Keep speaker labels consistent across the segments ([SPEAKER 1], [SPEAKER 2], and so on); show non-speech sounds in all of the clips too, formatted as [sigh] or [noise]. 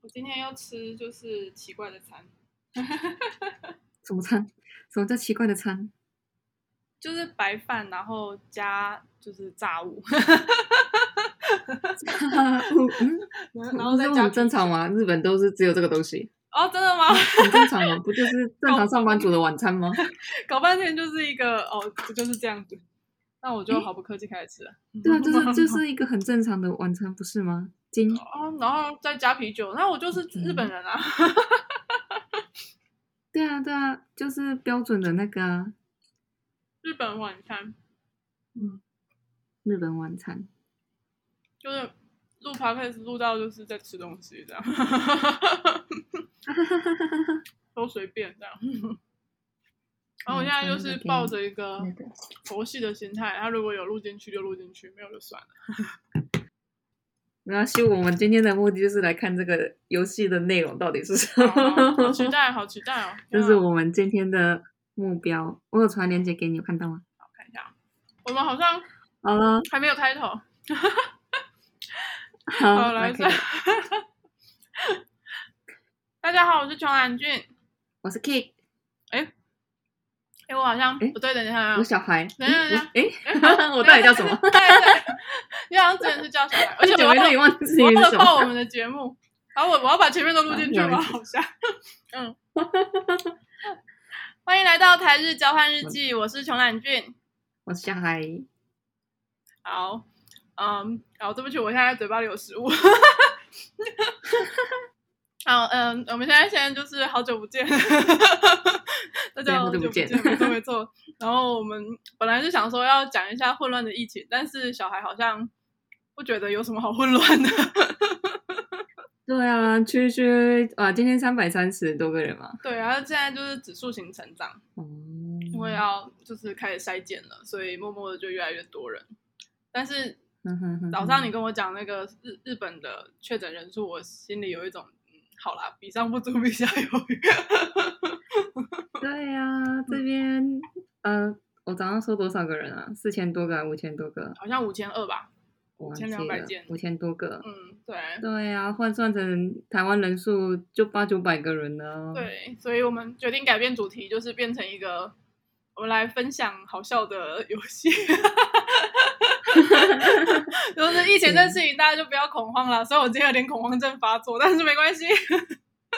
[SPEAKER 1] 我今天要吃就是奇怪的餐，
[SPEAKER 2] 什么餐？什么叫奇怪的餐？ [laughs]
[SPEAKER 1] 就是白饭，然后加就是炸物， [laughs]
[SPEAKER 2] 哈哈嗯嗯，
[SPEAKER 1] [laughs] 然后
[SPEAKER 2] 不
[SPEAKER 1] 再
[SPEAKER 2] 是
[SPEAKER 1] 加
[SPEAKER 2] 很正常
[SPEAKER 1] 啤酒。
[SPEAKER 2] 吗？日本都是只有这个东西，
[SPEAKER 1] 哦，真的吗？ [laughs]
[SPEAKER 2] 很正常吗？不就是正
[SPEAKER 1] 哦
[SPEAKER 2] 常上班族的晚餐吗？
[SPEAKER 1] 搞半天就是一个哦，不就是这样子？那我就毫不客气开始吃了。嗯
[SPEAKER 2] 对啊，就是就是一个很正常的晚餐，不是吗？金，
[SPEAKER 1] 哦，然后再加啤酒，那我就是
[SPEAKER 2] 嗯
[SPEAKER 1] 日本人啊。
[SPEAKER 2] 对啊对啊，就是标准的那个啊，
[SPEAKER 1] 日本晚餐
[SPEAKER 2] 日本晚餐。
[SPEAKER 1] 就是录 podcast 录到就是在吃东西
[SPEAKER 2] [laughs]
[SPEAKER 1] 这样，都随便这
[SPEAKER 2] [laughs]
[SPEAKER 1] 样。然后我现在就是抱着一个
[SPEAKER 2] 那个
[SPEAKER 1] 佛系的心态，他如果有录进去就录进去，没有就算
[SPEAKER 2] [laughs]
[SPEAKER 1] 了。
[SPEAKER 2] 没关系，我们今天的目的就是来看这个游戏的内容到底是什
[SPEAKER 1] 哦好好
[SPEAKER 2] 么。
[SPEAKER 1] 期待，好期
[SPEAKER 2] [laughs]
[SPEAKER 1] 待哦！
[SPEAKER 2] 这
[SPEAKER 1] 天啊
[SPEAKER 2] 是我们今天的目标。我有传链接给你，有看到吗？
[SPEAKER 1] 看一下，我们好像
[SPEAKER 2] 好了，
[SPEAKER 1] 还没有开头。
[SPEAKER 2] 好，
[SPEAKER 1] 好，来
[SPEAKER 2] 看
[SPEAKER 1] 再。大家好，我是琼兰俊。
[SPEAKER 2] 我是 Kick，
[SPEAKER 1] 哎、我好像
[SPEAKER 2] 诶
[SPEAKER 1] 不对，等一下啊，
[SPEAKER 2] 我小孩。
[SPEAKER 1] 等一下等一下
[SPEAKER 2] 诶， [laughs] 我我到底叫什么？
[SPEAKER 1] 对对对，你好像之前是叫小
[SPEAKER 2] [laughs]
[SPEAKER 1] 孩，而且
[SPEAKER 2] 久
[SPEAKER 1] 我
[SPEAKER 2] 没
[SPEAKER 1] 要
[SPEAKER 2] 录，你忘记
[SPEAKER 1] 我
[SPEAKER 2] 是
[SPEAKER 1] 要
[SPEAKER 2] 什
[SPEAKER 1] 报我
[SPEAKER 2] 么？
[SPEAKER 1] 们的节目，然后我我要把前面都录进去
[SPEAKER 2] 啊没
[SPEAKER 1] 吗？
[SPEAKER 2] 问
[SPEAKER 1] 好像，嗯， [laughs] 欢迎来到台日交换日记，我是琼兰俊。
[SPEAKER 2] 我是小孩。
[SPEAKER 1] 好，嗯，好，对不起，我现在嘴巴里有食物。 [laughs] 好，嗯，我们现在现在就是好久不见，大
[SPEAKER 2] 对
[SPEAKER 1] 家
[SPEAKER 2] 好久不
[SPEAKER 1] 见，
[SPEAKER 2] 见
[SPEAKER 1] 没错没错。然后我们本来是想说要讲一下混乱的疫情，但是小孩好像不觉得有什么好混乱的。 [laughs]
[SPEAKER 2] 对啊，区区啊，今天三百三十多个人嘛。
[SPEAKER 1] 对，然后现在就是指数型成长，
[SPEAKER 2] 哦，
[SPEAKER 1] 因为要就是开始筛检了，所以默默的就越来越多人。但是
[SPEAKER 2] 哼哼哼
[SPEAKER 1] 早上你跟我讲那个日日本的确诊人数，我心里有一种，嗯，好啦，比上不足，比下有余。 [laughs]
[SPEAKER 2] 对啊，这边呃，我早上说多少个人啊？四千多个，五千多个，
[SPEAKER 1] 好像五千二吧，
[SPEAKER 2] 我忘记
[SPEAKER 1] 5200
[SPEAKER 2] 了
[SPEAKER 1] 件，
[SPEAKER 2] 五千多个。
[SPEAKER 1] 嗯，对
[SPEAKER 2] 对啊，换算成台湾人数就八九百个人呢。，
[SPEAKER 1] 对，所以我们决定改变主题，就是变成一个我们来分享好笑的游戏。 [laughs] 就是疫情这事情，大家就不要恐慌了。虽然我今天有点恐慌症发作，但是没关系。 [laughs]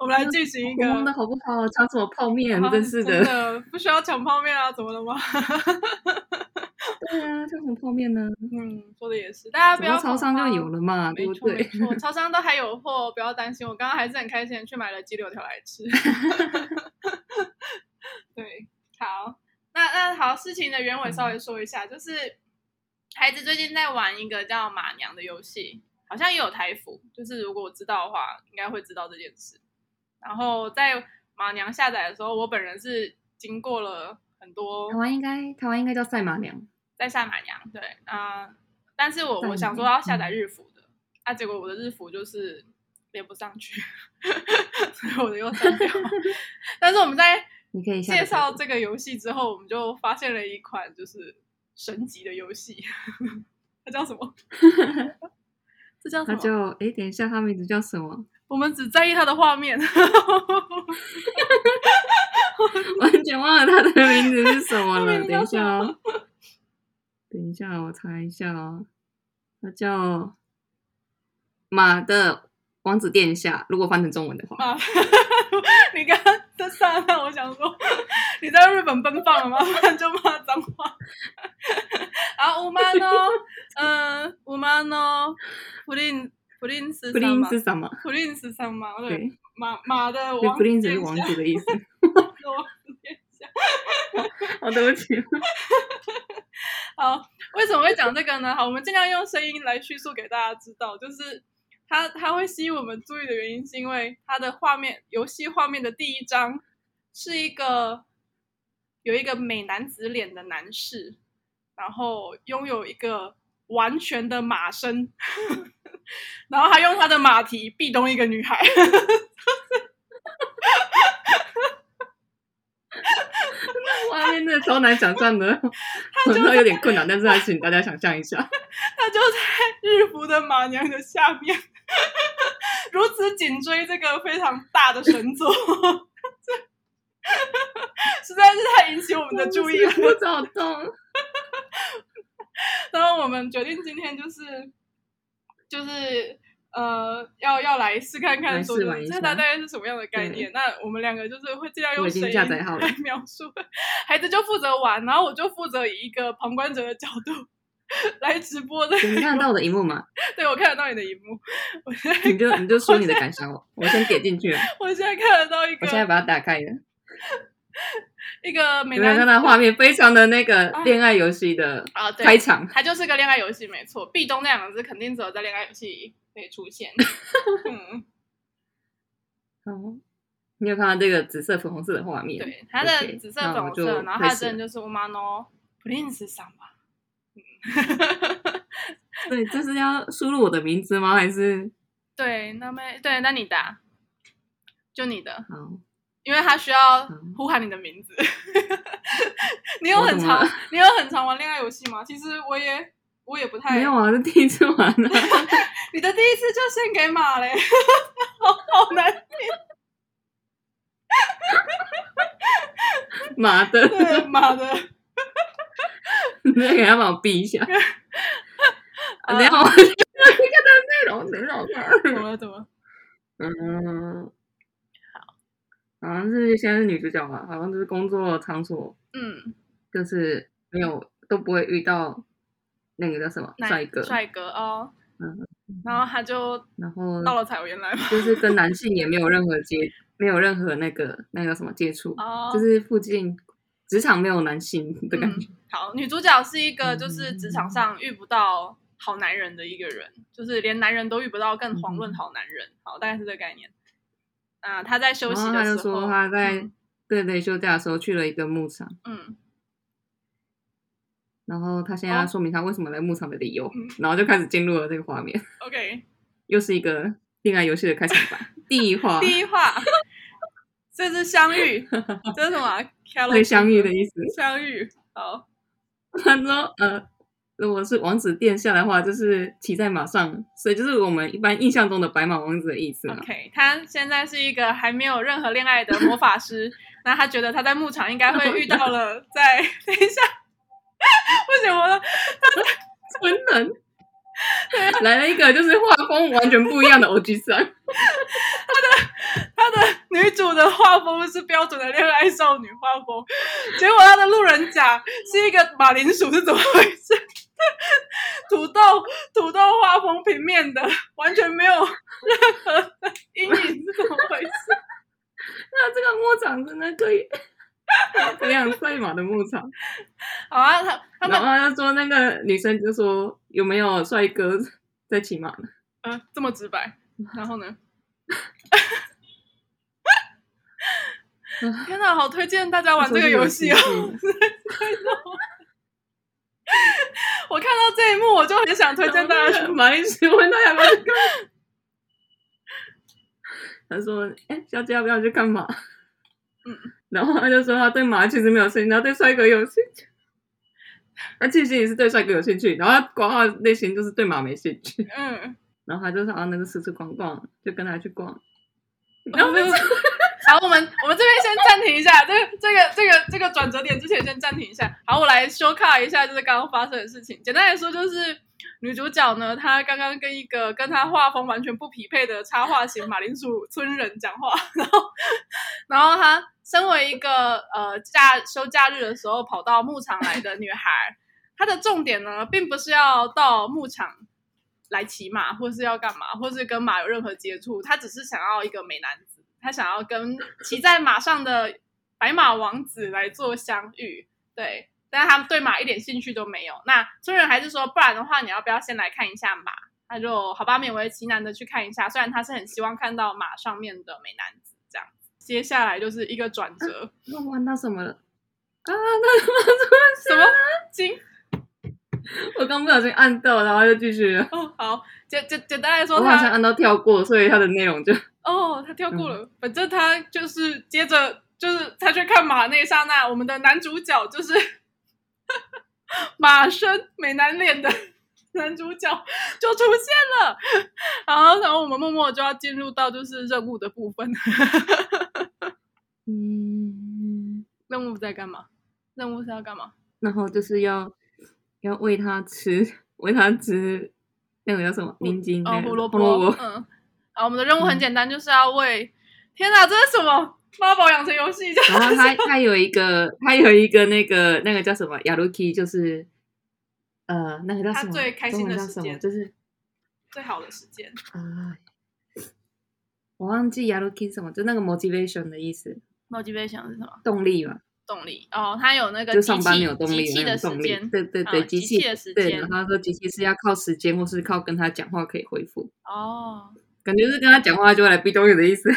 [SPEAKER 1] 我们来进行一个
[SPEAKER 2] 红红的好不好？抢什么泡面？
[SPEAKER 1] 啊
[SPEAKER 2] 真
[SPEAKER 1] [laughs]
[SPEAKER 2] 是
[SPEAKER 1] 真
[SPEAKER 2] 的。
[SPEAKER 1] 的不需要抢泡面啊，怎么了吗？
[SPEAKER 2] 对啊，抢什么泡面呢？
[SPEAKER 1] 嗯，说的也是，大家
[SPEAKER 2] 只
[SPEAKER 1] 不要
[SPEAKER 2] 要超商就有
[SPEAKER 1] 了，
[SPEAKER 2] 了嘛，对
[SPEAKER 1] 没
[SPEAKER 2] 不
[SPEAKER 1] 错没
[SPEAKER 2] 对？
[SPEAKER 1] 错，
[SPEAKER 2] [laughs]
[SPEAKER 1] 超商都还有货，不要担心。我刚刚还是很开心地去买了鸡柳条来
[SPEAKER 2] [laughs]
[SPEAKER 1] 吃。 [laughs] 对，好，那那好，事情的原委
[SPEAKER 2] 嗯
[SPEAKER 1] 稍微说一下，就是孩子最近在玩一个叫马娘的游戏，好像也有台服，就是如果我知道的话，应该会知道这件事。然后在马娘下载的时候，我本人是经过了很多
[SPEAKER 2] 台湾应该，台湾应该叫赛马娘。
[SPEAKER 1] 在赛马娘，对，啊、但是我
[SPEAKER 2] 赛马
[SPEAKER 1] 我
[SPEAKER 2] 娘
[SPEAKER 1] 想说要下载日服的，啊，结果我的日服就是连不上去， [laughs] 所以我的又删掉。 [laughs] 但是我们在
[SPEAKER 2] 你可以下载
[SPEAKER 1] 介绍
[SPEAKER 2] 台服
[SPEAKER 1] 这个游戏之后，我们就发现了一款就是神级的游戏，它叫什么？ [laughs] 这叫什
[SPEAKER 2] 它
[SPEAKER 1] 么？
[SPEAKER 2] 叫诶，等一下，它名字叫什么？ [laughs]
[SPEAKER 1] 我们只在意它的画面。
[SPEAKER 2] 完全忘了它的名字是什么
[SPEAKER 1] [laughs] 它名
[SPEAKER 2] 了。
[SPEAKER 1] 字叫
[SPEAKER 2] 等一
[SPEAKER 1] 什
[SPEAKER 2] 下
[SPEAKER 1] 么
[SPEAKER 2] 哦，等一下，我查一下哦。它叫马的王子殿下，如果翻成中文的话。
[SPEAKER 1] 啊！ [laughs] 你刚刚在刹那，我想说 [laughs] 你在日本奔放了吗？不然就骂脏话。 [laughs] 啊，我妈呢？嗯，我妈呢？普林普林斯
[SPEAKER 2] 布
[SPEAKER 1] 上
[SPEAKER 2] 林
[SPEAKER 1] 吗？
[SPEAKER 2] 是什么？
[SPEAKER 1] 普林斯上吗？对，
[SPEAKER 2] 对，
[SPEAKER 1] 马马的
[SPEAKER 2] 对，
[SPEAKER 1] 王
[SPEAKER 2] 布林只是
[SPEAKER 1] 殿
[SPEAKER 2] 王
[SPEAKER 1] 下
[SPEAKER 2] 子的
[SPEAKER 1] [laughs]
[SPEAKER 2] 意思。
[SPEAKER 1] 的王子殿下
[SPEAKER 2] 哦，对不起。
[SPEAKER 1] 好，为什么会讲这个呢？好，我们尽量用声音来叙述给大家知道，就是它它会吸引我们注意的原因，是因为它的画面，游戏画面的第一张是一个有一个美男子脸的男士，然后拥有一个完全的马身， [laughs] 然后还用他的马蹄壁咚一个女孩。
[SPEAKER 2] 画面真的超难想
[SPEAKER 1] [laughs]
[SPEAKER 2] 象的，我知道有点困难，但是还请大家想象一下。
[SPEAKER 1] 他就在日服的马娘的下面。如司紧追这个非常大的神作，实在是太引起我们的注意了。 [laughs]
[SPEAKER 2] 不走动。
[SPEAKER 1] 然后我们决定今天就是就是呃，要要来试看看
[SPEAKER 2] 来
[SPEAKER 1] 说，
[SPEAKER 2] 试
[SPEAKER 1] 就
[SPEAKER 2] 玩
[SPEAKER 1] 是
[SPEAKER 2] 一
[SPEAKER 1] 这
[SPEAKER 2] 下
[SPEAKER 1] 大概是什么样的概念？那我们两个就是会尽量
[SPEAKER 2] 我
[SPEAKER 1] 用
[SPEAKER 2] 已经
[SPEAKER 1] 声音
[SPEAKER 2] 下载好了
[SPEAKER 1] 来描述，孩子就负责玩，然后我就负责以一个旁观者的角度 [laughs] 来直播的。
[SPEAKER 2] 你看得到我的荧幕吗？
[SPEAKER 1] 对我看得到你的荧幕，我现在
[SPEAKER 2] 你就你就说你的感想，我我先点进去了，
[SPEAKER 1] [laughs] 我现在看得到一
[SPEAKER 2] 我现在
[SPEAKER 1] 个
[SPEAKER 2] 把它打开了。
[SPEAKER 1] 一个美
[SPEAKER 2] 有没有
[SPEAKER 1] 男
[SPEAKER 2] 看到画面？非常的那个恋爱游戏的
[SPEAKER 1] 啊，哦对，
[SPEAKER 2] 开场，
[SPEAKER 1] 它就是个恋爱游戏，没错。壁咚这两个字肯定只有在恋爱游戏可以出
[SPEAKER 2] [laughs]
[SPEAKER 1] 现。嗯，
[SPEAKER 2] 哦，你有看到这个紫色、粉红色的画面？
[SPEAKER 1] 对，它的
[SPEAKER 2] OK，
[SPEAKER 1] 紫色、
[SPEAKER 2] 那我
[SPEAKER 1] 粉红
[SPEAKER 2] 就
[SPEAKER 1] 色，然后它
[SPEAKER 2] 开
[SPEAKER 1] 的
[SPEAKER 2] 始
[SPEAKER 1] 真的就是 Umano Prince 上吧。嗯
[SPEAKER 2] 对，这是要输入我的名字吗？还是
[SPEAKER 1] 对，那么对，那你打，就你的，
[SPEAKER 2] 好？
[SPEAKER 1] 因为他需要
[SPEAKER 2] 嗯
[SPEAKER 1] 呼喊你的名字。 [laughs] 你有
[SPEAKER 2] 我
[SPEAKER 1] 很
[SPEAKER 2] 懂
[SPEAKER 1] 常
[SPEAKER 2] 了，
[SPEAKER 1] [laughs] 你有很常玩恋爱游戏吗？其实我也，我也不太
[SPEAKER 2] 没有啊，是第一次玩啊。 [laughs]
[SPEAKER 1] 你的第一次就献给马嘞， [laughs] 好好
[SPEAKER 2] [laughs]
[SPEAKER 1] 难
[SPEAKER 2] 妈的，
[SPEAKER 1] 对马的。
[SPEAKER 2] 你再给他帮我逼
[SPEAKER 1] [laughs]
[SPEAKER 2] 一下。啊 [laughs] 等一
[SPEAKER 1] 呃
[SPEAKER 2] 下我这个的内容，等一下我
[SPEAKER 1] 怎
[SPEAKER 2] [laughs] 看。
[SPEAKER 1] 么了？怎么了？
[SPEAKER 2] 嗯，好像是现在是女主角嘛，好像就是工作场所，
[SPEAKER 1] 嗯，
[SPEAKER 2] 就是没有都不会遇到那个叫什么
[SPEAKER 1] 那
[SPEAKER 2] 帅哥，
[SPEAKER 1] 帅哥哦。
[SPEAKER 2] 嗯
[SPEAKER 1] 然后他就
[SPEAKER 2] 然后
[SPEAKER 1] 到了草原来嘛。
[SPEAKER 2] 就是跟男性也没有任何接，没有任何那个那个什么接触，
[SPEAKER 1] 哦，
[SPEAKER 2] 就是附近职场没有男性的感觉。
[SPEAKER 1] 嗯。好，女主角是一个就是职场上遇不到好男人的一个人，就是连男人都遇不到，更遑论
[SPEAKER 2] 嗯
[SPEAKER 1] 好男人。好，大概是这个概念。啊，她在休
[SPEAKER 2] 然
[SPEAKER 1] 息
[SPEAKER 2] 后
[SPEAKER 1] 的
[SPEAKER 2] 他就
[SPEAKER 1] 时候，
[SPEAKER 2] 说他在、
[SPEAKER 1] 嗯
[SPEAKER 2] 对对休假的时候去了一个牧场，
[SPEAKER 1] 嗯，
[SPEAKER 2] 然后他现在要
[SPEAKER 1] 哦
[SPEAKER 2] 说明他为什么来牧场的理由，
[SPEAKER 1] 嗯
[SPEAKER 2] 然后就开始进入了这个画面，
[SPEAKER 1] OK，
[SPEAKER 2] 又是一个恋爱游戏的开场
[SPEAKER 1] [laughs]
[SPEAKER 2] 版，第一话
[SPEAKER 1] 第一话， [laughs] 这是相
[SPEAKER 2] [laughs]
[SPEAKER 1] 遇，这是什么啊？
[SPEAKER 2] 会相遇的意思。
[SPEAKER 1] 相遇。好，
[SPEAKER 2] 他说呃。如果是王子殿下的话，就是骑在马上，所以就是我们一般印象中的白马王子的意思嘛。
[SPEAKER 1] OK，他现在是一个还没有任何恋爱的魔法师，那他觉得他在牧场应该会遇到了在， [laughs] 等一下，为什么
[SPEAKER 2] 纯人， [laughs] 来了一个就是画风完全不一样的 OG 三，
[SPEAKER 1] 他的女主的画风是标准的恋爱少女画风，结果他的路人甲是一个马铃薯，是怎么回事？土豆土豆画风平面的，完全没有任何的阴影，是怎么回事？
[SPEAKER 2] 那这个牧场真的 [laughs] 可以培养赛马的牧场。
[SPEAKER 1] 好啊，他他
[SPEAKER 2] 然后
[SPEAKER 1] 们
[SPEAKER 2] 他就说那个女生就说有没有帅哥在骑马呢？
[SPEAKER 1] 嗯、呃、这么直白，然后呢？ [laughs] 天哪，好推荐大家玩这个游戏哦！
[SPEAKER 2] 哦。
[SPEAKER 1] [laughs] 我看到这一幕，我就很想推荐大家去
[SPEAKER 2] 去马 [laughs] 铃薯，问大家要不要去看。他说：“哎、小姐要不要去看马？”
[SPEAKER 1] 嗯，
[SPEAKER 2] 然后他就说他对马其实没有兴趣，他对帅哥有兴趣。他其实也是对帅哥有兴趣，然后他广告类型就是对马没兴趣。
[SPEAKER 1] 嗯，
[SPEAKER 2] 然后他就想要那个四处逛逛，就跟他去逛。
[SPEAKER 1] [laughs] 然后好，我们我们这边先暂停一下，这个这个这个这个转折点之前先暂停一下。好，我来 show card 一下，就是刚刚发生的事情。简单来说，就是女主角呢，她刚刚跟一个跟她画风完全不匹配的插画型马铃薯村人讲话，然后然后她身为一个呃假休假日的时候跑到牧场来的女孩，她的重点呢，并不是要到牧场来骑马，或是要干嘛，或是跟马有任何接触，她只是想要一个美男子，她想要跟骑在马上的白马王子来做相遇，对。但是他们对马一点兴趣都没有。那村人还是说，不然的话，你要不要先来看一下马？他就好吧，勉为其难的去看一下。虽然他是很希望看到马上面的美男子这样。接下来就是一个转折， [laughs]
[SPEAKER 2] 那玩到什么了？啊，那什么什
[SPEAKER 1] 什
[SPEAKER 2] 么？
[SPEAKER 1] 么金？
[SPEAKER 2] 我刚不小心按到，然后就继续了。
[SPEAKER 1] 哦，好，简简简单来
[SPEAKER 2] 我
[SPEAKER 1] 说
[SPEAKER 2] 好像
[SPEAKER 1] 他，
[SPEAKER 2] 按到跳过，所以他的内容就
[SPEAKER 1] 哦，他
[SPEAKER 2] 嗯
[SPEAKER 1] 跳过了。反正他就是接着，就是他去看马那一刹那，我 [laughs] 们的男主角就是 [laughs] 马生美男脸的男主角就出现了，然后然后我们默默就要进入到就是任务的部分。 [laughs]
[SPEAKER 2] 嗯，
[SPEAKER 1] 任务在干嘛？任务是要干嘛？
[SPEAKER 2] 然后就是要要喂它吃，喂它吃那个叫什么凝晶
[SPEAKER 1] 哦
[SPEAKER 2] 那，个
[SPEAKER 1] 胡萝
[SPEAKER 2] 胡萝
[SPEAKER 1] 卜。
[SPEAKER 2] 卜，嗯
[SPEAKER 1] 嗯，啊，我们的任务很简单，就是要喂。天哪，这是什么妈宝养成游戏？这 [laughs]
[SPEAKER 2] 然后它它有一个它有一个那个那个叫什么雅鲁 k 就是呃那个叫
[SPEAKER 1] 它
[SPEAKER 2] 什么？
[SPEAKER 1] 最开心
[SPEAKER 2] 中文
[SPEAKER 1] 的
[SPEAKER 2] 叫
[SPEAKER 1] 时
[SPEAKER 2] 什么？
[SPEAKER 1] 间
[SPEAKER 2] 就是
[SPEAKER 1] 最好的时间。
[SPEAKER 2] 啊，我忘记雅鲁 k 是什么，就那个 motivation 的意思，
[SPEAKER 1] motivation 是什么？
[SPEAKER 2] 动力嘛，
[SPEAKER 1] 动力哦，它有那个
[SPEAKER 2] 就
[SPEAKER 1] 机
[SPEAKER 2] 上班没有
[SPEAKER 1] 器
[SPEAKER 2] 动
[SPEAKER 1] 机
[SPEAKER 2] 力
[SPEAKER 1] 器
[SPEAKER 2] 那
[SPEAKER 1] 的
[SPEAKER 2] 种
[SPEAKER 1] 时
[SPEAKER 2] 动力
[SPEAKER 1] 间，，
[SPEAKER 2] 对对对，
[SPEAKER 1] 嗯
[SPEAKER 2] 机
[SPEAKER 1] 机
[SPEAKER 2] 器
[SPEAKER 1] 器的时
[SPEAKER 2] 对，
[SPEAKER 1] 间嗯
[SPEAKER 2] 然后他说机器是要靠时间或是靠跟他讲话可以恢复， [laughs]
[SPEAKER 1] 哦
[SPEAKER 2] 感觉是跟他讲话就会来闭中眼的意思。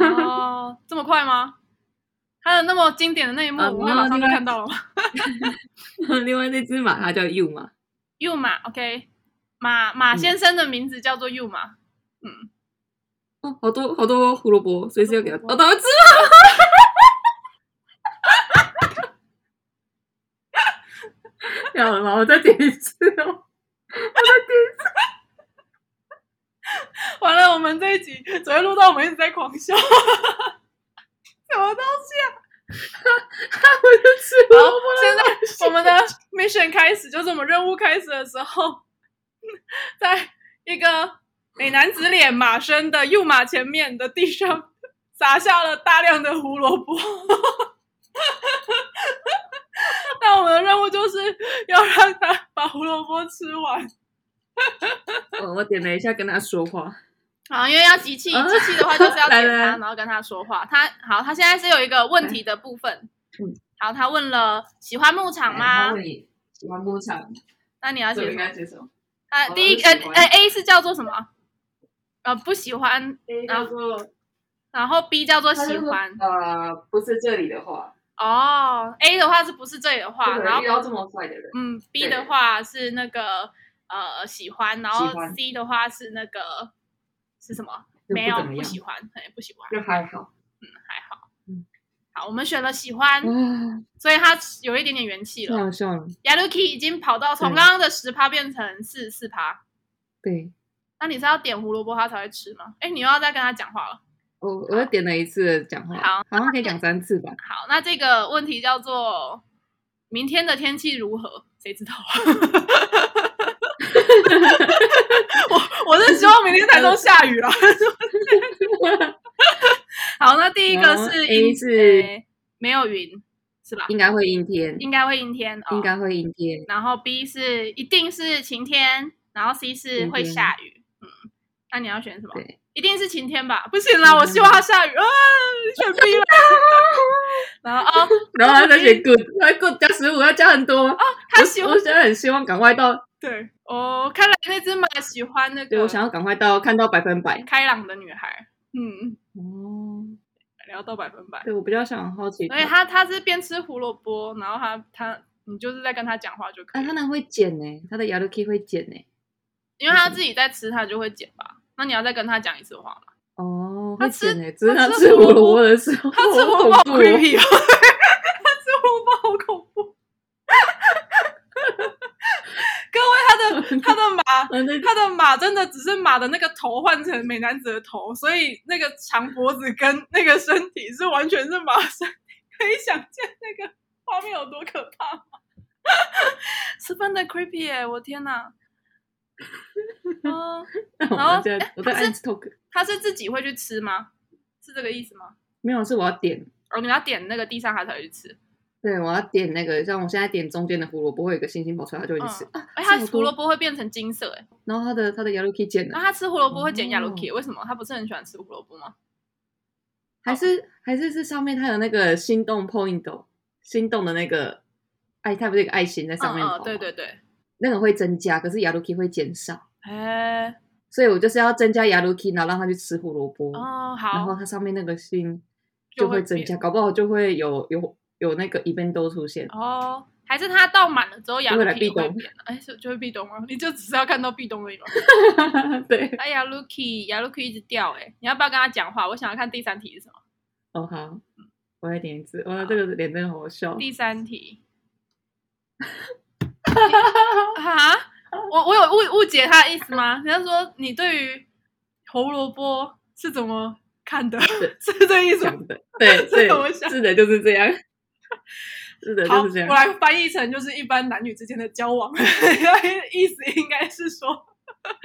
[SPEAKER 1] 哦，这么快吗？它有那么经典的那一幕，
[SPEAKER 2] 啊
[SPEAKER 1] 我会马上
[SPEAKER 2] 另
[SPEAKER 1] 就
[SPEAKER 2] 外
[SPEAKER 1] 看到了吗
[SPEAKER 2] [laughs] 另外那只马它叫 U 嘛，
[SPEAKER 1] ？U 马，OK，马马
[SPEAKER 2] 嗯
[SPEAKER 1] 先生的名字叫做 U 马，嗯，
[SPEAKER 2] 哦，好多好多胡萝卜，随时要给它，
[SPEAKER 1] 胡萝卜
[SPEAKER 2] 哦，它会吃 [laughs] 吗？好了吗？我再点一次哦。
[SPEAKER 1] 完了，我们这一集只会录到我们一直在狂笑， [laughs] 什么东西啊？
[SPEAKER 2] 我就吃胡
[SPEAKER 1] 好
[SPEAKER 2] 萝卜，，
[SPEAKER 1] 现在我们的 mission 开始，就是我们任务开始的时候，在一个美男子脸马身的幼马前面的地上撒下了大量的胡萝卜。那我们的任务就是要让他把胡萝卜吃完
[SPEAKER 2] 我我点了一下跟他说话，
[SPEAKER 1] 啊，因为要集气，
[SPEAKER 2] 啊
[SPEAKER 1] 集气的话就是 [laughs] 要
[SPEAKER 2] 来
[SPEAKER 1] 点
[SPEAKER 2] 来
[SPEAKER 1] 他，
[SPEAKER 2] 来
[SPEAKER 1] 然后跟他说话。他好，他现在是有一个问题的部分
[SPEAKER 2] 嗯。
[SPEAKER 1] 好，他问了喜欢牧场
[SPEAKER 2] 然
[SPEAKER 1] 吗
[SPEAKER 2] 后？你哎喜欢牧场，
[SPEAKER 1] 那你要写
[SPEAKER 2] 所以
[SPEAKER 1] 什
[SPEAKER 2] 应
[SPEAKER 1] 么
[SPEAKER 2] 该？接受。
[SPEAKER 1] 呃，
[SPEAKER 2] 我
[SPEAKER 1] 第一
[SPEAKER 2] 不
[SPEAKER 1] 呃
[SPEAKER 2] 喜欢
[SPEAKER 1] 呃 A 是叫做什么？呃，不喜欢，
[SPEAKER 2] A
[SPEAKER 1] 叫
[SPEAKER 2] 做
[SPEAKER 1] 然后 B 叫做啊喜欢。
[SPEAKER 2] 呃，不是这里的话，
[SPEAKER 1] 哦，A 的话是不是这里的话，
[SPEAKER 2] 不可能
[SPEAKER 1] 然后
[SPEAKER 2] 遇到这么帅的人，
[SPEAKER 1] 嗯 B
[SPEAKER 2] 对
[SPEAKER 1] 的话是那个呃喜欢，然
[SPEAKER 2] 喜
[SPEAKER 1] 后
[SPEAKER 2] 欢
[SPEAKER 1] C 的话是那个是什么？
[SPEAKER 2] 就
[SPEAKER 1] 没有
[SPEAKER 2] 怎么，
[SPEAKER 1] 不
[SPEAKER 2] 样
[SPEAKER 1] 喜欢，哎，不喜欢，
[SPEAKER 2] 就还好。
[SPEAKER 1] 还好
[SPEAKER 2] 嗯。
[SPEAKER 1] 好，我们选了喜欢，
[SPEAKER 2] 哇，
[SPEAKER 1] 所以他有一点点元气
[SPEAKER 2] 太
[SPEAKER 1] 了。
[SPEAKER 2] 好笑了。
[SPEAKER 1] Yaluki 已经跑到从
[SPEAKER 2] 啊对
[SPEAKER 1] 刚刚的十趴变成四十四趴，
[SPEAKER 2] 对，
[SPEAKER 1] 那你是要点胡萝卜他才会吃吗？哎，你又要再跟他讲话了。
[SPEAKER 2] 我我又点了一次讲话，
[SPEAKER 1] 好
[SPEAKER 2] 像可以讲三次吧。
[SPEAKER 1] 好，那这个问题叫做明天的天气如何？谁知道啊？我我是希望明天台中下雨啦。好，那第一个
[SPEAKER 2] 然后
[SPEAKER 1] 是
[SPEAKER 2] A
[SPEAKER 1] 阴
[SPEAKER 2] 是
[SPEAKER 1] 诶没有云是吧？
[SPEAKER 2] 应该会阴天，
[SPEAKER 1] 应该会阴天哦。
[SPEAKER 2] 应该会阴天。
[SPEAKER 1] 然后 B 是一定是晴天，然后 C 是会下雨。嗯，那你要选什么？
[SPEAKER 2] 对，
[SPEAKER 1] 一定是晴天吧？不行啦，我希望它下雨啊！你选 B 啦。 [laughs] 然后哦，
[SPEAKER 2] 然后他在写 good，他 good 加十五要加很多。哦，
[SPEAKER 1] 他喜欢
[SPEAKER 2] 我现在很希望赶快到，
[SPEAKER 1] 对，哦，看来那只马喜欢那
[SPEAKER 2] 对我
[SPEAKER 1] 个
[SPEAKER 2] 想要赶快到看到百分百。
[SPEAKER 1] 开朗的女孩。嗯，
[SPEAKER 2] 哦，
[SPEAKER 1] 聊到百分百。
[SPEAKER 2] 对我比较想好奇，
[SPEAKER 1] 所以他他是边吃胡萝卜，然后他他你就是在跟他讲话就可
[SPEAKER 2] 啊，
[SPEAKER 1] 以
[SPEAKER 2] 他
[SPEAKER 1] 了，
[SPEAKER 2] 那会剪呢，他的 y a l u k i 会剪呢。
[SPEAKER 1] 因为他自己在吃，他就会减吧。那你要再跟他讲一次话吗？
[SPEAKER 2] 哦，
[SPEAKER 1] 他
[SPEAKER 2] 会
[SPEAKER 1] 吃
[SPEAKER 2] 剪呢，只是
[SPEAKER 1] 他
[SPEAKER 2] 他
[SPEAKER 1] 吃
[SPEAKER 2] 吃
[SPEAKER 1] 胡
[SPEAKER 2] 胡
[SPEAKER 1] 萝
[SPEAKER 2] 萝
[SPEAKER 1] 卜
[SPEAKER 2] 卜的时候，
[SPEAKER 1] [laughs] 他吃胡
[SPEAKER 2] 哦好
[SPEAKER 1] 萝卜好
[SPEAKER 2] 恐怖哦
[SPEAKER 1] creepy 哦，他吃胡萝卜好恐怖。 [laughs] 各位，
[SPEAKER 2] [laughs]
[SPEAKER 1] 他的他的马，
[SPEAKER 2] 嗯，对
[SPEAKER 1] 他的马真的只是马的那个头换成美男子的头，所以那个长脖子跟那个身体是完全是马身体，可以想见那个画面有多可怕吗？ [laughs] 十分的 creepy 耶、我天哪！嗯， [laughs] 然后
[SPEAKER 2] 我在我在
[SPEAKER 1] 他是
[SPEAKER 2] 按 talk，
[SPEAKER 1] 他是自己会去吃吗？是这个意思吗？
[SPEAKER 2] 没有，是我要点，
[SPEAKER 1] 哦，你要点那个地上他才会去吃。
[SPEAKER 2] 对我要点那个，像我现在点中间的胡萝卜，会有一个星星跑出来，它就会
[SPEAKER 1] 嗯
[SPEAKER 2] 去吃。，
[SPEAKER 1] 哎、
[SPEAKER 2] 这
[SPEAKER 1] 他
[SPEAKER 2] 么多
[SPEAKER 1] 胡萝卜会变成金色哎、
[SPEAKER 2] 然后它的它的 yellow key 剪
[SPEAKER 1] 那
[SPEAKER 2] 了，
[SPEAKER 1] 他吃胡萝卜会减
[SPEAKER 2] 哦
[SPEAKER 1] Yaluki，、为什么？他不是很喜欢吃胡萝卜吗？哦
[SPEAKER 2] 还是还是是上面它有那个心动 point，哦心动的那个爱，它不是有一个爱心在上
[SPEAKER 1] 嗯
[SPEAKER 2] 面跑
[SPEAKER 1] 嗯，
[SPEAKER 2] 吗
[SPEAKER 1] 对对，对，
[SPEAKER 2] 那个会增加，可是 yellow key 会减少，
[SPEAKER 1] 哎、
[SPEAKER 2] 哦所以我就是要增加 yellow key，然后让它去吃胡萝卜，
[SPEAKER 1] 哦
[SPEAKER 2] 然后
[SPEAKER 1] 好，
[SPEAKER 2] 它上面那个心
[SPEAKER 1] 就
[SPEAKER 2] 就
[SPEAKER 1] 会
[SPEAKER 2] 会增
[SPEAKER 1] 变
[SPEAKER 2] 加，搞不好就会有有有那个 event 都
[SPEAKER 1] [laughs]
[SPEAKER 2] 出现。
[SPEAKER 1] 哦，还是他到满了之后，亚
[SPEAKER 2] 就会来
[SPEAKER 1] Lucky
[SPEAKER 2] 壁
[SPEAKER 1] 会
[SPEAKER 2] 咚
[SPEAKER 1] 变了，哎，就就会壁咚吗？你就只是要看到壁咚而已
[SPEAKER 2] [laughs]
[SPEAKER 1] 吗？
[SPEAKER 2] 对，
[SPEAKER 1] 哎呀，Lucky，亚 Lucky 一直掉、哎，你要不要跟他讲话？我想要看第三题是什么？
[SPEAKER 2] 哦好，我来点一次，哇，这个脸 [laughs] 真的好笑。
[SPEAKER 1] 第三题，啊，我我有误误解他的意思吗？人家说你对于胡萝卜是怎么看的？ [laughs] 是这意思吗？
[SPEAKER 2] 想的，对
[SPEAKER 1] [laughs] 这
[SPEAKER 2] 对
[SPEAKER 1] 个我，想
[SPEAKER 2] 是的，就是这
[SPEAKER 1] [laughs]
[SPEAKER 2] 样，是的，
[SPEAKER 1] 好，
[SPEAKER 2] 就是这
[SPEAKER 1] 我
[SPEAKER 2] 样。
[SPEAKER 1] 来翻译成就是一般男女之间的交往， [laughs] 意思应该是说，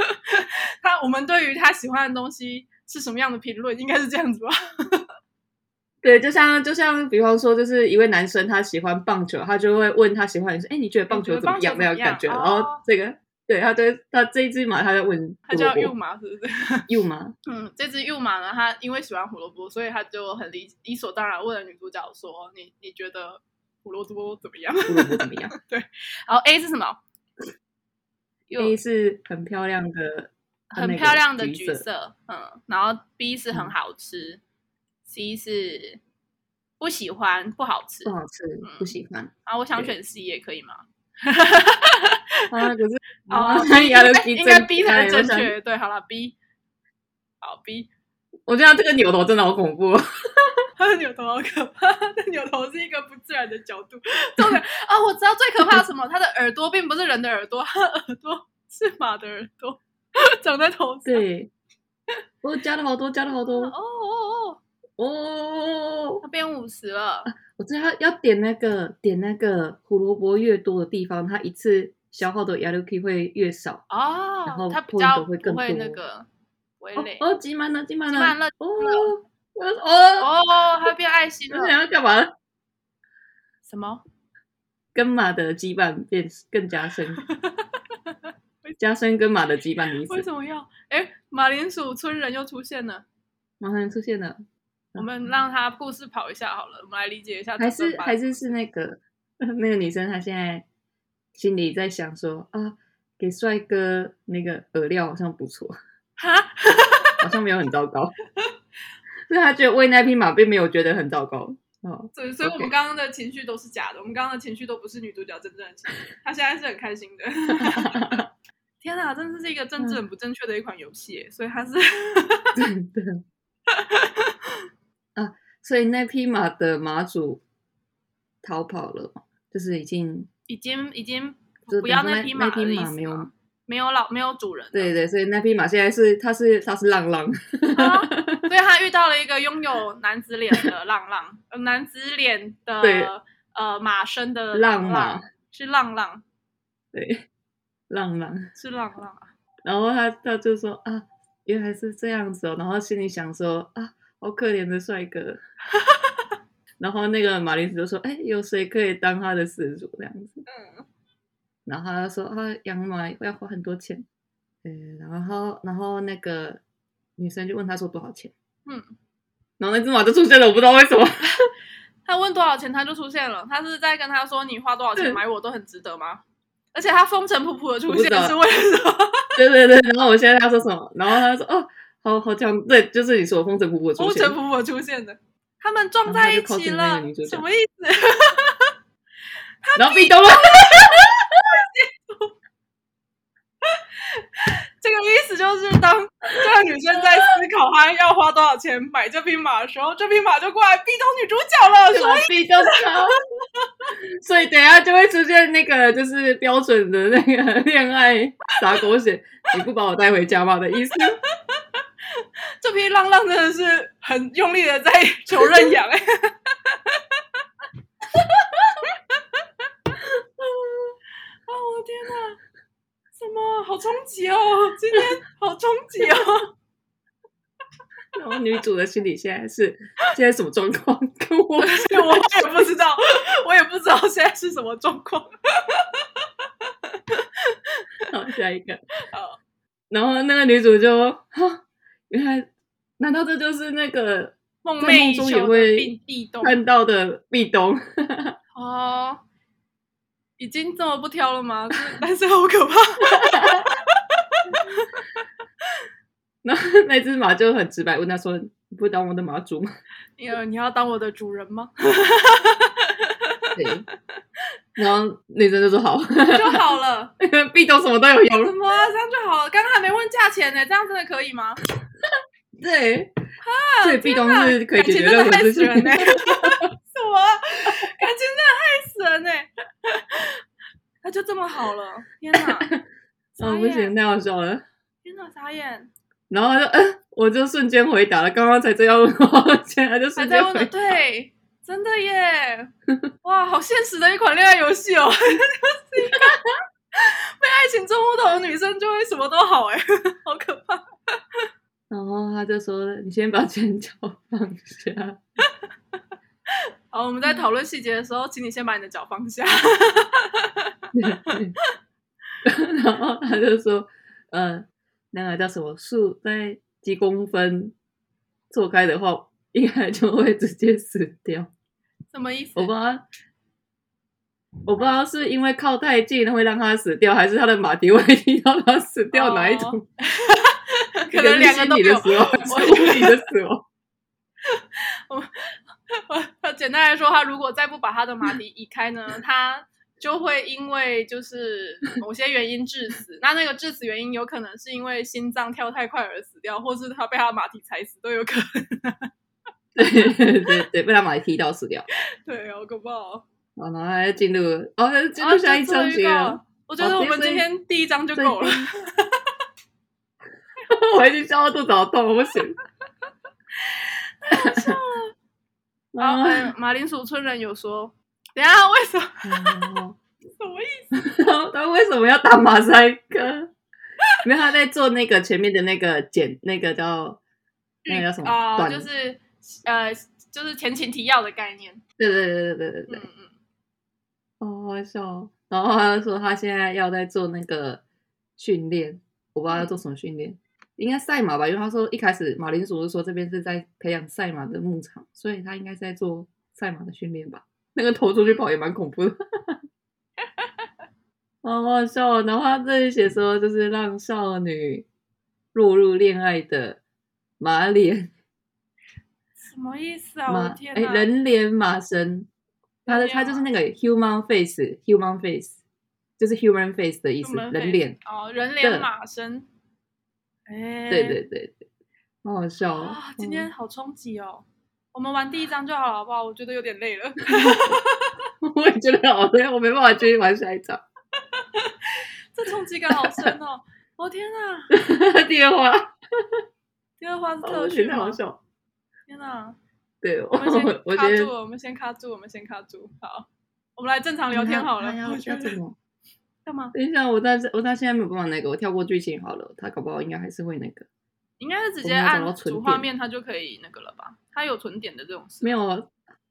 [SPEAKER 1] [laughs] 他我们对于他喜欢的东西是什么样的评论，应该是这样子吧？
[SPEAKER 2] 哦对，就像就像比方说，就是一位男生他喜欢棒球，他就会问他喜欢的人说：“哎，你觉得棒球怎么样？”那
[SPEAKER 1] 你觉得棒球怎么样
[SPEAKER 2] 样感觉。
[SPEAKER 1] 哦
[SPEAKER 2] 然后这个，对，他对他这一只马，他在问
[SPEAKER 1] [laughs] 他叫
[SPEAKER 2] 胡萝
[SPEAKER 1] 幼
[SPEAKER 2] 卜
[SPEAKER 1] 马，是不是？ [laughs]
[SPEAKER 2] 又吗？
[SPEAKER 1] 嗯，这只幼马呢，它因为喜欢胡萝卜，所以它就很理理所当然问了女主角说：“你你觉得胡萝卜怎么样 [laughs]
[SPEAKER 2] 胡萝卜怎么样？？”
[SPEAKER 1] 然后 A 是什么？又
[SPEAKER 2] A 哎是很漂亮的，
[SPEAKER 1] 很漂亮的
[SPEAKER 2] 橘嗯
[SPEAKER 1] 橘色，嗯，然后 B 是很好吃、c 是不喜欢不好吃
[SPEAKER 2] 不，好吃，不喜欢。
[SPEAKER 1] 啊，我想
[SPEAKER 2] 对
[SPEAKER 1] 选 C 也可以吗？[laughs]
[SPEAKER 2] 啊，可是
[SPEAKER 1] 啊，
[SPEAKER 2] 啊，
[SPEAKER 1] 应
[SPEAKER 2] 也要
[SPEAKER 1] 该
[SPEAKER 2] 逼
[SPEAKER 1] 应该
[SPEAKER 2] 正
[SPEAKER 1] B 才是
[SPEAKER 2] 哎我
[SPEAKER 1] 正
[SPEAKER 2] 想
[SPEAKER 1] 确。对，好了，B，好 B，
[SPEAKER 2] 我觉得这个扭头真的好
[SPEAKER 1] [laughs]
[SPEAKER 2] 恐怖。
[SPEAKER 1] 他的 [laughs] 扭头好可怕， [laughs] 那扭头是一个不自然的角度。重点啊，我知道最可怕的是什么，他的耳朵并不是人的耳朵，他的耳朵是马的耳朵，长在头上。
[SPEAKER 2] 对， [laughs] 我加了好多，加了好
[SPEAKER 1] 哦
[SPEAKER 2] 多。
[SPEAKER 1] 哦哦，
[SPEAKER 2] 哦
[SPEAKER 1] 他，变五十了，
[SPEAKER 2] 我知道要要点那个点那个胡萝卜越多的地方，它一次消耗的 y a l k 会越少。然
[SPEAKER 1] 哦
[SPEAKER 2] 后，
[SPEAKER 1] 他比较
[SPEAKER 2] point 会
[SPEAKER 1] 不
[SPEAKER 2] 更
[SPEAKER 1] 会
[SPEAKER 2] 多
[SPEAKER 1] 那个围
[SPEAKER 2] 哦
[SPEAKER 1] 累。
[SPEAKER 2] 哦，挤满了，挤满
[SPEAKER 1] 挤满了
[SPEAKER 2] 了。哦，我哦，
[SPEAKER 1] 哦，他变爱心
[SPEAKER 2] 你
[SPEAKER 1] 了。
[SPEAKER 2] 想要干嘛？
[SPEAKER 1] 什么？
[SPEAKER 2] 跟马的羁绊变更
[SPEAKER 1] [laughs]
[SPEAKER 2] 加深
[SPEAKER 1] 为，
[SPEAKER 2] 加深跟马的羁绊的意
[SPEAKER 1] 为
[SPEAKER 2] 思。
[SPEAKER 1] 什么要？哎，马铃薯村人又出现了。
[SPEAKER 2] 马上出现了，
[SPEAKER 1] 我们让他故事跑一下好了，我们来理解一下
[SPEAKER 2] 嗯还
[SPEAKER 1] 这段
[SPEAKER 2] 是
[SPEAKER 1] 吧。
[SPEAKER 2] 还是是那个 [laughs] 那个女生，她现在心里在想说啊，给帅哥那个饵料好像不错，
[SPEAKER 1] 哈，
[SPEAKER 2] 好像没有很糟糕， [laughs] 所以她觉得喂那匹马并没有觉得很糟糕哦。
[SPEAKER 1] 所以所以我
[SPEAKER 2] OK
[SPEAKER 1] 们刚刚的情绪都是假的，我们刚刚的情绪都不是女主角真正的情绪，她现在是很开心的。 [laughs] 天啊，真的是一个政治
[SPEAKER 2] 嗯
[SPEAKER 1] 很不正确的一款游戏耶，所以
[SPEAKER 2] [laughs]
[SPEAKER 1] 它是
[SPEAKER 2] 真的 [laughs] 啊，所以那匹马的马主逃跑了嘛，就是已经
[SPEAKER 1] 已经已
[SPEAKER 2] [laughs]
[SPEAKER 1] 经
[SPEAKER 2] 就是
[SPEAKER 1] 不要
[SPEAKER 2] 等于
[SPEAKER 1] 匹马
[SPEAKER 2] 那
[SPEAKER 1] 的
[SPEAKER 2] 匹
[SPEAKER 1] 意
[SPEAKER 2] 马
[SPEAKER 1] 思
[SPEAKER 2] 没有
[SPEAKER 1] 吗没有老没有主人了，
[SPEAKER 2] 对对，所以那匹马现在是它是它是浪浪，
[SPEAKER 1] 啊，所以他遇到了一个拥有男子脸的浪浪，呃男子脸
[SPEAKER 2] 对
[SPEAKER 1] 的呃马身的
[SPEAKER 2] 浪马
[SPEAKER 1] 浪是浪浪
[SPEAKER 2] 对浪浪。
[SPEAKER 1] 是浪浪啊，
[SPEAKER 2] 然后他他就说啊，原来是这样子哦，然后心里想说啊，好可怜的帅哥。 [laughs] 然后那个马林子就说，哎，有谁可以当他的饲主这样子？
[SPEAKER 1] 嗯。
[SPEAKER 2] 然后他就说啊，养马要花很多钱，嗯，然后然后那个女生就问他说多少钱，
[SPEAKER 1] 嗯，
[SPEAKER 2] 然后那只马就出现了，我不知道为什么， [laughs]
[SPEAKER 1] 他问多少钱，他就出现了。他是在跟他说：“你花多少钱
[SPEAKER 2] 对
[SPEAKER 1] 买我都很值得吗？”而且他风尘仆仆的出
[SPEAKER 2] 嗯我不
[SPEAKER 1] 现
[SPEAKER 2] 知道
[SPEAKER 1] 是为了什么？
[SPEAKER 2] 对对对，然后我现在要说什么，然后他就说哦，好好讲，对，就是你说风尘仆仆的出
[SPEAKER 1] 风
[SPEAKER 2] 现
[SPEAKER 1] 尘，仆仆地出现的，他们撞在一起
[SPEAKER 2] 然后他就靠近那
[SPEAKER 1] 了
[SPEAKER 2] 个女主，角
[SPEAKER 1] 什么意思？
[SPEAKER 2] 然后壁咚了，
[SPEAKER 1] 这个意思就是当这个女生在思考她要花多少钱买这匹马的时候，这匹马就过来逼咚女主角
[SPEAKER 2] [laughs]
[SPEAKER 1] 了，说
[SPEAKER 2] 所以就超， [laughs] 所以等一下就会出现那个就是标准的那个 [laughs] 恋爱撒狗血，你不把我带回家吗的意思？
[SPEAKER 1] 这匹浪浪真的是很用力的在求认养、哎，啊，我的天哪！什么？好冲击哦！今天好冲击 [laughs] 哦！
[SPEAKER 2] 然后女主的心里现在是现在什么状况？跟我 [laughs]
[SPEAKER 1] 我也不知道，我也不知道现在是什么状况。
[SPEAKER 2] 好下一个
[SPEAKER 1] 好，
[SPEAKER 2] 然后那个女主就哈，原来难道这就是那个
[SPEAKER 1] 梦
[SPEAKER 2] 在
[SPEAKER 1] 寐
[SPEAKER 2] 梦
[SPEAKER 1] 以
[SPEAKER 2] 中
[SPEAKER 1] 求
[SPEAKER 2] 也
[SPEAKER 1] 的
[SPEAKER 2] 会
[SPEAKER 1] 并地动
[SPEAKER 2] 看到的壁咚？
[SPEAKER 1] 哦，已经这么不挑了 [laughs] 吗？这但是好可怕。
[SPEAKER 2] 然后那只马就很直白问他说：“你不当我的马主吗
[SPEAKER 1] 你要你要当我的主人 [laughs] 吗？？”
[SPEAKER 2] 对， [laughs] 然后女生就说：“好， [laughs]
[SPEAKER 1] 就好了。
[SPEAKER 2] 壁咚什么都有用。”
[SPEAKER 1] 什么、这样就好了？刚刚还没问价钱呢，这样真的可以吗？
[SPEAKER 2] 对，所以壁咚
[SPEAKER 1] 啊
[SPEAKER 2] 是可以
[SPEAKER 1] 感
[SPEAKER 2] 解
[SPEAKER 1] 情
[SPEAKER 2] 决
[SPEAKER 1] 真的
[SPEAKER 2] 任何
[SPEAKER 1] 害
[SPEAKER 2] 事
[SPEAKER 1] 死
[SPEAKER 2] 情。 [laughs]
[SPEAKER 1] 人呢、 [laughs] 哎什么啊？感 [laughs] 情真的害死人呢、那就这么好了，天哪！
[SPEAKER 2] [laughs] 哦，不行，太好笑了。
[SPEAKER 1] 天哪，傻眼，
[SPEAKER 2] 然后他就嗯、我就瞬间回答了，刚刚才这样问我，现在就
[SPEAKER 1] 还
[SPEAKER 2] 瞬
[SPEAKER 1] 在
[SPEAKER 2] 间
[SPEAKER 1] 问
[SPEAKER 2] 回
[SPEAKER 1] 的，对，真的耶，哇，好现实的一款恋爱游戏哦， [laughs] 就是一个被爱情捉摸到的女生就会什么都好哎， [laughs] 好可怕。
[SPEAKER 2] [laughs] 然后他就说：“你先把拳脚放下。
[SPEAKER 1] 好，我们在讨论细节的时候，请你先把你的脚放下。
[SPEAKER 2] 对”然后他就说：“呃，那个叫什么树在几公分错开的话，应该就会直接死掉。
[SPEAKER 1] 什么意思？
[SPEAKER 2] 我不知道，我不知道是因为靠太近会让他死掉，还是他的马蹄会踢到他死掉，
[SPEAKER 1] 哦
[SPEAKER 2] 哪一种？
[SPEAKER 1] 可能两个都
[SPEAKER 2] 一
[SPEAKER 1] 有
[SPEAKER 2] 是心理的死亡， [laughs] 还是物理的死亡。
[SPEAKER 1] [laughs] 简单来说，他如果再不把他的马蹄移开呢，他就会因为就是某些原因致死。那那个致死原因有可能是因为心脏跳太快而死掉，或是他被他的马蹄踩死都有可能。 [laughs]
[SPEAKER 2] 对对对，被他马蹄踢到死掉。
[SPEAKER 1] 对，好可怕哦！
[SPEAKER 2] 好，然后他就进入了，哦，那就进
[SPEAKER 1] 啊
[SPEAKER 2] 入下一
[SPEAKER 1] 就做
[SPEAKER 2] 章节
[SPEAKER 1] 预
[SPEAKER 2] 了。哦
[SPEAKER 1] 告我觉得我们今天第一章就够了。 [laughs]
[SPEAKER 2] 我已经笑到肚子好痛，我不行。
[SPEAKER 1] 啊然后、
[SPEAKER 2] [laughs] 然
[SPEAKER 1] 嗯马铃薯村人有说，等一下为什么？
[SPEAKER 2] [laughs] 后，
[SPEAKER 1] 什么意思？
[SPEAKER 2] [laughs] 他为什么要打马赛克？没有，他在做那个前面的那个剪，那个叫那个叫什么？
[SPEAKER 1] 啊、
[SPEAKER 2] 短
[SPEAKER 1] 就是呃，就是前情提要的概念。
[SPEAKER 2] 对对对对对对
[SPEAKER 1] 嗯
[SPEAKER 2] 对，
[SPEAKER 1] 嗯，
[SPEAKER 2] 好好笑哦。然后他就说他现在要在做那个训练，我不知道
[SPEAKER 1] 嗯
[SPEAKER 2] 要做什么训练，应该赛马吧？因为他说一开始马铃薯是说这边是在培养赛马的牧场，所以他应该是在做赛马的训练吧？那个头出去跑也蛮恐怖的。好好笑哦！然后他这里写说，就是让少女落入恋爱的马脸
[SPEAKER 1] 什么意思啊？我
[SPEAKER 2] 马
[SPEAKER 1] 的天
[SPEAKER 2] 哎
[SPEAKER 1] 哪！啊
[SPEAKER 2] 人脸马神，他的
[SPEAKER 1] 人脸
[SPEAKER 2] 他就是
[SPEAKER 1] 马
[SPEAKER 2] 那个 human face human face，就是 human face 的意思，
[SPEAKER 1] human
[SPEAKER 2] 人
[SPEAKER 1] face
[SPEAKER 2] 脸。
[SPEAKER 1] 哦，人脸
[SPEAKER 2] 对
[SPEAKER 1] 马身。哎，
[SPEAKER 2] 对对对对，好好笑哦。
[SPEAKER 1] 啊，今天
[SPEAKER 2] 嗯
[SPEAKER 1] 好冲击哦！我们玩第一章就好了，好不好？我觉得有点累
[SPEAKER 2] [laughs]
[SPEAKER 1] 了。
[SPEAKER 2] 我也觉得好累，我没办法继续玩下一场。 [laughs]
[SPEAKER 1] 这冲击感好深哦！我、天哪！
[SPEAKER 2] 第二话，
[SPEAKER 1] 第二话是特
[SPEAKER 2] 哦
[SPEAKER 1] 哦
[SPEAKER 2] 我觉
[SPEAKER 1] 训
[SPEAKER 2] 得
[SPEAKER 1] 吗
[SPEAKER 2] 好？笑。
[SPEAKER 1] 天哪！
[SPEAKER 2] 对，我
[SPEAKER 1] 我们先
[SPEAKER 2] 我
[SPEAKER 1] 卡
[SPEAKER 2] 觉
[SPEAKER 1] 住
[SPEAKER 2] 得
[SPEAKER 1] 了，我们先卡住，我们先卡住。好，我们来正常聊天好了
[SPEAKER 2] 他要。
[SPEAKER 1] 我觉
[SPEAKER 2] 要
[SPEAKER 1] 得
[SPEAKER 2] 怎么？
[SPEAKER 1] 干嘛？
[SPEAKER 2] 等一下，我到我到现在没有办法那个，我跳过剧情好了。他搞不好应该还是会那个，
[SPEAKER 1] 应该是直
[SPEAKER 2] 我
[SPEAKER 1] 接
[SPEAKER 2] 们要找
[SPEAKER 1] 按
[SPEAKER 2] 到存
[SPEAKER 1] 主画
[SPEAKER 2] 点
[SPEAKER 1] 面，它就可以那个了吧？它有存点的这种事
[SPEAKER 2] 没有啊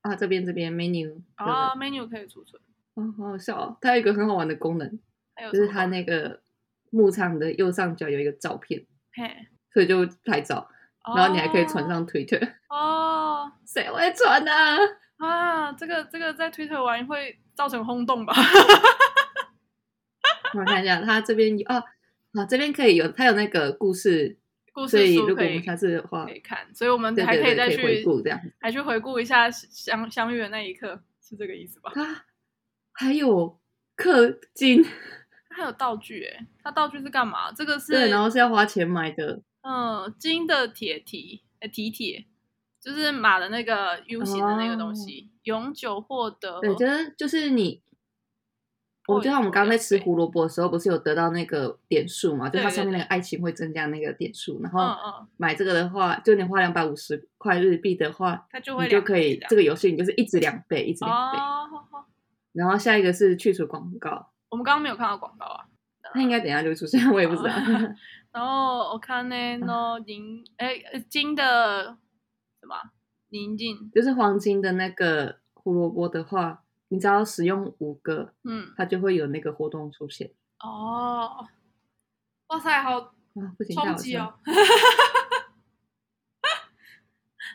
[SPEAKER 2] 啊这边这边 menu 对不对
[SPEAKER 1] 啊，menu 可以储存，
[SPEAKER 2] 啊好好笑哦！它有一个很好玩的功能，
[SPEAKER 1] 还有
[SPEAKER 2] [laughs] 就是
[SPEAKER 1] 什么
[SPEAKER 2] 它那个牧场的右上角有一个照片，
[SPEAKER 1] 嘿，
[SPEAKER 2] 所以就拍照，然后你还可以传
[SPEAKER 1] 哦
[SPEAKER 2] 上 Twitter。 [laughs]
[SPEAKER 1] 哦。
[SPEAKER 2] 谁会传呢、 [laughs] 啊？
[SPEAKER 1] 啊，这个这个在 Twitter 玩会造成轰动吧？
[SPEAKER 2] 我看一下，它这边有啊，好，这边可以有，它有那个故事，
[SPEAKER 1] 故
[SPEAKER 2] 所
[SPEAKER 1] 事
[SPEAKER 2] 以
[SPEAKER 1] 书
[SPEAKER 2] 如
[SPEAKER 1] 可
[SPEAKER 2] 果我们
[SPEAKER 1] 以
[SPEAKER 2] 下次的话
[SPEAKER 1] 可，以看，所以我们
[SPEAKER 2] 对
[SPEAKER 1] 还
[SPEAKER 2] 对
[SPEAKER 1] 以
[SPEAKER 2] 对，
[SPEAKER 1] 再
[SPEAKER 2] 可以回
[SPEAKER 1] 去
[SPEAKER 2] 顾这样。
[SPEAKER 1] 还去回顾一下相相遇的那一刻，是这个意思吧？
[SPEAKER 2] 它啊还有氪金，
[SPEAKER 1] 它还有道具诶、它道具是干嘛？这个是
[SPEAKER 2] 对，然后是要花钱买的，
[SPEAKER 1] 嗯金的铁蹄，诶蹄铁就是马的那个 U 型的那个东西，永久获得
[SPEAKER 2] 哦对，就是就是你，
[SPEAKER 1] 哦
[SPEAKER 2] 我就像我们刚刚在吃
[SPEAKER 1] 有有
[SPEAKER 2] 胡萝卜的时候，不是有得到那个点数嘛？就
[SPEAKER 1] 对
[SPEAKER 2] 它
[SPEAKER 1] 对
[SPEAKER 2] 上面那
[SPEAKER 1] 对
[SPEAKER 2] 个爱情会增加那个点数，然
[SPEAKER 1] 嗯
[SPEAKER 2] 后
[SPEAKER 1] 嗯，
[SPEAKER 2] 买这个的话，就你花两百五十块日币的话，
[SPEAKER 1] 它就会
[SPEAKER 2] 你就
[SPEAKER 1] 两
[SPEAKER 2] 可
[SPEAKER 1] 倍
[SPEAKER 2] 以
[SPEAKER 1] 这样
[SPEAKER 2] 这个游戏你就是一直两倍，一直两倍。
[SPEAKER 1] 哦，嗯好好
[SPEAKER 2] 然后下一个是去除广告，
[SPEAKER 1] 我们刚刚没有看到广告啊。
[SPEAKER 2] 它应该等一下就会出现，我 [laughs] 也不知道。
[SPEAKER 1] 哦然后我看
[SPEAKER 2] 啊
[SPEAKER 1] 呢，那宁哎呃金的什么啊宁静，
[SPEAKER 2] 就是黄金的那个胡萝卜的话，你只要使用五个，
[SPEAKER 1] 嗯
[SPEAKER 2] 它就会有那个活动出现。
[SPEAKER 1] 哦，哇塞，好
[SPEAKER 2] 啊，不行，太
[SPEAKER 1] 冲
[SPEAKER 2] 好
[SPEAKER 1] 击
[SPEAKER 2] 笑了。
[SPEAKER 1] 哦！ [laughs]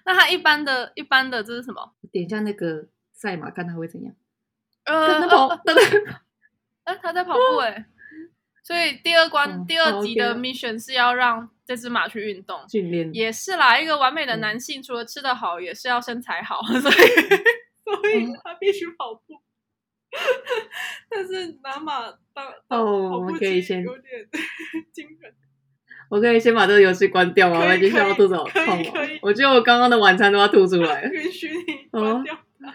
[SPEAKER 1] 那它一般的一般的这是什么？
[SPEAKER 2] 点一下那个赛马，看它会怎样。 [laughs] 哦
[SPEAKER 1] 呃，
[SPEAKER 2] 那
[SPEAKER 1] 呃
[SPEAKER 2] 跑，
[SPEAKER 1] [laughs]
[SPEAKER 2] 那跑。
[SPEAKER 1] 呃他在跑步哎、所以第二关、
[SPEAKER 2] 嗯
[SPEAKER 1] 第二
[SPEAKER 2] 好
[SPEAKER 1] 集的
[SPEAKER 2] ，OK
[SPEAKER 1] mission 是要让这只马去运动，
[SPEAKER 2] 训练
[SPEAKER 1] 也是啦，一个完美的
[SPEAKER 2] 嗯
[SPEAKER 1] 男性除了吃得好，也是要身材好， [laughs] 所以所以
[SPEAKER 2] 哦
[SPEAKER 1] 他必须跑步。但是拿马当当跑
[SPEAKER 2] 哦我
[SPEAKER 1] 步
[SPEAKER 2] 们可
[SPEAKER 1] 机
[SPEAKER 2] 以先
[SPEAKER 1] 有点 [laughs] 惊人，
[SPEAKER 2] 我可以先把这个游戏关掉吗？
[SPEAKER 1] 可以
[SPEAKER 2] 我已经笑到肚子好
[SPEAKER 1] 可以
[SPEAKER 2] 痛哦
[SPEAKER 1] 可以可以 [laughs]
[SPEAKER 2] 了。我觉得我刚刚的晚餐都要吐出来了。
[SPEAKER 1] 允许你
[SPEAKER 2] 好啊
[SPEAKER 1] 关掉它。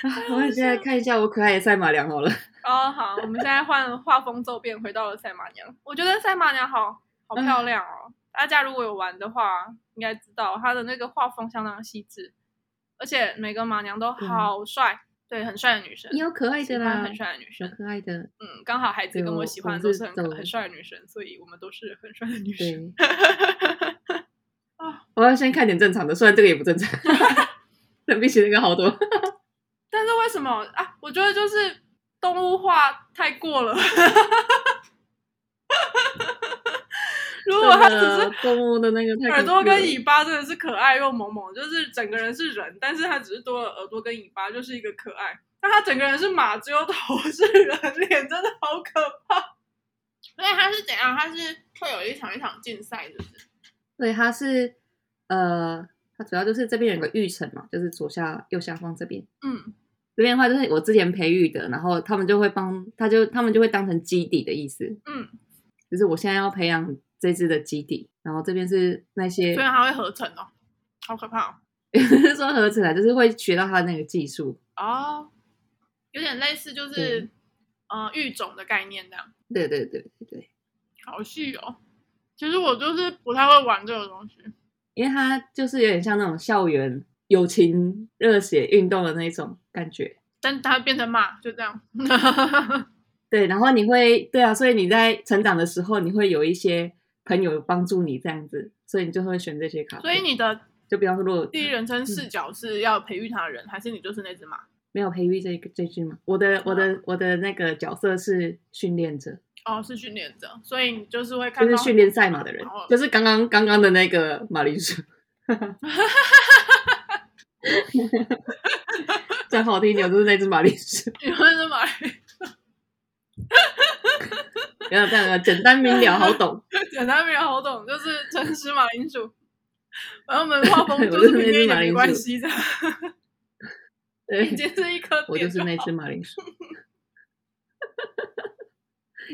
[SPEAKER 2] 啊， [laughs] 我也现在看一下我可爱的赛马娘好了。
[SPEAKER 1] 哦，好，我们现在换画风骤变，回到了赛马娘。我觉得赛马娘好好漂亮哦，大家如果有玩的话，应该知道它的那个画风相当细致，而且每个马娘都好帅，对，很帅的女生
[SPEAKER 2] 也，有可爱
[SPEAKER 1] 喜
[SPEAKER 2] 的
[SPEAKER 1] 欢
[SPEAKER 2] 啦，
[SPEAKER 1] 很帅的女
[SPEAKER 2] 有
[SPEAKER 1] 生。
[SPEAKER 2] 可爱的，
[SPEAKER 1] 嗯，刚好孩子
[SPEAKER 2] 对
[SPEAKER 1] 跟我
[SPEAKER 2] 我
[SPEAKER 1] 喜
[SPEAKER 2] 我
[SPEAKER 1] 欢的都
[SPEAKER 2] 是
[SPEAKER 1] 是很可
[SPEAKER 2] 走
[SPEAKER 1] 很帅的女生，所以我们都是啊很帅的女生。
[SPEAKER 2] 对。我要先看点正常的，虽然这个也不
[SPEAKER 1] [laughs]
[SPEAKER 2] 正常，但比起那个好多。
[SPEAKER 1] 但是为什么啊？我觉得就是动物化太过了。 [laughs] 如果啊它只是
[SPEAKER 2] 真的动物的那个太
[SPEAKER 1] 耳
[SPEAKER 2] 恐怖
[SPEAKER 1] 朵跟
[SPEAKER 2] 了
[SPEAKER 1] 尾巴真的是可爱又萌萌，就是整个人是人，但是它只是多了耳朵跟尾巴，就是一个可爱。但它整个人是马，只有头是人，脸真的好可怕。所以它是怎样？它是会有一场一场竞赛，就是
[SPEAKER 2] 对，它是呃，它主要就是这边有个育成嘛，就是左下右下方这边。
[SPEAKER 1] 嗯
[SPEAKER 2] 这边的话就是我之前培育的，然后他们就会帮，他就他们就会当成基底的意思，
[SPEAKER 1] 嗯，
[SPEAKER 2] 就是我现在要培养这只的基底，然后这边是那些
[SPEAKER 1] 所以，它会合成哦，好可怕哦。
[SPEAKER 2] 是 [laughs] 说合起来就是会学到它那个技术，
[SPEAKER 1] 哦，有点类似就是
[SPEAKER 2] 对
[SPEAKER 1] 呃育种的概念这样，
[SPEAKER 2] 对对对对对，
[SPEAKER 1] 好细哦。其实我就是不太会玩这种东西，
[SPEAKER 2] 因为它就是有点像那种校园友情热血运动的那种感觉，
[SPEAKER 1] 但它变成马就这样。 [laughs]
[SPEAKER 2] 对，然后你会对啊，所以你在成长的时候，你会有一些朋友帮助你这样子，所以你就会选这些卡片。
[SPEAKER 1] 所以你的
[SPEAKER 2] 就比方说，如果
[SPEAKER 1] 第一人称视角是要培育他的人，还是你就是那只马？
[SPEAKER 2] 没有培育这个这句嘛，我的我
[SPEAKER 1] 嗯
[SPEAKER 2] 的我的那个角色是训练者，
[SPEAKER 1] 哦，是训练者，所以你就是会看
[SPEAKER 2] 就
[SPEAKER 1] 到
[SPEAKER 2] 是训练赛马的人
[SPEAKER 1] 哦，
[SPEAKER 2] 就是刚刚刚刚的那个马
[SPEAKER 1] [laughs]
[SPEAKER 2] 铃薯。 [laughs] 讲好听一点，就是那只马铃薯。
[SPEAKER 1] 你会是马，
[SPEAKER 2] 不要这样啊，简单明了，好懂。
[SPEAKER 1] [laughs] 简单没有好懂，就是诚实马铃薯。然后我们画风
[SPEAKER 2] 对
[SPEAKER 1] 就
[SPEAKER 2] [laughs] 我就是是
[SPEAKER 1] 平
[SPEAKER 2] 那
[SPEAKER 1] 面一点
[SPEAKER 2] 只马
[SPEAKER 1] 没
[SPEAKER 2] 铃
[SPEAKER 1] 关
[SPEAKER 2] 薯
[SPEAKER 1] 系的，
[SPEAKER 2] 对
[SPEAKER 1] 已，经是一颗
[SPEAKER 2] 我
[SPEAKER 1] 点
[SPEAKER 2] 就是那
[SPEAKER 1] 好
[SPEAKER 2] 只马铃薯。 [laughs]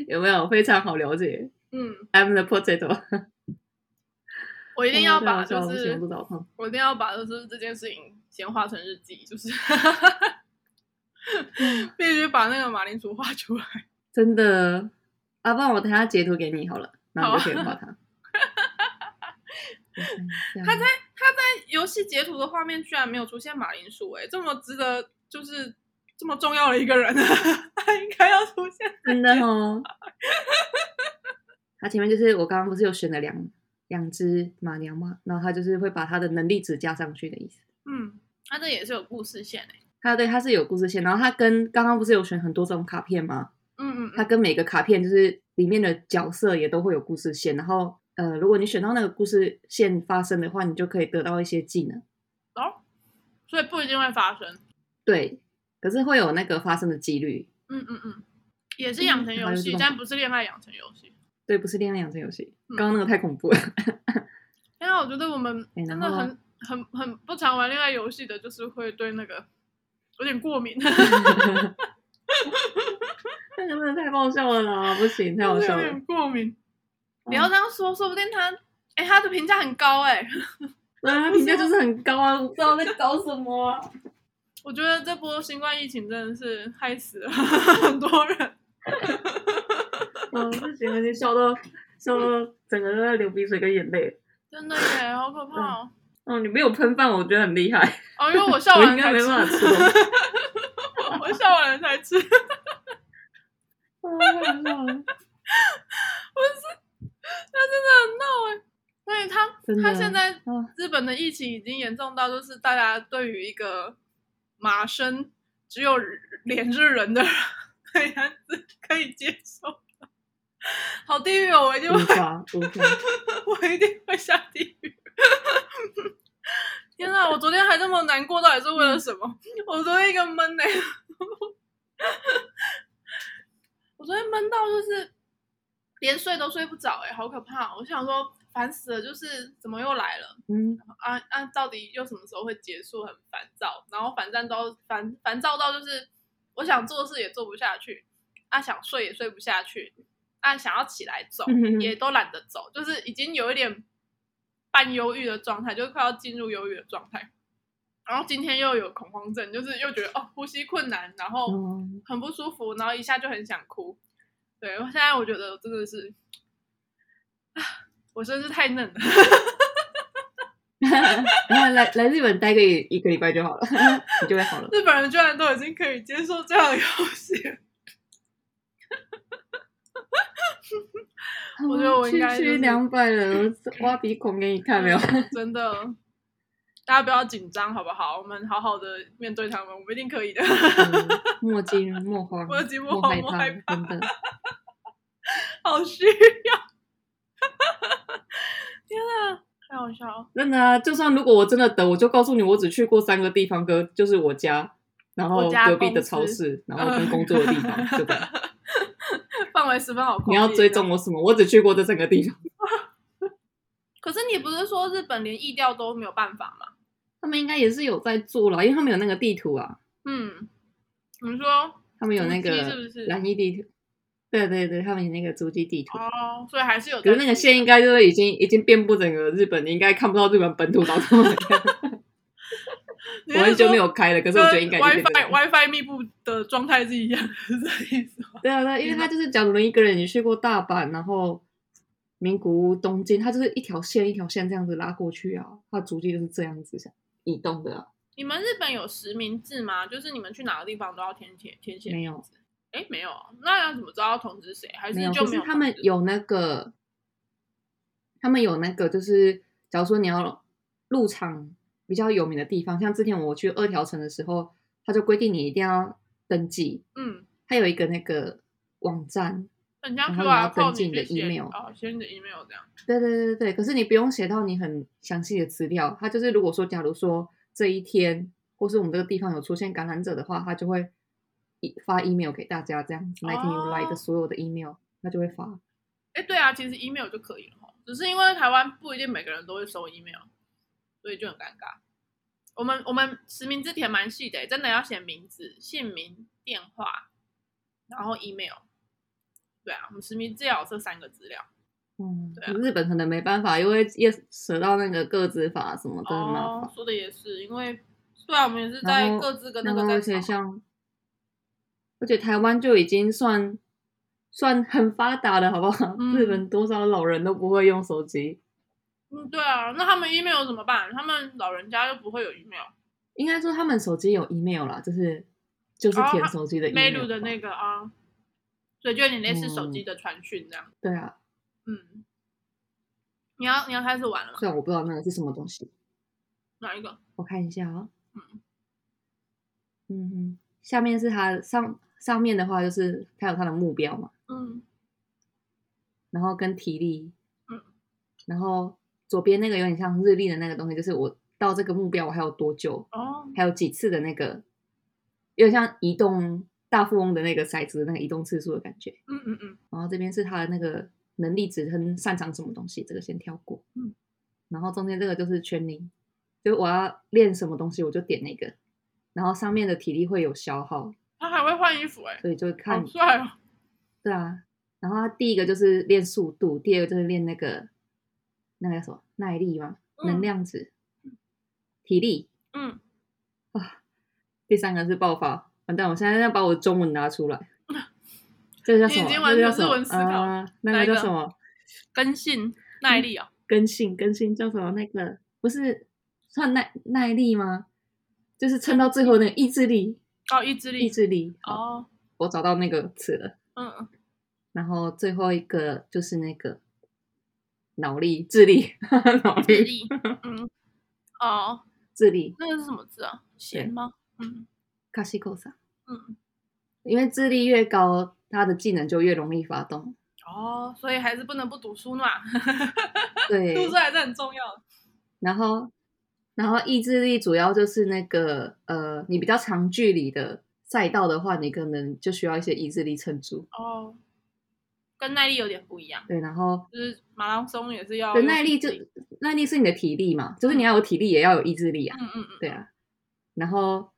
[SPEAKER 2] 有没有非常好了解
[SPEAKER 1] 嗯，
[SPEAKER 2] ？I'm the potato。
[SPEAKER 1] 我一
[SPEAKER 2] 一
[SPEAKER 1] 定要把就
[SPEAKER 2] 啊我喜
[SPEAKER 1] 是
[SPEAKER 2] 欢不倒胖。
[SPEAKER 1] 我一定要把就是这件事情先画成日记，
[SPEAKER 2] [laughs]
[SPEAKER 1] 就是必须把那个马铃薯画出来。
[SPEAKER 2] 真的，啊，不然我等下截图给你好了，然后你就可以画它。他在
[SPEAKER 1] 它在游戏截图的画面居然没有出现马铃薯、欸，哎，这么值得就是这么重要的一个人， [laughs] 他应该要出现。
[SPEAKER 2] 真的哦。他前面就是我刚刚不是有选了两两只马娘吗？然后他就是会把他的能力值加上去的意思。
[SPEAKER 1] 嗯，他这也是有故事线哎、
[SPEAKER 2] 他对，他是有故事线，然后他跟刚刚不是有选很多种卡片吗？
[SPEAKER 1] 嗯嗯
[SPEAKER 2] 它
[SPEAKER 1] 嗯，
[SPEAKER 2] 跟每个卡片就是里面的角色也都会有故事线，然后呃，如果你选到那个故事线发生的话，你就可以得到一些技能。
[SPEAKER 1] 哦，所以不一定会发生。
[SPEAKER 2] 对，可是会有那个发生的几率。
[SPEAKER 1] 嗯嗯嗯，也是养成游
[SPEAKER 2] 嗯还有这
[SPEAKER 1] 戏，
[SPEAKER 2] 种
[SPEAKER 1] 但不是恋爱养成游戏。
[SPEAKER 2] 对，不是恋爱养成游戏，
[SPEAKER 1] 嗯
[SPEAKER 2] 刚刚那个太恐怖了。
[SPEAKER 1] 因为哎我觉得我们
[SPEAKER 2] 对
[SPEAKER 1] 真
[SPEAKER 2] 哎然
[SPEAKER 1] 的
[SPEAKER 2] 后
[SPEAKER 1] 很很很不常玩恋爱游戏的，就是会对那个有点过敏，
[SPEAKER 2] 那个真的太爆笑了啦，不行，太好
[SPEAKER 1] [laughs] 有
[SPEAKER 2] 笑了嗯
[SPEAKER 1] 点。过敏。不要这样说，说不定他，哎、他的评价很高哎、
[SPEAKER 2] [laughs] 对啊，评价就是很高啊，我不知道在搞什么啊、
[SPEAKER 1] 我觉得这波新冠疫情真的是害死了 [laughs] 很多人。
[SPEAKER 2] 嗯，不行，我已经笑到笑到整个都在流鼻水跟眼泪。
[SPEAKER 1] 真的耶，好可怕哦！
[SPEAKER 2] 哦，你没有喷饭，我觉得很厉害，
[SPEAKER 1] 哦，因为我笑
[SPEAKER 2] 我
[SPEAKER 1] 完
[SPEAKER 2] 应
[SPEAKER 1] 才
[SPEAKER 2] 该没
[SPEAKER 1] 吃，
[SPEAKER 2] 办法吃东西。
[SPEAKER 1] 我笑完了才吃。 [laughs]
[SPEAKER 2] 哦太好笑了
[SPEAKER 1] 他真的很闹哎、所以他
[SPEAKER 2] 真的
[SPEAKER 1] 他现在
[SPEAKER 2] [laughs] 啊
[SPEAKER 1] 日本的疫情已经严重到，就是大家对于一个麻生只有脸是人的人 [laughs] 样子 [laughs] 可以接受， [laughs] 好地狱哦！我一定
[SPEAKER 2] 无
[SPEAKER 1] 会，
[SPEAKER 2] 法无法。
[SPEAKER 1] 我一定会下地狱。天啊哪！我昨天还这么难过，到底是为了什么？我昨天一个闷呢、我昨天闷到就是连睡都睡不着哎、好可怕哦、我想说烦死了，就是怎么又来了？ [laughs]
[SPEAKER 2] 嗯，
[SPEAKER 1] 啊啊，到底又什么时候会结束？很烦躁，然后烦躁到烦烦躁到就是，我想做事也做不下去，啊想睡也睡不下去，啊想要起来走、
[SPEAKER 2] 嗯哼哼
[SPEAKER 1] 也都懒得走，就是已经有一点半忧郁的状态，就快要进入忧郁的状态。然后今天又有恐慌症，就是又觉得哦呼吸困难，然后
[SPEAKER 2] 哦
[SPEAKER 1] 很不舒服，然后一下就很想哭。对，我现在我觉得真的是，啊，我真是太嫩了。
[SPEAKER 2] 然后来来日本待个一一个礼拜就好了， [laughs] 你就会好了。
[SPEAKER 1] 日本人居然都已经可以接受这样的要挟，我觉得我应该就是
[SPEAKER 2] 区区啊两百人，我挖鼻孔给你看
[SPEAKER 1] [laughs]
[SPEAKER 2] 没有？
[SPEAKER 1] 真的，大家不要紧张好不好？我们好好的面对他们，我们一定可以的。 [laughs]
[SPEAKER 2] 嗯莫惊莫慌，
[SPEAKER 1] 莫惊莫
[SPEAKER 2] 莫
[SPEAKER 1] 慌
[SPEAKER 2] 害
[SPEAKER 1] 莫害
[SPEAKER 2] 怕，真的。
[SPEAKER 1] 好需要， [laughs] 天啊，太好笑了！
[SPEAKER 2] 真的啊，就算如果我真的得，我就告诉你，我只去过三个地方，哥就是我家，然后
[SPEAKER 1] 我家
[SPEAKER 2] 隔壁的
[SPEAKER 1] 公司
[SPEAKER 2] 超市，然
[SPEAKER 1] [laughs]
[SPEAKER 2] 后跟工作的地方，就这样。
[SPEAKER 1] 范围十分好控制。
[SPEAKER 2] 你要追踪我什么？我只去过这三个地方。
[SPEAKER 1] 可是你不是说日本连意调都没有办法吗？
[SPEAKER 2] 他们应该也是有在做啦，因为他们有那个地图啊，
[SPEAKER 1] 嗯，你说
[SPEAKER 2] 他们有那
[SPEAKER 1] 主机是
[SPEAKER 2] 个
[SPEAKER 1] 不是
[SPEAKER 2] 蓝衣地图。对对对，他们有那个足迹地图。
[SPEAKER 1] 哦，所以还是有在。
[SPEAKER 2] 可是那个线应该就是已经已经遍布整个日本，你应该看不到日本本土长
[SPEAKER 1] [laughs]
[SPEAKER 2] 什么样。
[SPEAKER 1] 你
[SPEAKER 2] 我
[SPEAKER 1] 是
[SPEAKER 2] 很久没有
[SPEAKER 1] 说
[SPEAKER 2] 开了，可是
[SPEAKER 1] 跟
[SPEAKER 2] 我觉得应该就
[SPEAKER 1] WiFi WiFi 密布的状态是一样的，是这意思吗？
[SPEAKER 2] 对啊，对啊，因为他就是，假如一个人你去过大阪，然后名古屋、东京，他就是一条线一条线这样子拉过去啊，他的足迹就是这样子想移动的、啊。
[SPEAKER 1] 你们日本有实名制吗？就是你们去哪个地方都要填写填写？
[SPEAKER 2] 没有，
[SPEAKER 1] 哎，没有啊，那要怎么知道要通知谁？还是
[SPEAKER 2] 没有，
[SPEAKER 1] 就
[SPEAKER 2] 可
[SPEAKER 1] 没
[SPEAKER 2] 是
[SPEAKER 1] 有？
[SPEAKER 2] 他们有那个，他们有那个，就是假如说你要入场比较有名的地方，像之前我去二条城的时候，他就规定你一定要登记，
[SPEAKER 1] 嗯，
[SPEAKER 2] 他有一个那个网站，
[SPEAKER 1] 很像
[SPEAKER 2] 然
[SPEAKER 1] QR
[SPEAKER 2] 后你要
[SPEAKER 1] code，
[SPEAKER 2] 登记你的
[SPEAKER 1] 去写
[SPEAKER 2] email
[SPEAKER 1] 哦，写你的 email 这样。
[SPEAKER 2] 对对对对对，可是你不用写到你很详细的资料，它就是如果说，假如说这一天或是我们这个地方有出现感染者的话，它就会一发 email 给大家，这样子那一天有来的
[SPEAKER 1] 哦
[SPEAKER 2] 所有的 email，它就会发。
[SPEAKER 1] 哎，对啊，其实 email 就可以了哦，只是因为台湾不一定每个人都会收 email，所以就很尴尬。我们我们实名制填蛮细的，欸真的要写名字、姓名、电话，然后 email。对啊，我们实名制要有这三个资料。
[SPEAKER 2] 嗯，
[SPEAKER 1] 对啊
[SPEAKER 2] 日本可能没办法，因为也扯到那个个资法什么的很麻
[SPEAKER 1] 哦
[SPEAKER 2] 烦。，
[SPEAKER 1] 说的也是，因为对啊，我们也是
[SPEAKER 2] 然
[SPEAKER 1] 在
[SPEAKER 2] 后
[SPEAKER 1] 各自跟那
[SPEAKER 2] 然
[SPEAKER 1] 个
[SPEAKER 2] 后
[SPEAKER 1] 在
[SPEAKER 2] 而
[SPEAKER 1] 吵
[SPEAKER 2] 且
[SPEAKER 1] 嘛
[SPEAKER 2] 像，而且台湾就已经算算很发达了，好不好？ [laughs] 日
[SPEAKER 1] 嗯
[SPEAKER 2] 本多少老人都不会用手机。
[SPEAKER 1] 嗯，对啊，那他们 email 怎么办？他们老人家又不会有 email，
[SPEAKER 2] 应该说他们手机有 email 啦，就是就是
[SPEAKER 1] 哦
[SPEAKER 2] 填
[SPEAKER 1] 他
[SPEAKER 2] 手机的
[SPEAKER 1] m
[SPEAKER 2] email 吧、嗯
[SPEAKER 1] 路的那个啊，所以就有点类似手机的传讯这样。
[SPEAKER 2] 对啊，
[SPEAKER 1] 嗯，你要你要开始玩了吗？
[SPEAKER 2] 虽然我不知道那个是什么东西，
[SPEAKER 1] 哪一个？
[SPEAKER 2] 我看一下啊、
[SPEAKER 1] 嗯
[SPEAKER 2] 嗯嗯，下面是它上上面的话就是它有它的目标嘛，
[SPEAKER 1] 嗯，
[SPEAKER 2] 然后跟体力，
[SPEAKER 1] 嗯，
[SPEAKER 2] 然后左边那个有点像日历的那个东西，就是我到这个目标我还有多久，
[SPEAKER 1] 哦，
[SPEAKER 2] 还有几次的那个，有点像移动大富翁的那个骰子的那个移动次数的感觉。
[SPEAKER 1] 嗯嗯嗯，
[SPEAKER 2] 然后这边是他的那个能力值跟擅长什么东西，这个先跳过。
[SPEAKER 1] 嗯，
[SPEAKER 2] 然后中间这个就是圈龄，就是我要练什么东西我就点那个，然后上面的体力会有消耗，
[SPEAKER 1] 他还会换衣服哎、
[SPEAKER 2] 所以就看
[SPEAKER 1] 好帅哦！
[SPEAKER 2] 对啊。然后它第一个就是练速度，第二个就是练那个那个叫什么耐力嘛，
[SPEAKER 1] 嗯
[SPEAKER 2] 能量值、体力，
[SPEAKER 1] 嗯，
[SPEAKER 2] 第三个是爆发。完蛋，我现在要把我中文拿出来。这个叫
[SPEAKER 1] 你
[SPEAKER 2] 什
[SPEAKER 1] 已
[SPEAKER 2] 么？
[SPEAKER 1] 经
[SPEAKER 2] 这
[SPEAKER 1] 完
[SPEAKER 2] 个叫
[SPEAKER 1] 全
[SPEAKER 2] 什
[SPEAKER 1] 日
[SPEAKER 2] 么
[SPEAKER 1] 文思考
[SPEAKER 2] 啊那
[SPEAKER 1] 哪
[SPEAKER 2] 个
[SPEAKER 1] 一
[SPEAKER 2] 叫
[SPEAKER 1] 个
[SPEAKER 2] 什么？
[SPEAKER 1] 根性耐力哦，
[SPEAKER 2] 更新更新叫什么那个不是算耐耐力吗？就是撑到最后那个意志力，
[SPEAKER 1] 哦，意志力
[SPEAKER 2] 意志力。好，
[SPEAKER 1] 哦，
[SPEAKER 2] 我找到那个词了。
[SPEAKER 1] 嗯嗯，
[SPEAKER 2] 然后最后一个就是那个脑力、智力、 [laughs] 脑
[SPEAKER 1] 智
[SPEAKER 2] 力、
[SPEAKER 1] 力，嗯，哦，
[SPEAKER 2] 智力。
[SPEAKER 1] 那个是什么字啊？弦吗？嗯
[SPEAKER 2] 卡西口萨，
[SPEAKER 1] 嗯，
[SPEAKER 2] 因为智力越高，他的技能就越容易发动。
[SPEAKER 1] 哦，所以还是不能不读书嘛，
[SPEAKER 2] 对，
[SPEAKER 1] [laughs] 读书还是很重要的。
[SPEAKER 2] 然后，然后意志力主要就是那个呃，你比较长距离的赛道的话，你可能就需要一些意志力撑住。
[SPEAKER 1] 哦，跟耐力有点不一样，
[SPEAKER 2] 对，然后
[SPEAKER 1] 就是马拉松也是要
[SPEAKER 2] 对，
[SPEAKER 1] 用
[SPEAKER 2] 耐力就
[SPEAKER 1] 体
[SPEAKER 2] 耐力是你的体力嘛，就是你要有体力，也要有意志力啊。
[SPEAKER 1] 嗯嗯嗯，
[SPEAKER 2] 对啊，然后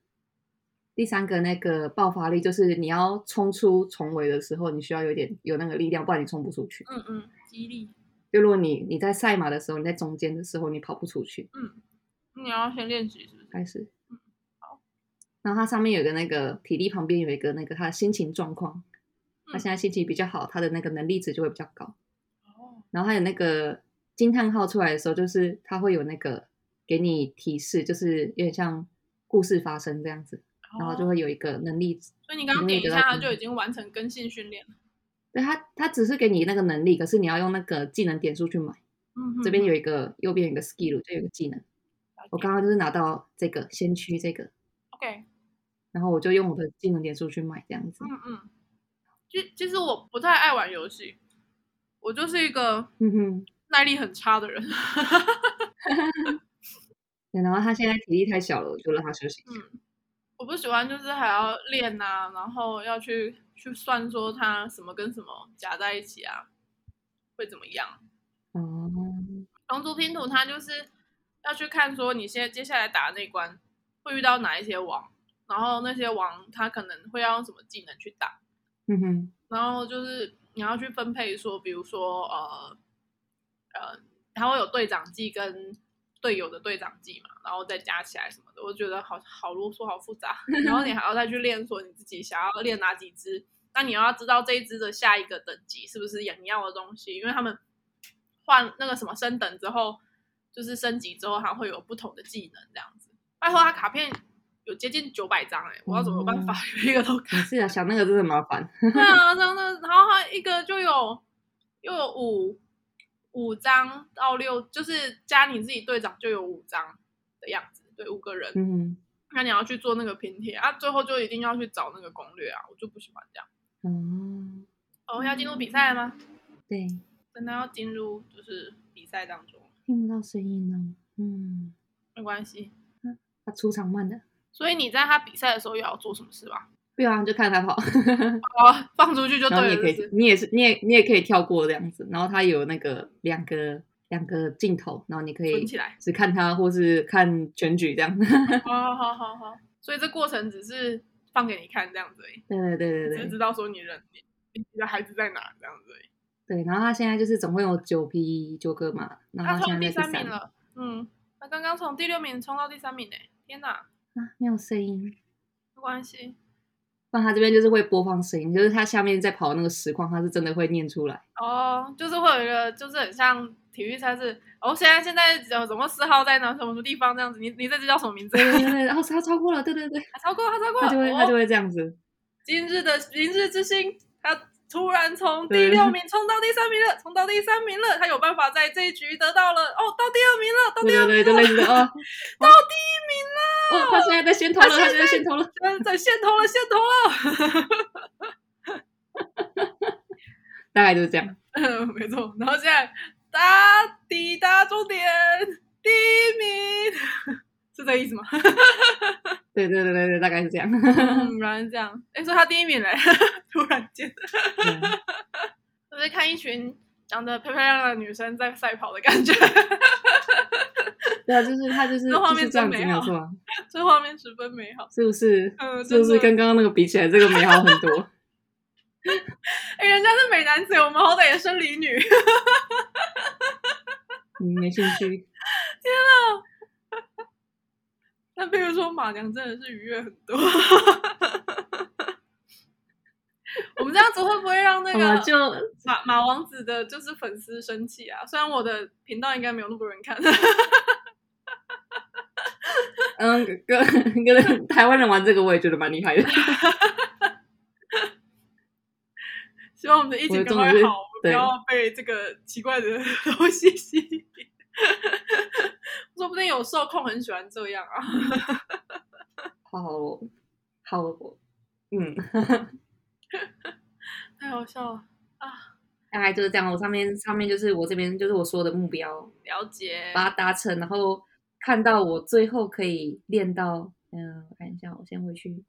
[SPEAKER 2] 第三个那个爆发力，就是你要冲出重围的时候，你需要有点有那个力量，不然你冲不出去。
[SPEAKER 1] 嗯嗯，激励，
[SPEAKER 2] 就如果你你在赛马的时候，你在中间的时候，你跑不出去，
[SPEAKER 1] 嗯，你要先练习是不是？
[SPEAKER 2] 开始然后它上面有一个那个体力旁边有一个那个他的心情状况，他
[SPEAKER 1] 嗯
[SPEAKER 2] 现在心情比较好，他的那个能力值就会比较高。
[SPEAKER 1] 哦，
[SPEAKER 2] 然后还有那个惊叹号出来的时候，就是它会有那个给你提示，就是有点像故事发生这样子，然后就
[SPEAKER 1] 哦，
[SPEAKER 2] 会有一个能力值。
[SPEAKER 1] 所以你刚刚
[SPEAKER 2] 你
[SPEAKER 1] 点
[SPEAKER 2] 也
[SPEAKER 1] 一
[SPEAKER 2] 得到
[SPEAKER 1] 下，它
[SPEAKER 2] 提
[SPEAKER 1] 就
[SPEAKER 2] 示
[SPEAKER 1] 已经完成跟性训练了。
[SPEAKER 2] 对它，它只是给你那个能力，可是你要用那个技能点数去买。
[SPEAKER 1] 嗯，
[SPEAKER 2] 这边
[SPEAKER 1] 嗯
[SPEAKER 2] 有一个右边有一个 skill，就有一个技能。
[SPEAKER 1] 嗯
[SPEAKER 2] 我刚刚就是拿到这个先驱这个，
[SPEAKER 1] OK，
[SPEAKER 2] 然后我就用我的技能点数去买这样子。
[SPEAKER 1] 嗯嗯，其其实我不太爱玩游戏，我就是一个
[SPEAKER 2] 嗯哼，
[SPEAKER 1] 耐力很差的人。
[SPEAKER 2] 对然后他现在体力太小了，我就让他休息。
[SPEAKER 1] 嗯，我不喜欢就是还要练啊，然后要去去算说它什么跟什么夹在一起啊，会怎么样？
[SPEAKER 2] 哦，
[SPEAKER 1] 龙族拼图它就是要去看说你现在接下来打那关会遇到哪一些王，然后那些王它可能会要用什么技能去打。
[SPEAKER 2] 嗯哼，
[SPEAKER 1] 然后就是你要去分配说，比如说呃呃，他会有队长季跟队友的队长季嘛，然后再加起来什么的，我觉得好好啰嗦，好复杂。然后你还要再去练说你自己想要练哪几只，那你要知道这一只的下一个等级是不是你要的东西，因为他们换那个什么升等之后，就是升级之后还会有不同的技能这样子。拜托，他卡片有接近九百张哎、我要怎么有办法一个都
[SPEAKER 2] 没事啊，想那个真的麻烦。
[SPEAKER 1] 对啊，真的，然后它一个就有又有五五张到六，就是加你自己队长就有五张的样子，对，五个人。
[SPEAKER 2] 嗯哼。
[SPEAKER 1] 那你要去做那个拼贴啊，最后就一定要去找那个攻略啊，我就不喜欢这样。
[SPEAKER 2] 哦，
[SPEAKER 1] 哦，要进入比赛了吗？
[SPEAKER 2] 对，
[SPEAKER 1] 真的要进入就是比赛当中，
[SPEAKER 2] 听不到声音呢。嗯，
[SPEAKER 1] 没关系。
[SPEAKER 2] 他出场慢的，
[SPEAKER 1] 所以你在他比赛的时候有要做什么事吧？
[SPEAKER 2] 对啊，就看他跑，
[SPEAKER 1] 哦，放出去就
[SPEAKER 2] 然后你
[SPEAKER 1] 对
[SPEAKER 2] 也
[SPEAKER 1] 了，
[SPEAKER 2] 可
[SPEAKER 1] 是
[SPEAKER 2] 以，你也是，你也你也可以跳过这样子。然后他有那个两个两个镜头，然后你可
[SPEAKER 1] 存
[SPEAKER 2] 以
[SPEAKER 1] 起来。
[SPEAKER 2] 只看他或是看全局这样。 [laughs]
[SPEAKER 1] 好好好好，所以这过程只是放给你看这样子而已。
[SPEAKER 2] 对对对
[SPEAKER 1] 只
[SPEAKER 2] 对
[SPEAKER 1] 是知
[SPEAKER 2] 对
[SPEAKER 1] 道说你人你你的孩子在哪这样子而已。
[SPEAKER 2] 对。然后他现在就是总共有九批九个嘛，然后
[SPEAKER 1] 他
[SPEAKER 2] 现
[SPEAKER 1] 从
[SPEAKER 2] 在
[SPEAKER 1] 第
[SPEAKER 2] 在
[SPEAKER 1] 三
[SPEAKER 2] 第三
[SPEAKER 1] 名了，嗯，他刚刚从第六名冲到第三名呢、天哪，
[SPEAKER 2] 啊，没有声音。
[SPEAKER 1] 没关系，
[SPEAKER 2] 那他这边就是会播放声音，就是他下面在跑的那个实况，他是真的会念出来。
[SPEAKER 1] 哦，就是会有一个就是很像体育赛事，哦，现在现在有总共四号在哪什么什么地方这样子，你你这只叫什么名字？
[SPEAKER 2] 对对对对，然后他超过了，对对对，
[SPEAKER 1] [laughs] 他超过他超过，
[SPEAKER 2] 他就会他就
[SPEAKER 1] 哦、
[SPEAKER 2] 会这样子。
[SPEAKER 1] 今日的明日之星，他突然从第
[SPEAKER 2] 对
[SPEAKER 1] 六名冲到第三名了，冲到第三名了，他有办法在这一局得到了，哦，到第二名了，到
[SPEAKER 2] 对
[SPEAKER 1] 第二
[SPEAKER 2] 对
[SPEAKER 1] 名
[SPEAKER 2] 对，就类似
[SPEAKER 1] [laughs]
[SPEAKER 2] 的哦，
[SPEAKER 1] 到第
[SPEAKER 2] 哦，他现在在先头了，
[SPEAKER 1] 他
[SPEAKER 2] 他
[SPEAKER 1] 现
[SPEAKER 2] 现在先头了，
[SPEAKER 1] 一名了，在线头了线头了。
[SPEAKER 2] 大概就是这样。
[SPEAKER 1] 嗯， [laughs] 没错。然后现在达抵达终点，第一名， [laughs] 是这
[SPEAKER 2] [laughs]
[SPEAKER 1] 意思吗？
[SPEAKER 2] 对对对对对，大概是这样。 [laughs]
[SPEAKER 1] 嗯，原来是这样。哎，说他第一名嘞， [laughs] 突然间，就是看一群长得漂漂亮亮的女生在赛跑的感觉， [laughs]
[SPEAKER 2] 对啊，就是他就是
[SPEAKER 1] 这画
[SPEAKER 2] 就
[SPEAKER 1] 面
[SPEAKER 2] 是这样子，
[SPEAKER 1] 真
[SPEAKER 2] 没
[SPEAKER 1] 美好
[SPEAKER 2] 有错啊，
[SPEAKER 1] 这画面十分美好。
[SPEAKER 2] 是不是？
[SPEAKER 1] 嗯，
[SPEAKER 2] 是不是
[SPEAKER 1] 真
[SPEAKER 2] 跟
[SPEAKER 1] 的？
[SPEAKER 2] 刚刚那个比起来，这个美好很多？
[SPEAKER 1] 哎，人家是美男子，我们好歹也生理女。 [laughs]
[SPEAKER 2] 嗯，没兴 [laughs] 趣。
[SPEAKER 1] 但比如说马娘真的是愉悦很多。 [laughs] 我们这样子会不会让那
[SPEAKER 2] 好
[SPEAKER 1] 个
[SPEAKER 2] 吧，就
[SPEAKER 1] 马马王子的就是粉丝生气啊！虽然我的频道应该没有那么多人看， [laughs]
[SPEAKER 2] 嗯，跟跟台湾人玩这个，我也觉得蛮厉害 [laughs] 的。
[SPEAKER 1] 希望我们的疫情
[SPEAKER 2] 我
[SPEAKER 1] 赶
[SPEAKER 2] 的重点
[SPEAKER 1] 快
[SPEAKER 2] 是
[SPEAKER 1] 好，不
[SPEAKER 2] 对
[SPEAKER 1] 要被这个奇怪的 [laughs] 东西吸引。 [laughs] 说不定有受控很喜欢这样啊！ [laughs]
[SPEAKER 2] 好好，嗯，
[SPEAKER 1] 太好笑了，
[SPEAKER 2] 大概就是这样。我上面上面就是我这边就是我说的目标，
[SPEAKER 1] 了解。
[SPEAKER 2] 把它达成，然后看到我最后可以练到，嗯、我看一下，我先回去，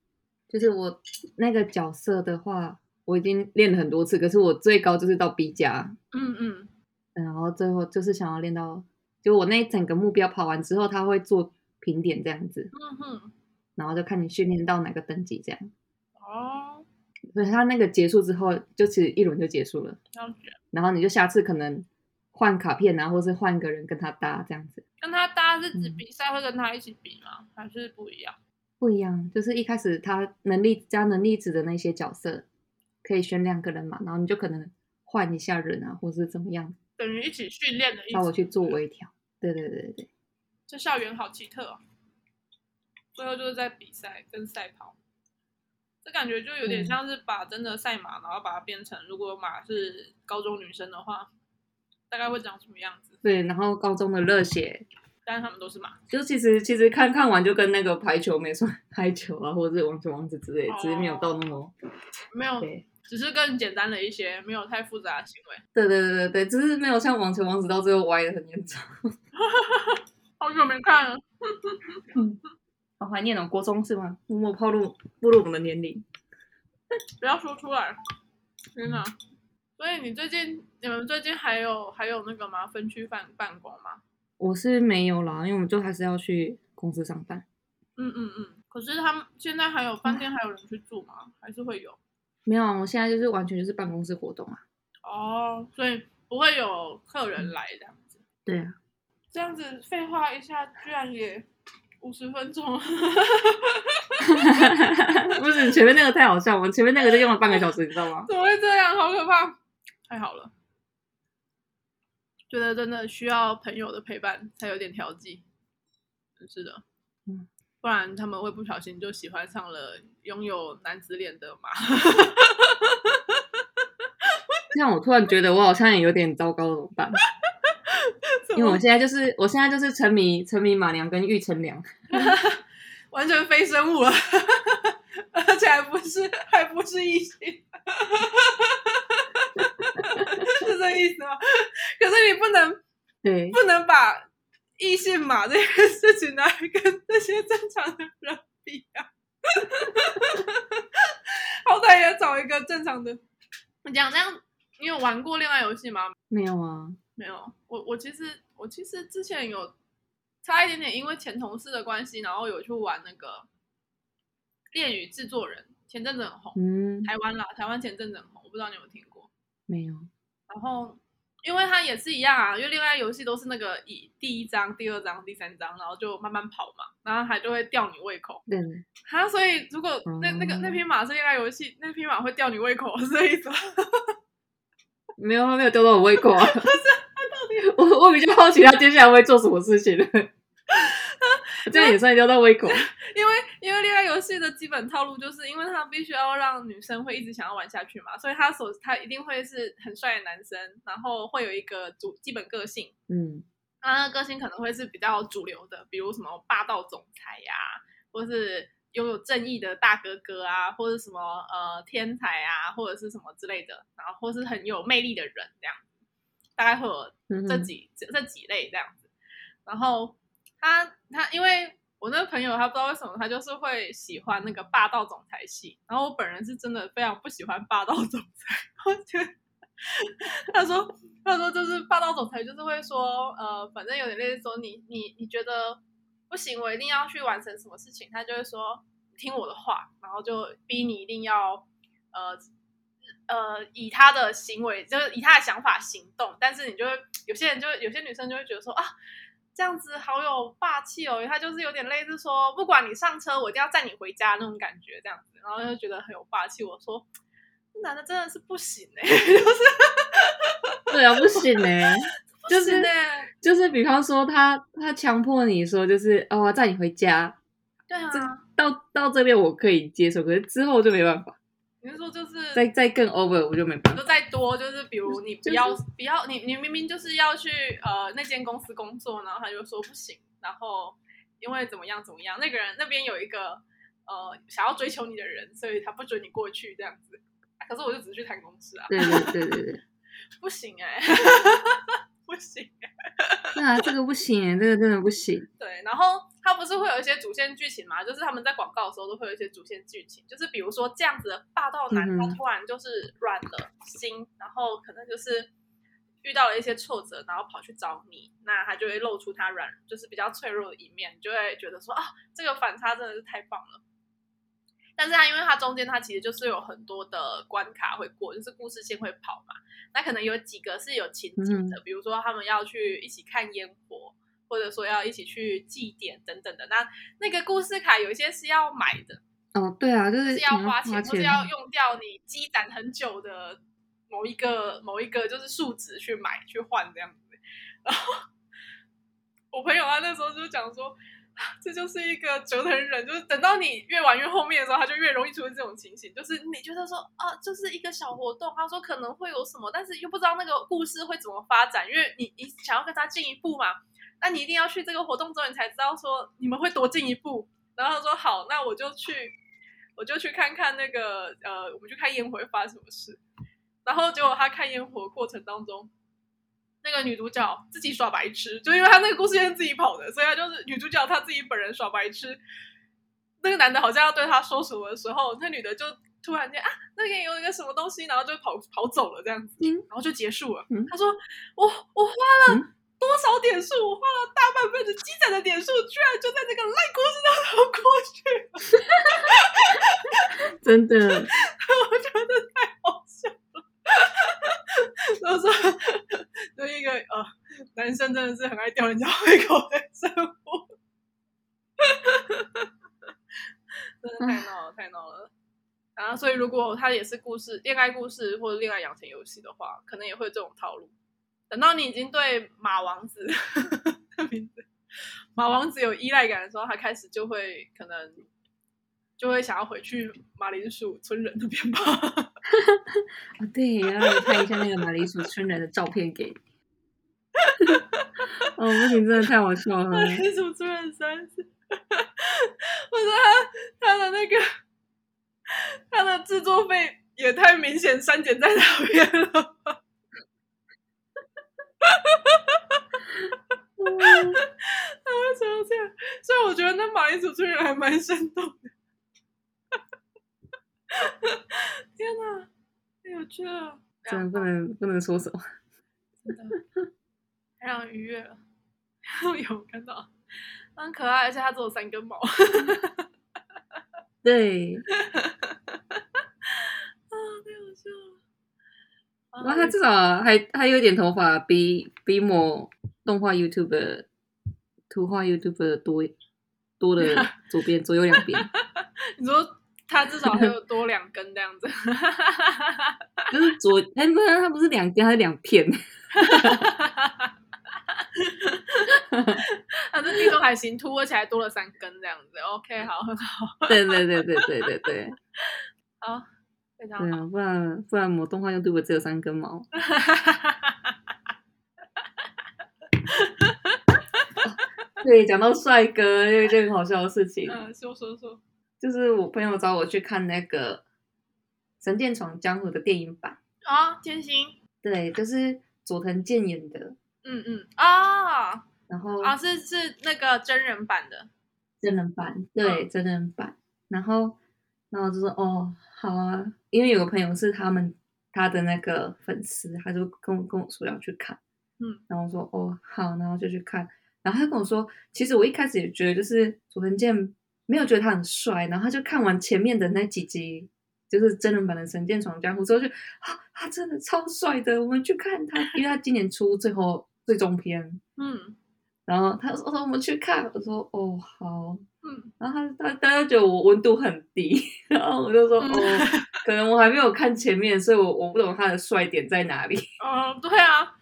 [SPEAKER 2] 就是我那个角色的话，我已经练了很多次，可是我最高就是到 B 加，
[SPEAKER 1] 嗯嗯，
[SPEAKER 2] 嗯然后最后就是想要练到，就我那一整个目标跑完之后，他会做评点这样子，
[SPEAKER 1] 嗯哼，
[SPEAKER 2] 然后就看你训练到哪个等级这样，
[SPEAKER 1] 哦，
[SPEAKER 2] 所以他那个结束之后，就其实一轮就结束了，
[SPEAKER 1] 了解。
[SPEAKER 2] 然后你就下次可能换卡片啊，或是换个人跟他搭这样子。
[SPEAKER 1] 跟他搭是指
[SPEAKER 2] 嗯
[SPEAKER 1] 比赛会跟他一起比吗？还是不一样？
[SPEAKER 2] 不一样，就是一开始他能力加能力值的那些角色，可以选两个人嘛，然后你就可能换一下人啊，或是怎么样，
[SPEAKER 1] 等于一起训练了一
[SPEAKER 2] 稍微
[SPEAKER 1] 起。
[SPEAKER 2] 去做微调。对对对对对，
[SPEAKER 1] 这校园好奇特哦。最后就是在比赛跟赛跑，这感觉就有点
[SPEAKER 2] 嗯
[SPEAKER 1] 像是把真的赛马，然后把它变成，如果马是高中女生的话，大概会长什么样子？
[SPEAKER 2] 对，然后高中的热血，
[SPEAKER 1] 但是他们都是马，
[SPEAKER 2] 就其实其实看看完就跟那个排球没算， [laughs] 排球啊，或者是网球王子之类，只是没有到那么
[SPEAKER 1] 没有，
[SPEAKER 2] 对。
[SPEAKER 1] 只是更简单了一些，没有太复杂的行为。
[SPEAKER 2] 对对对对对，只是没有像网球王子到最后歪的很严重。 [laughs]
[SPEAKER 1] 好久没看了，
[SPEAKER 2] 好怀念哦，国中是吗？默默暴露暴露我们的年龄。
[SPEAKER 1] 不要说出来，天哪！所以你最近，你们最近还有还有那个吗？分区办办公吗？
[SPEAKER 2] 我是没有啦，因为我们就还是要去公司上班。
[SPEAKER 1] 嗯嗯嗯。可是他们现在还有饭店还有人去住吗？还是会有？
[SPEAKER 2] 没有啊，我现在就是完全就是办公室活动啊。
[SPEAKER 1] 哦，所以不会有客人来这样子。
[SPEAKER 2] 对啊， [laughs]
[SPEAKER 1] 这样子废话一下，居然也五十分钟，
[SPEAKER 2] 不是你前面那个太好笑，我们前面那个就用了半个小时，你知道吗？
[SPEAKER 1] [laughs] 怎么会这样？好可怕！太好了，觉得真的需要朋友的陪伴才有点调剂。是的，
[SPEAKER 2] 嗯，
[SPEAKER 1] 不然他们会不小心就喜欢上了拥有男子脸的马。 [laughs]
[SPEAKER 2] 这样我突然觉得我好像也有点糟糕，怎么办？因为我现在就是我现在就是沉迷沉迷马良跟玉成良，
[SPEAKER 1] 完全非生物了，而且还不是还不是异性， [laughs] 是这意思吗？可是你不能
[SPEAKER 2] 对，
[SPEAKER 1] 不能把异性马这件事情拿来跟那些正常的人比啊，好歹也找一个正常的。我讲这样，你有玩过恋爱游戏吗？
[SPEAKER 2] 没有啊，
[SPEAKER 1] 没有，我我其实我其实之前有差一点点，因为前同事的关系，然后有去玩那个《恋与制作人》，前阵子很红，
[SPEAKER 2] 嗯，
[SPEAKER 1] 台湾啦，台湾前阵子很红，我不知道你有没有听过。
[SPEAKER 2] 没有，
[SPEAKER 1] 然后，因为它也是一样啊，因为恋爱游戏都是那个以第一章、第二章、第三章，然后就慢慢跑嘛，然后它就会吊你胃口
[SPEAKER 2] 对，
[SPEAKER 1] 哈，所以如果那那个那匹马是恋爱游戏，那匹马会吊你胃口，是这意思吗？
[SPEAKER 2] 没有，他没有丢到我胃口啊。 [laughs] 我我比较好奇他接下来会做什么事 [laughs] 情呢？这样也算丢到胃口，
[SPEAKER 1] 因为因为恋爱游戏的基本套路就是，因为他必须要让女生会一直想要玩下去嘛，所以他所他一定会是很帅的男生，然后会有一个主基本个性，
[SPEAKER 2] 嗯，
[SPEAKER 1] 他的个性可能会是比较主流的，比如什么霸道总裁呀、或是拥有正义的大哥哥啊，或者什么呃天才啊，或者是什么之类的，然后或是很有魅力的人这样，大概会有
[SPEAKER 2] 嗯
[SPEAKER 1] 这
[SPEAKER 2] 哼
[SPEAKER 1] 几这这几类这样子。然后他他因为我那个朋友他不知道为什么他就是会喜欢那个霸道总裁系，然后我本人是真的非常不喜欢霸道总裁， [laughs] 我觉得他说他说就是霸道总裁就是会说呃反正有点类似说你你你觉得不行我一定要去完成什么事情，他就会说听我的话，然后就逼你一定要呃呃以他的行为，就是以他的想法行动，但是你就会有些人就会有些女生就会觉得说啊，这样子好有霸气哦，他就是有点类似说，不管你上车，我一定要载你回家那种感觉，这样子，然后就觉得很有霸气。我说这男的真的是不行哎、就是
[SPEAKER 2] 对啊，不行呢、 [laughs]
[SPEAKER 1] [laughs]
[SPEAKER 2] 就
[SPEAKER 1] 不
[SPEAKER 2] 是
[SPEAKER 1] 行哎、
[SPEAKER 2] 就是比方说他他强迫你说就是哦，我载你回家，
[SPEAKER 1] 对啊，
[SPEAKER 2] 到到这边我可以接受，可是之后就没办法，
[SPEAKER 1] 你是说就是
[SPEAKER 2] 再再更 over 我就没办法。
[SPEAKER 1] 就再多，就是比如你不
[SPEAKER 2] 就是
[SPEAKER 1] 要、不要，你你明明就是要去呃那间公司工作，然后他就说不行，然后因为怎么样怎么样，那个人那边有一个呃想要追求你的人，所以他不准你过去这样子。啊可是我就只是去谈公事啊，
[SPEAKER 2] 对对对对对，
[SPEAKER 1] 不行哎、 [laughs] 不行。
[SPEAKER 2] 对啊，这个不行、欸，这个真的不行。
[SPEAKER 1] 对，然后它不是会有一些主线剧情嘛？就是他们在广告的时候都会有一些主线剧情，就是比如说这样子的霸道男，
[SPEAKER 2] 嗯
[SPEAKER 1] 他
[SPEAKER 2] 哼
[SPEAKER 1] 突然就是软了心，然后可能就是遇到了一些挫折，然后跑去找你，那他就会露出他软，就是比较脆弱的一面，你就会觉得说啊，这个反差真的是太棒了。但是它因为它中间它其实就是有很多的关卡会过，就是故事线会跑嘛，那可能有几个是有情节的，比如说他们要去一起看烟火，或者说要一起去祭典等等的。那那个故事卡有一些是要买的，
[SPEAKER 2] 哦，对啊，就是
[SPEAKER 1] 是
[SPEAKER 2] 你
[SPEAKER 1] 要
[SPEAKER 2] 要
[SPEAKER 1] 花钱，
[SPEAKER 2] 钱，
[SPEAKER 1] 或是要用掉你积攒很久的某一个某一个就是数值去买去换这样子。然后我朋友他那时候就讲说，啊这就是一个折腾人，就是等到你越玩越后面的时候，他就越容易出现这种情形，就是你觉得说啊，就是一个小活动，他说可能会有什么，但是又不知道那个故事会怎么发展，因为你你想要跟他进一步嘛。那你一定要去这个活动之后，你才知道说你们会多进一步，然后他说好，那我就去，我就去看看那个呃，我们去看烟火会发生什么事。然后结果他看烟火的过程当中，那个女主角自己耍白痴，就因为他那个故事线是自己跑的，所以他就是女主角她自己本人耍白痴。那个男的好像要对她说什么的时候，那女的就突然间啊，那边有一个什么东西，然后就跑跑走了这样子，
[SPEAKER 2] 嗯
[SPEAKER 1] 然后就结束了。
[SPEAKER 2] 嗯
[SPEAKER 1] 他说我我花了
[SPEAKER 2] 嗯
[SPEAKER 1] 多少点数？我花了大半辈子积攒的点数，居然就在那个烂故事 [laughs] 当中过去。
[SPEAKER 2] 真的，
[SPEAKER 1] 我觉得太好笑了。就是就一个 [laughs] 呃，男生真的是很爱吊人家胃口的生活，真的太闹了，太闹了。然后，所以如果他也是故事、恋爱故事或者恋爱养成游戏的话，可能也会有这种套路。等到你已经对马王子 [laughs] 的名字马王子有依赖感的时候，他开始就会可能就会想要回去马铃薯村人那边吧。
[SPEAKER 2] 啊，对，要让你拍一下那个马铃薯春人的照片给你。 [laughs] 哦，不行，真的太好笑了
[SPEAKER 1] [laughs] 马。铃薯村人三是， [laughs] 我觉得他他的那个他的制作费也太明显删减在那边了。 [laughs]
[SPEAKER 2] 嗯
[SPEAKER 1] 他为什么要这样？所以我觉得那马铃薯村人还蛮生动的。 [laughs] 天哪，太有趣了！
[SPEAKER 2] 真的不能不能说什么。
[SPEAKER 1] 太让人愉悦了。 [laughs] 有看到，很可爱，而且它只有三根毛。 [laughs]
[SPEAKER 2] 对，
[SPEAKER 1] 啊，太好笑了！啊
[SPEAKER 2] 然后他至少还还有一点头发，比比某动画 YouTube 的图画 YouTube 的多多的左边左右两边，
[SPEAKER 1] 你说它至少还有多两根这样子，
[SPEAKER 2] 就是左哎，不是他不是两边，他是两片。
[SPEAKER 1] 它是地中海型突，而且还多了三根这样子。OK，好， [laughs] 很好，
[SPEAKER 2] 对对对对对对对
[SPEAKER 1] 好，非常
[SPEAKER 2] 对
[SPEAKER 1] 好。
[SPEAKER 2] 啊！不然不然某动画 YouTube 只有三根毛。对，讲到帅哥，有一件很好笑的事情，
[SPEAKER 1] 嗯，说说说，
[SPEAKER 2] 就是我朋友找我去看那个《神剑闯江湖》的电影版，
[SPEAKER 1] 啊，天心，
[SPEAKER 2] 对，就是佐藤健演的，
[SPEAKER 1] 嗯嗯，啊
[SPEAKER 2] 然后
[SPEAKER 1] 啊，是是那个真人版的，
[SPEAKER 2] 真人版，对，真人版，然后然后就说哦，好啊，因为有个朋友是他们他的那个粉丝，他就跟我跟我说要去看，
[SPEAKER 1] 嗯，
[SPEAKER 2] 然后我说哦好，然后就去看，然后他跟我说，其实我一开始也觉得就是佐藤健没有觉得他很帅，然后他就看完前面的那几集。就是真人版的《神剑闯江湖》之后就，啊，他真的超帅的，我们去看他，因为他今年出最后最终篇，
[SPEAKER 1] 嗯
[SPEAKER 2] 然后他说、哦、我们去看，我说哦好，
[SPEAKER 1] 嗯，
[SPEAKER 2] 然后他他大家觉得我温度很低，然后我就说、
[SPEAKER 1] 嗯
[SPEAKER 2] 哦，可能我还没有看前面，所以我我不懂他的帅点在哪里。
[SPEAKER 1] 哦，对啊，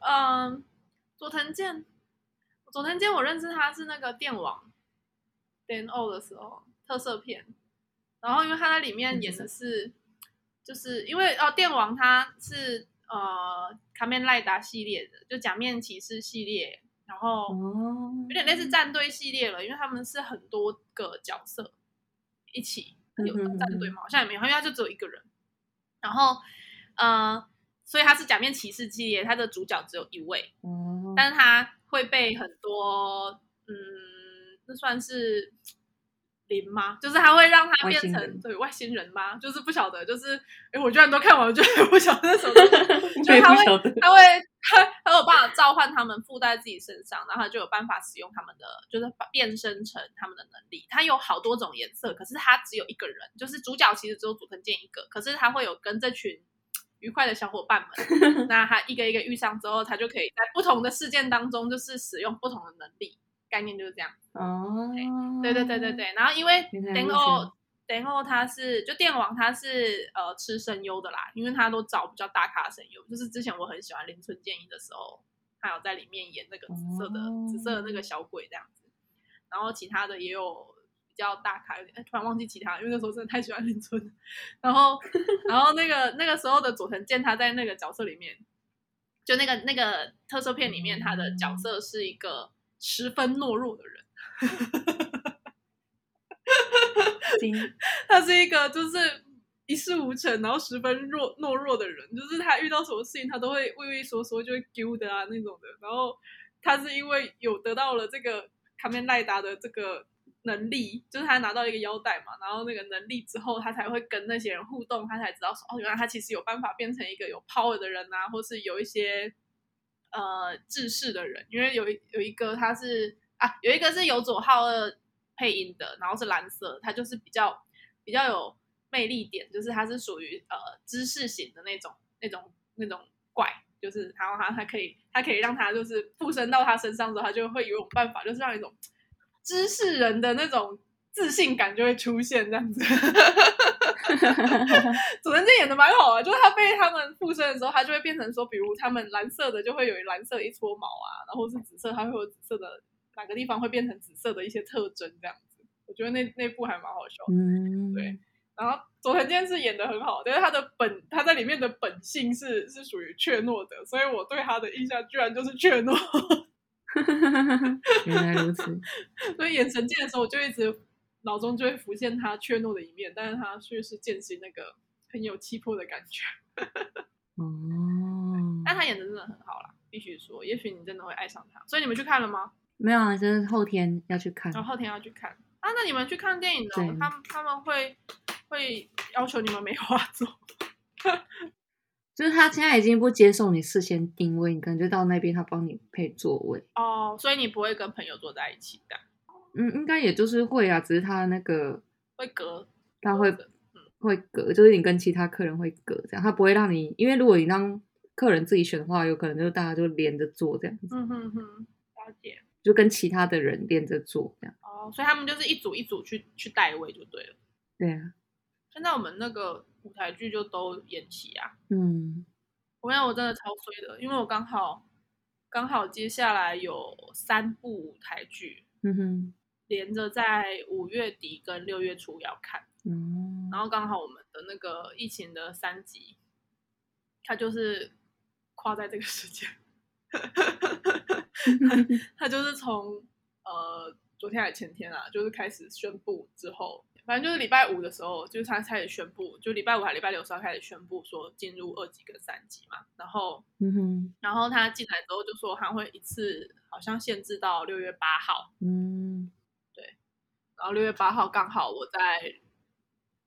[SPEAKER 1] 嗯，佐藤健，佐藤健，我认识他是那个电网电偶的时候特色片，然后因为他在里面演的是，就是因为哦，电网他是呃卡面赖达系列的，就假面骑士系列，然后
[SPEAKER 2] 哦，
[SPEAKER 1] 有点类似战队系列了，因为他们是很多个角色一起
[SPEAKER 2] 嗯
[SPEAKER 1] 有
[SPEAKER 2] 嗯嗯
[SPEAKER 1] 战队嘛，好像也没有，因为他就只有一个人。然后，呃，所以他是假面骑士系列，他的主角只有一位，
[SPEAKER 2] 哦，
[SPEAKER 1] 但是他会被很多，嗯，这算是零吗？就是他会让他
[SPEAKER 2] 外
[SPEAKER 1] 变
[SPEAKER 2] 星
[SPEAKER 1] 成
[SPEAKER 2] 人
[SPEAKER 1] 对外星人吗？就是不晓得，就是哎，我居然都看完，我就不晓得什么东西。
[SPEAKER 2] 我
[SPEAKER 1] 就
[SPEAKER 2] 也
[SPEAKER 1] 他
[SPEAKER 2] 不
[SPEAKER 1] 会
[SPEAKER 2] 晓得。
[SPEAKER 1] 他会他他有办法召唤他们附在自己身上，然后他就有办法使用他们的，就是变身成他们的能力。他有好多种颜色，可是他只有一个人，就是主角其实只有佐藤健一个，可是他会有跟这群。愉快的小伙伴们。那他一个一个遇上之后，他就可以在不同的事件当中，就是使用不同的能力。概念就是这样。
[SPEAKER 2] 哦，
[SPEAKER 1] 对对对对，对。然后因为
[SPEAKER 2] 原来如
[SPEAKER 1] d
[SPEAKER 2] 此
[SPEAKER 1] o d o 他是就电网他是呃吃声优的啦，因为他都找比较大咖声优，就是之前我很喜欢林村健一的时候，他有在里面演那个紫色的、
[SPEAKER 2] 哦
[SPEAKER 1] 紫色的那个小鬼这样子。然后其他的也有比较大咖，有点哎突然忘记其他，因为那时候真的太喜欢林村了。然后然后那个那个时候的佐藤健他在那个角色里面，就那个那个特色片里面他的角色是一个十分懦弱的人。
[SPEAKER 2] 金
[SPEAKER 1] 他是一个就是一事无成，然后十分弱懦弱的人，就是他遇到什么事情他都会畏畏缩缩，就会丢的啊那种的。然后他是因为有得到了这个卡面赖达的这个能力，就是他拿到一个腰带嘛，然后那个能力之后，他才会跟那些人互动，他才知道说哦，原来他其实有办法变成一个有 power 的人啊，或是有一些呃制式的人，因为有一有一个他是啊，有一个是由佐浩二配音的，然后是蓝色，他就是比较比较有魅力点，就是他是属于呃知识型的那种那种那种怪，就是然后他他可以他可以让他就是附身到他身上之后，他就会有一种办法，就是让一种知识人的那种自信感就会出现这样子。 [laughs] 佐藤健演的蛮好啊，就是他被他们附身的时候，他就会变成说，比如他们蓝色的就会有蓝色一撮毛啊，然后是紫色，它会有紫色的哪个地方会变成紫色的一些特征这样子。我觉得那那部还蛮好笑的。
[SPEAKER 2] 嗯，
[SPEAKER 1] 对，然后佐藤健是演的很好，但是他的本他在里面的本性是是属于怯懦的，所以我对他的印象居然就是怯懦。 [laughs]
[SPEAKER 2] 原来如此，
[SPEAKER 1] 所以演神剑的时候，我就一直脑中就会浮现他怯懦的一面，但是他却是剑心那个很有气魄的感觉。 [laughs]
[SPEAKER 2] 哦，
[SPEAKER 1] 但他演的真的很好啦，必须说，也许你真的会爱上他。所以你们去看了吗？
[SPEAKER 2] 没有啊，就是后天要去看，
[SPEAKER 1] 然后后天要去看啊？那你们去看电影哦
[SPEAKER 2] 对，
[SPEAKER 1] 他们他们会会要求你们没话做。
[SPEAKER 2] 就是他现在已经不接受你事先定位，你可能就到那边他帮你配座位，
[SPEAKER 1] [laughs] 哦，所以你不会跟朋友坐在一起的，
[SPEAKER 2] 嗯，应该也就是会啊，只是他那个
[SPEAKER 1] 会隔
[SPEAKER 2] 他会
[SPEAKER 1] 隔着
[SPEAKER 2] 会隔，就是你跟其他客人会隔这样，他不会让你，因为如果你让客人自己选的话，有可能就大家就连着坐这样子，
[SPEAKER 1] 嗯哼哼，了解。
[SPEAKER 2] 就跟其他的人连着坐这样，
[SPEAKER 1] 哦，所以他们就是一组一组去去代位就对了。
[SPEAKER 2] 对啊，
[SPEAKER 1] 现在我们那个舞台剧就都延期啊。
[SPEAKER 2] 嗯，
[SPEAKER 1] 我跟你讲，我真的超衰的，因为我刚好刚好接下来有三部舞台剧
[SPEAKER 2] 嗯哼，
[SPEAKER 1] 连着在五月底跟六月初要看，
[SPEAKER 2] 嗯，
[SPEAKER 1] 然后刚好我们的那个疫情的三级，它就是跨在这个时间， [laughs] 它就是从呃昨天还前天啊，就是开始宣布之后，反正就是礼拜五的时候，就是他开始宣布，就礼拜五还礼拜六的时候开始宣布说进入二级跟三级嘛，然后
[SPEAKER 2] 嗯哼，
[SPEAKER 1] 然后他进来之后就说他会一次好像限制到六月八号，
[SPEAKER 2] 嗯，
[SPEAKER 1] 然后六月八号刚好我在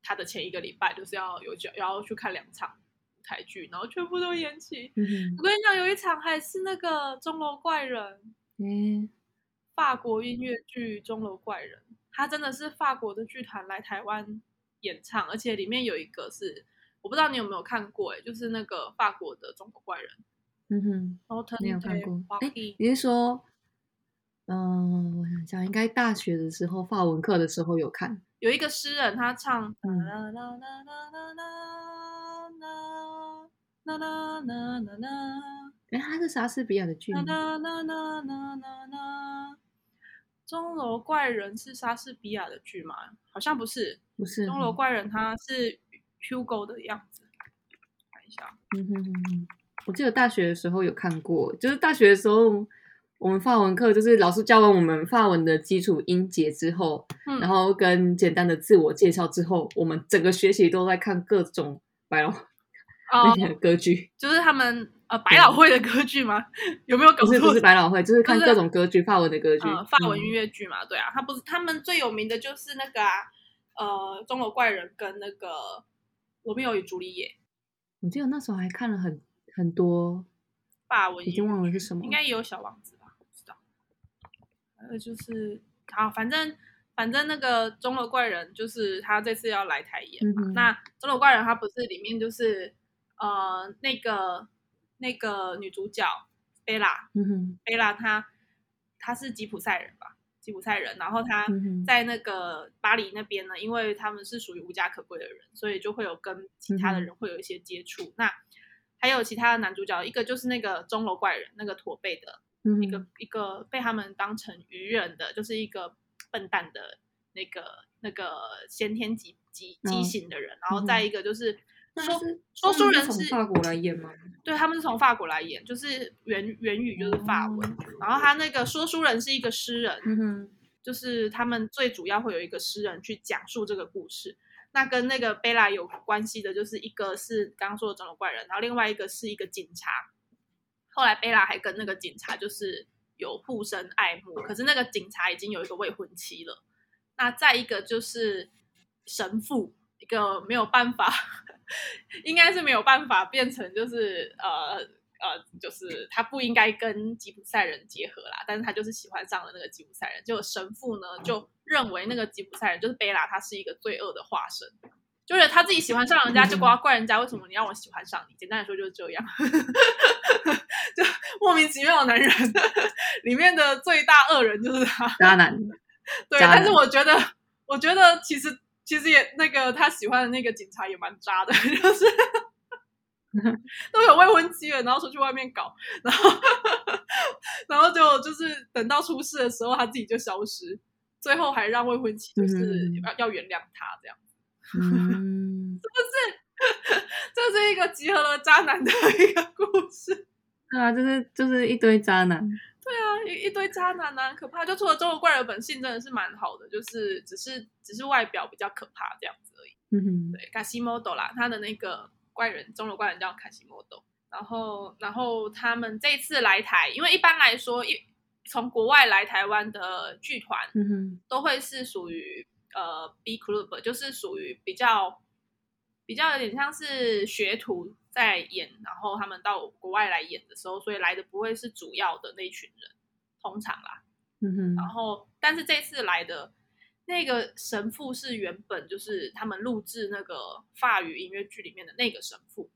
[SPEAKER 1] 他的前一个礼拜就是要有就要去看两场舞台剧，然后全部都延期。
[SPEAKER 2] 嗯哼
[SPEAKER 1] 我跟你讲，有一场还是那个《钟楼怪人》，
[SPEAKER 2] 诶
[SPEAKER 1] 法国音乐剧《钟楼怪人》，它真的是法国的剧团来台湾演唱，而且里面有一个是我不知道你有没有看过、欸，就是那个法国的《钟楼怪人》。
[SPEAKER 2] 嗯哼。
[SPEAKER 1] 然后他
[SPEAKER 2] 没有看过。哎、你是说，嗯、我想想，应该大学的时候法文课的时候有看，
[SPEAKER 1] 有一个诗人，他唱
[SPEAKER 2] 嗯
[SPEAKER 1] 啦啦啦啦啦啦啦啦啦啦啦啦
[SPEAKER 2] 哎、它是莎士比亚的剧
[SPEAKER 1] 啦
[SPEAKER 2] 吗？
[SPEAKER 1] 啦啦啦啦啦啦。钟楼怪人是莎士比亚的剧吗？好像不是。
[SPEAKER 2] 不是
[SPEAKER 1] 钟
[SPEAKER 2] 哦，
[SPEAKER 1] 楼怪人他是 Hugo 的样子，看一下。
[SPEAKER 2] 嗯哼哼哼，我记得大学的时候有看过，就是大学的时候。我们法文课就是老师教完我们法文的基础音节之后，
[SPEAKER 1] 嗯
[SPEAKER 2] 然后跟简单的自我介绍之后，我们整个学期都在看各种白老那
[SPEAKER 1] 哦，
[SPEAKER 2] 些歌剧，
[SPEAKER 1] 就是他们呃百老汇的歌剧吗？ [laughs] 有没有搞
[SPEAKER 2] 不是不
[SPEAKER 1] 错
[SPEAKER 2] 是？百老汇，就是看
[SPEAKER 1] 是
[SPEAKER 2] 各种歌剧，法文的歌剧
[SPEAKER 1] 呃，，法文
[SPEAKER 2] 嗯
[SPEAKER 1] 音乐剧嘛，对啊，他不是他们最有名的就是那个啊，呃，《钟楼怪人》跟那个《罗密欧与朱丽叶》
[SPEAKER 2] 我记得那时候还看了很很多，
[SPEAKER 1] 法文
[SPEAKER 2] 已
[SPEAKER 1] 音
[SPEAKER 2] 经
[SPEAKER 1] 乐
[SPEAKER 2] 忘了是什么
[SPEAKER 1] 应
[SPEAKER 2] 了。
[SPEAKER 1] 该也有《小王子》吧，不知道。还有就是，好，反正反正那个《钟楼怪人》就是他这次要来台演嘛。
[SPEAKER 2] 嗯哼
[SPEAKER 1] 那《钟楼怪人》他不是里面就是呃那个那个女主角贝拉
[SPEAKER 3] 嗯哼，
[SPEAKER 1] 贝拉她她是吉普赛人吧，吉普赛人，然后她
[SPEAKER 3] 嗯哼
[SPEAKER 1] 在那个巴黎那边呢，因为他们是属于无家可归的人，所以就会有跟其
[SPEAKER 3] 嗯
[SPEAKER 1] 他的人会有一些接触。那还有其他的男主角，一个就是那个钟楼怪人，那个驼背的，
[SPEAKER 3] 嗯
[SPEAKER 1] 一
[SPEAKER 3] 哼
[SPEAKER 1] 个一个被他们当成愚人的，就是一个笨蛋的那个那个先天畸畸畸
[SPEAKER 3] 嗯
[SPEAKER 1] 形的人，然后
[SPEAKER 3] 嗯
[SPEAKER 1] 再一个就是
[SPEAKER 3] 那
[SPEAKER 1] 说
[SPEAKER 3] 是
[SPEAKER 1] 说
[SPEAKER 3] 他
[SPEAKER 1] 书
[SPEAKER 3] 们
[SPEAKER 1] 人
[SPEAKER 3] 是从
[SPEAKER 1] 是
[SPEAKER 3] 法国来演吗？
[SPEAKER 1] 对，他们是从法国来演，就是原原语就是法文，然后他那个说书人是一个诗人，
[SPEAKER 3] 嗯哼，
[SPEAKER 1] 就是他们最主要会有一个诗人去讲述这个故事。那跟那个贝拉有关系的，就是一个是刚刚说的种种怪人，然后另外一个是一个警察。后来贝拉还跟那个警察就是有互生爱慕，可是那个警察已经有一个未婚妻了。那再一个就是神父，一个没有办法， [laughs] 应该是没有办法变成就是呃呃，就是他不应该跟吉普赛人结合啦，但是他就是喜欢上了那个吉普赛人。结果神父呢就认为那个吉普赛人就是贝拉，他是一个罪恶的化身，就是他自己喜欢上人家，
[SPEAKER 3] 嗯
[SPEAKER 1] 就怪怪人家为什么你让我喜欢上你。简单来说就是这样， [laughs] 就莫名其妙的男人 [laughs] 里面的最大恶人就是他。
[SPEAKER 3] 渣
[SPEAKER 1] [laughs]
[SPEAKER 3] 男，
[SPEAKER 1] 对，
[SPEAKER 3] 渣
[SPEAKER 1] 但是
[SPEAKER 3] 男
[SPEAKER 1] 我觉得，我觉得其实其实也那个他喜欢的那个警察也蛮渣的， [laughs] 就是都有未婚妻了，然后出去外面搞，然后然后就就是等到出事的时候，他自己就消失，最后还让未婚妻就是
[SPEAKER 3] 嗯
[SPEAKER 1] 要、要原谅他这样。
[SPEAKER 2] [laughs]
[SPEAKER 3] 嗯，
[SPEAKER 1] 这是一个集合了渣男的一个故事， [laughs]
[SPEAKER 3] 对啊，就是就是一堆渣男，
[SPEAKER 1] 对啊，一一堆渣男啊，很可怕。就除了中国怪人本性真的是蛮好的，就是只是只是外表比较可怕这样子而已。
[SPEAKER 3] 嗯哼，
[SPEAKER 1] 对，卡西莫多啦，他的那个怪人，中楼怪人叫卡西莫多。然后，然后他们这次来台，因为一般来说，一从国外来台湾的剧团
[SPEAKER 3] 嗯哼，
[SPEAKER 1] 都会是属于呃 B Club，就是属于比较比较有点像是学徒在演，然后他们到国外来演的时候，所以来的不会是主要的那一群人，通常啦。
[SPEAKER 3] 嗯
[SPEAKER 1] 然
[SPEAKER 3] 哼，
[SPEAKER 1] 后，但是这次来的那个神父是原本就是他们录制那个法语音乐剧里面的那个神父，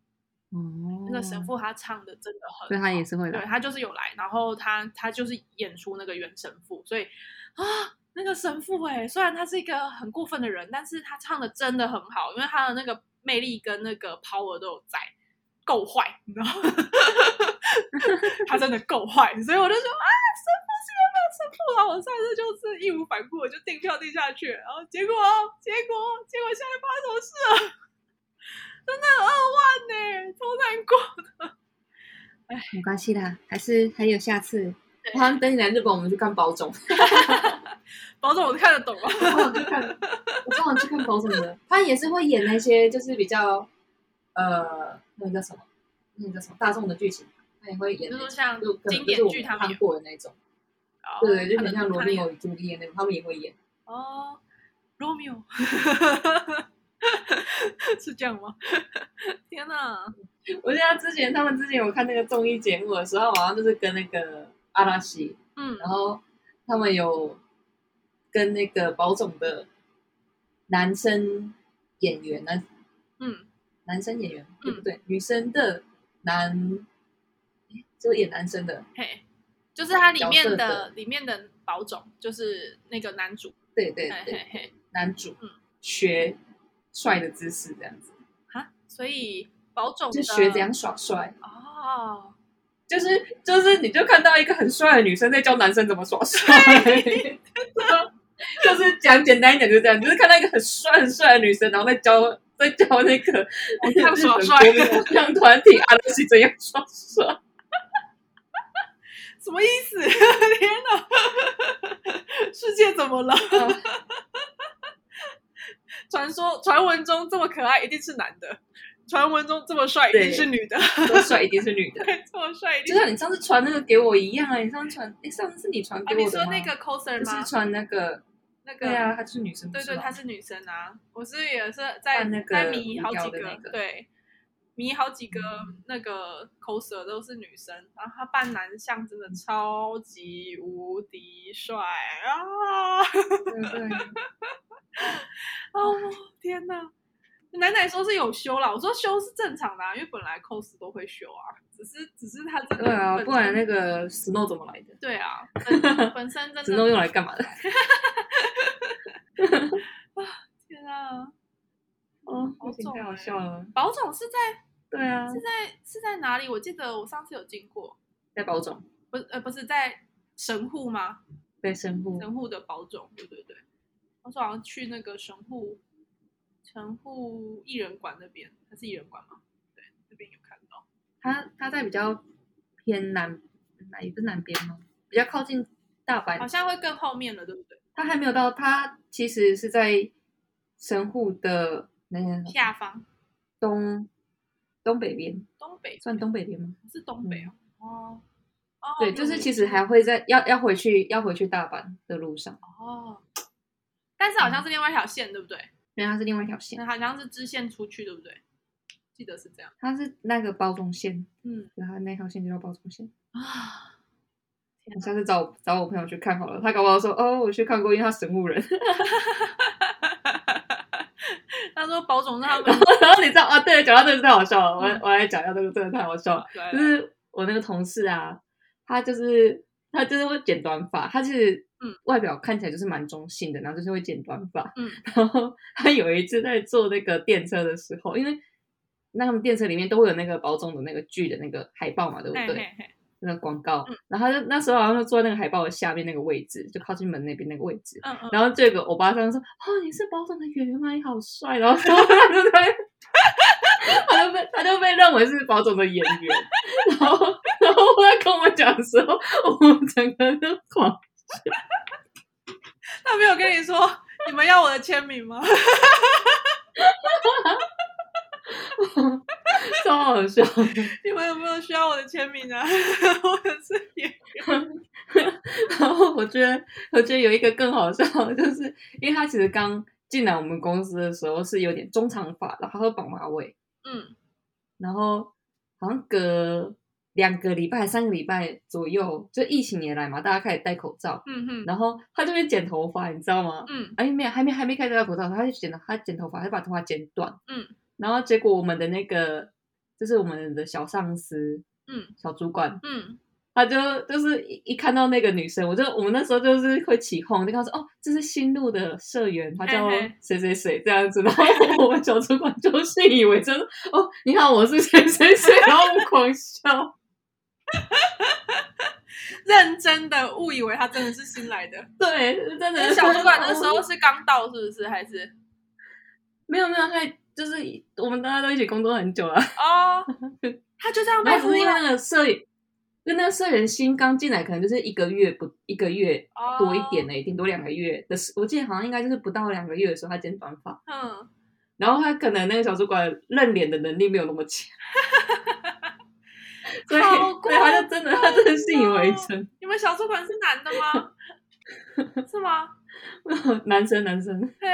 [SPEAKER 3] 哦，
[SPEAKER 1] 那个神，父他唱的真的很好，
[SPEAKER 3] 所以他也是会
[SPEAKER 1] 对
[SPEAKER 3] 来，
[SPEAKER 1] 他就是有来，然后他他就是演出那个原神父，所以啊，那个神父哎、虽然他是一个很过分的人，但是他唱的真的很好，因为他的那个魅力跟那个 power 都有在，够坏，你知道吗？ [laughs] 他真的够坏，所以我就说啊，神父是原本神父啊，我上次就是义无反顾，我就订票订下去，然后结果哦结果结果现在发生什么事了？ [laughs] 真的很二万呢、超难过。 [laughs]
[SPEAKER 3] 没关系啦，还是还有下次。
[SPEAKER 1] 对
[SPEAKER 2] 他等你来日本，我们去看保种。
[SPEAKER 1] 保总，我看得懂啊吗？
[SPEAKER 2] 我超想去看，我超想去看保种的。他也是会演那些就是比较呃，那个叫什么？那个叫什么？大众的剧情，他也会演
[SPEAKER 1] 就
[SPEAKER 2] 那
[SPEAKER 1] 是
[SPEAKER 2] 种。
[SPEAKER 1] 像
[SPEAKER 2] 就可能
[SPEAKER 1] 经
[SPEAKER 2] 不
[SPEAKER 1] 典
[SPEAKER 2] 是我
[SPEAKER 1] 剧
[SPEAKER 2] 们
[SPEAKER 1] 他们
[SPEAKER 2] 看
[SPEAKER 1] 也
[SPEAKER 2] 过的那种，
[SPEAKER 1] 哦
[SPEAKER 2] 对，就
[SPEAKER 1] 他
[SPEAKER 2] 很
[SPEAKER 1] 们
[SPEAKER 2] 像罗
[SPEAKER 1] 他们
[SPEAKER 2] 密
[SPEAKER 1] 也
[SPEAKER 2] 欧与朱丽叶那种，他们也会演。
[SPEAKER 1] 哦，罗密欧 [laughs] 是这样吗？ [laughs] 天哪！
[SPEAKER 2] 我记得他之前他们之前有看那个综艺节目的时候，好像就是跟那个阿拉西，
[SPEAKER 1] 嗯，
[SPEAKER 2] 然后他们有跟那个保种的男生演员男
[SPEAKER 1] 嗯，
[SPEAKER 2] 男生演员，对
[SPEAKER 1] 嗯
[SPEAKER 2] 不对？女生的男，诶就是演男生的，
[SPEAKER 1] 嘿，就是它里
[SPEAKER 2] 角
[SPEAKER 1] 面
[SPEAKER 2] 色
[SPEAKER 1] 的
[SPEAKER 2] 的
[SPEAKER 1] 里面的保种，就是那个男主，
[SPEAKER 2] 对对
[SPEAKER 1] 嘿
[SPEAKER 2] 对，
[SPEAKER 1] 嘿嘿，
[SPEAKER 2] 男主、
[SPEAKER 1] 嗯
[SPEAKER 2] 学帅的姿势这样子，
[SPEAKER 1] 哈，所以保种
[SPEAKER 2] 就
[SPEAKER 1] 的啊
[SPEAKER 2] 学怎样耍帅，
[SPEAKER 1] 哦，
[SPEAKER 2] 就是就是你就看到一个很帅的女生在教男生怎么耍
[SPEAKER 1] [laughs]
[SPEAKER 2] 帅。就是讲简单一点，就是这样，就是看到一个很帅很帅的女生，然后在教在教那个
[SPEAKER 1] 偶像
[SPEAKER 2] 日
[SPEAKER 1] 哎耍
[SPEAKER 2] 本
[SPEAKER 1] 帅
[SPEAKER 2] 国民偶像团体阿拉西怎样耍帅。
[SPEAKER 1] 什么意思？ [laughs] 天哪！世界怎么了？ [laughs] 传说传闻中这么可爱一定是男的，传闻中这么帅一定
[SPEAKER 2] 对
[SPEAKER 1] 是女的， [laughs]
[SPEAKER 2] 多帅一定是女的，
[SPEAKER 1] 对，这么帅一定
[SPEAKER 2] 就像你上次传那个给我一样啊！你上次传，哎，上次是你传
[SPEAKER 1] 啊，
[SPEAKER 2] 给我
[SPEAKER 1] 你
[SPEAKER 2] 的
[SPEAKER 1] 说
[SPEAKER 2] 吗
[SPEAKER 1] 那个 coser
[SPEAKER 2] 就
[SPEAKER 1] 吗
[SPEAKER 2] 是？传那个，
[SPEAKER 1] 那个
[SPEAKER 2] 对啊，她就是女生，
[SPEAKER 1] 对
[SPEAKER 2] 不
[SPEAKER 1] 对，
[SPEAKER 2] 吗
[SPEAKER 1] 她是女生啊。我是也是在
[SPEAKER 2] 扮那个
[SPEAKER 1] 在迷好几
[SPEAKER 2] 无聊的那个嗯
[SPEAKER 1] 对，迷好几个那个口舌都是女生，然后她扮男相真的超级无敌帅啊！
[SPEAKER 2] 对对，
[SPEAKER 1] 哦，天哪！奶奶说是有修啦，我说修是正常的、啊，因为本来 cos 都会修啊，只是只是他这个
[SPEAKER 2] 对啊，
[SPEAKER 1] 本
[SPEAKER 2] 不然
[SPEAKER 1] 身
[SPEAKER 2] 那个 snow 怎么来的
[SPEAKER 1] 对啊，本本身
[SPEAKER 2] [laughs]
[SPEAKER 1] 真
[SPEAKER 2] ？snow
[SPEAKER 1] 的
[SPEAKER 2] 用来干嘛的？
[SPEAKER 1] 天啊，
[SPEAKER 2] 哦，
[SPEAKER 1] 好
[SPEAKER 2] 挺
[SPEAKER 1] 重
[SPEAKER 2] 太好
[SPEAKER 1] 欸
[SPEAKER 2] 笑了。
[SPEAKER 1] 宝总是在
[SPEAKER 2] 对啊，
[SPEAKER 1] 是在是在哪里？我记得我上次有经过，
[SPEAKER 2] 在保种，
[SPEAKER 1] 不是呃不是在神户吗？
[SPEAKER 2] 在神户，
[SPEAKER 1] 神户的宝总，对对对，我说好像去那个神户神户艺人馆那边，它是艺人馆吗？对，那边有看到，
[SPEAKER 2] 它它在比较偏南，南也不是南边吗？比较靠近大阪
[SPEAKER 1] 好像会更后面了，对不对？
[SPEAKER 2] 他还没有到，他其实是在神户的那个
[SPEAKER 1] 下方
[SPEAKER 2] 东东北边，
[SPEAKER 1] 东北
[SPEAKER 2] 算东北边吗？
[SPEAKER 1] 是东北哦，哦哦，
[SPEAKER 2] 对，就是其实还会在要要回去要回去大阪的路上，
[SPEAKER 1] 哦，但是好像是另外一条线，对不对？
[SPEAKER 2] 因为它是另外一条线，
[SPEAKER 1] 好像是支线出去，对不对？记得是这样，
[SPEAKER 2] 它是那个包中线，
[SPEAKER 1] 嗯
[SPEAKER 2] 然后那条线就叫包中线。
[SPEAKER 1] 啊， [laughs] 天
[SPEAKER 2] 你
[SPEAKER 1] 哪
[SPEAKER 2] 下次找找我朋友去看好了，他搞不好说哦，我去看过，因为他神户人。 [laughs]
[SPEAKER 1] 他说宝总是他们 [laughs]
[SPEAKER 2] 然后你知道哦，对，讲到这个太好笑了，
[SPEAKER 1] 嗯
[SPEAKER 2] 我我来讲一下这个真的太好笑了。
[SPEAKER 1] 对
[SPEAKER 2] 就，
[SPEAKER 1] [laughs]
[SPEAKER 2] 是我那个同事啊，他就是他就是会剪短发，他其实
[SPEAKER 1] 嗯
[SPEAKER 2] 外表看起来就是蛮中性的，然后就是会剪短发。
[SPEAKER 1] 嗯，
[SPEAKER 2] 然后他有一次在坐那个电车的时候，因为那他们电车里面都会有那个保总的那个剧的那个海报嘛，对不
[SPEAKER 1] 嘿
[SPEAKER 2] 对？
[SPEAKER 1] 嘿嗯嘿，
[SPEAKER 2] 那个广告，然后他就那时候好像就坐在那个海报的下面那个位置，就靠近门那边那个位置。
[SPEAKER 1] 嗯嗯，
[SPEAKER 2] 然后这个欧巴桑说：“哦，你是保总的演员吗？你好帅！”然后说 [laughs] 他就在，他就被他就被认为是保总的演员。然后然后他跟我讲的时候，我整个就狂，
[SPEAKER 1] 他没有跟你说你们要我的签名吗？ [laughs]
[SPEAKER 2] 超好笑。
[SPEAKER 1] 你们有没有需要我的签名啊？ [laughs] 或者是也
[SPEAKER 2] 然后我觉得我觉得有一个更好笑的，就是因为他其实刚进来我们公司的时候是有点中长发，然后他会绑马尾，
[SPEAKER 1] 嗯
[SPEAKER 2] 然后好像隔两个礼拜、三个礼拜左右，就疫情也来嘛，大家开始戴口罩。
[SPEAKER 1] 嗯嗯
[SPEAKER 2] 然后他就会剪头发，你知道吗？
[SPEAKER 1] 嗯，
[SPEAKER 2] 哎，没有，还没还没开始戴口罩，他就剪了，他剪头发，他就把头发剪短，
[SPEAKER 1] 嗯，
[SPEAKER 2] 然后结果我们的那个就是我们的小上司，
[SPEAKER 1] 嗯，
[SPEAKER 2] 小主管，
[SPEAKER 1] 嗯
[SPEAKER 2] 他就就是一一看到那个女生，我就我们那时候就是会起哄，就跟他说哦，这是新入的社员，他叫
[SPEAKER 1] 嘿嘿
[SPEAKER 2] 谁谁谁这样子，然后我们小主管就信以为真，哦，你好，我是谁谁谁，然后我们
[SPEAKER 1] [laughs]
[SPEAKER 2] 狂笑，
[SPEAKER 1] 认真的误以为他真的是新来的。
[SPEAKER 2] 对，真的
[SPEAKER 1] [laughs] 那小主管那时候是刚到，是不是？还是
[SPEAKER 2] [laughs] 没有没有，他就是我们大家都一起工作很久了。
[SPEAKER 1] [laughs] 哦，他就这样
[SPEAKER 2] 然
[SPEAKER 1] 被
[SPEAKER 2] 后
[SPEAKER 1] 忽
[SPEAKER 2] 只是因为
[SPEAKER 1] 略
[SPEAKER 2] 那个社，因为那个社员新刚进来，可能就是一个月不一个月
[SPEAKER 1] 哦
[SPEAKER 2] 多一点，了，顶多两个月的时，我记得好像应该就是不到两个月的时候，他剪短发，
[SPEAKER 1] 嗯，
[SPEAKER 2] 然后他可能那个小主管认脸的能力没有那么强，所以
[SPEAKER 1] 好
[SPEAKER 2] 对他就真的他真的信以为
[SPEAKER 1] 过分
[SPEAKER 2] 真， [laughs]
[SPEAKER 1] 你们小主管是男的吗？是吗？
[SPEAKER 2] 男生男生，
[SPEAKER 1] 嘿，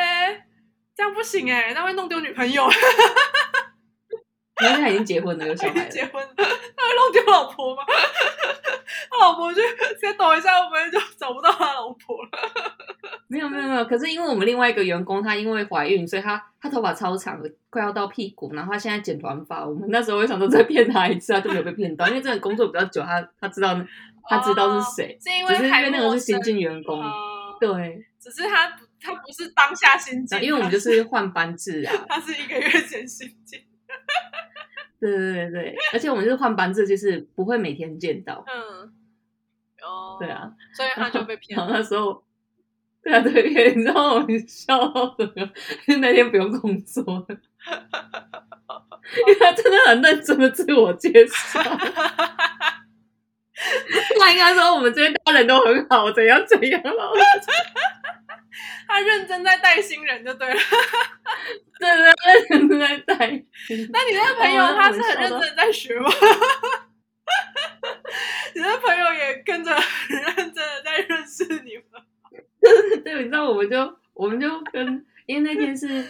[SPEAKER 1] 这样不行哎、欸，那会弄丢女朋友，
[SPEAKER 2] 因为他已经结婚了，有 [laughs] 小
[SPEAKER 1] 已
[SPEAKER 2] 孩
[SPEAKER 1] 经
[SPEAKER 2] 了，
[SPEAKER 1] 结婚了，那会弄丢老婆吗？ [laughs] 他老婆就先抖一下，我们就找不到他老婆了。
[SPEAKER 2] 没有没有没有，可是因为我们另外一个员工，她因为怀孕，所以她她头发超长的，快要到屁股，然后她现在剪短发。我们那时候会想说再骗她一次，她就没有被骗到，因为这个工作比较久，她她知道她知道是谁，
[SPEAKER 1] 是因
[SPEAKER 2] 只是
[SPEAKER 1] 为
[SPEAKER 2] 因
[SPEAKER 1] 还
[SPEAKER 2] 为那个
[SPEAKER 1] 陌
[SPEAKER 2] 是新
[SPEAKER 1] 生
[SPEAKER 2] 进员工，
[SPEAKER 1] 哦
[SPEAKER 2] 对，
[SPEAKER 1] 只是他不，他不是当下新进
[SPEAKER 2] 那，因为我们就是换班制啊，
[SPEAKER 1] 他是一个月前新进。
[SPEAKER 2] 对对对对，而且我们就是换班制，就是不会每天见到，
[SPEAKER 1] 嗯，哦，
[SPEAKER 2] 对，啊，
[SPEAKER 1] 所以他就
[SPEAKER 2] [laughs]
[SPEAKER 1] 被骗
[SPEAKER 2] 然
[SPEAKER 1] 了。
[SPEAKER 2] 后那时候。对啊，对， [laughs] 因为你知道我们笑到整个，因为那天不用工作了，因为他真的很认真的自我介绍。他应该说我们这边大家人都很好，怎样怎样了。 [laughs]
[SPEAKER 1] 他认真在带新人就对了。
[SPEAKER 2] 对对对，认真在带。
[SPEAKER 1] 那 [laughs] 你那个朋友
[SPEAKER 2] 哦
[SPEAKER 1] 他是
[SPEAKER 2] 我
[SPEAKER 1] 很
[SPEAKER 2] 笑
[SPEAKER 1] 认
[SPEAKER 2] 到
[SPEAKER 1] 真地在学吗？ [laughs] 你的朋友也跟着 [laughs] 很认真的在认识你吗？
[SPEAKER 2] 对，你知道我们就我们就跟，因为那天是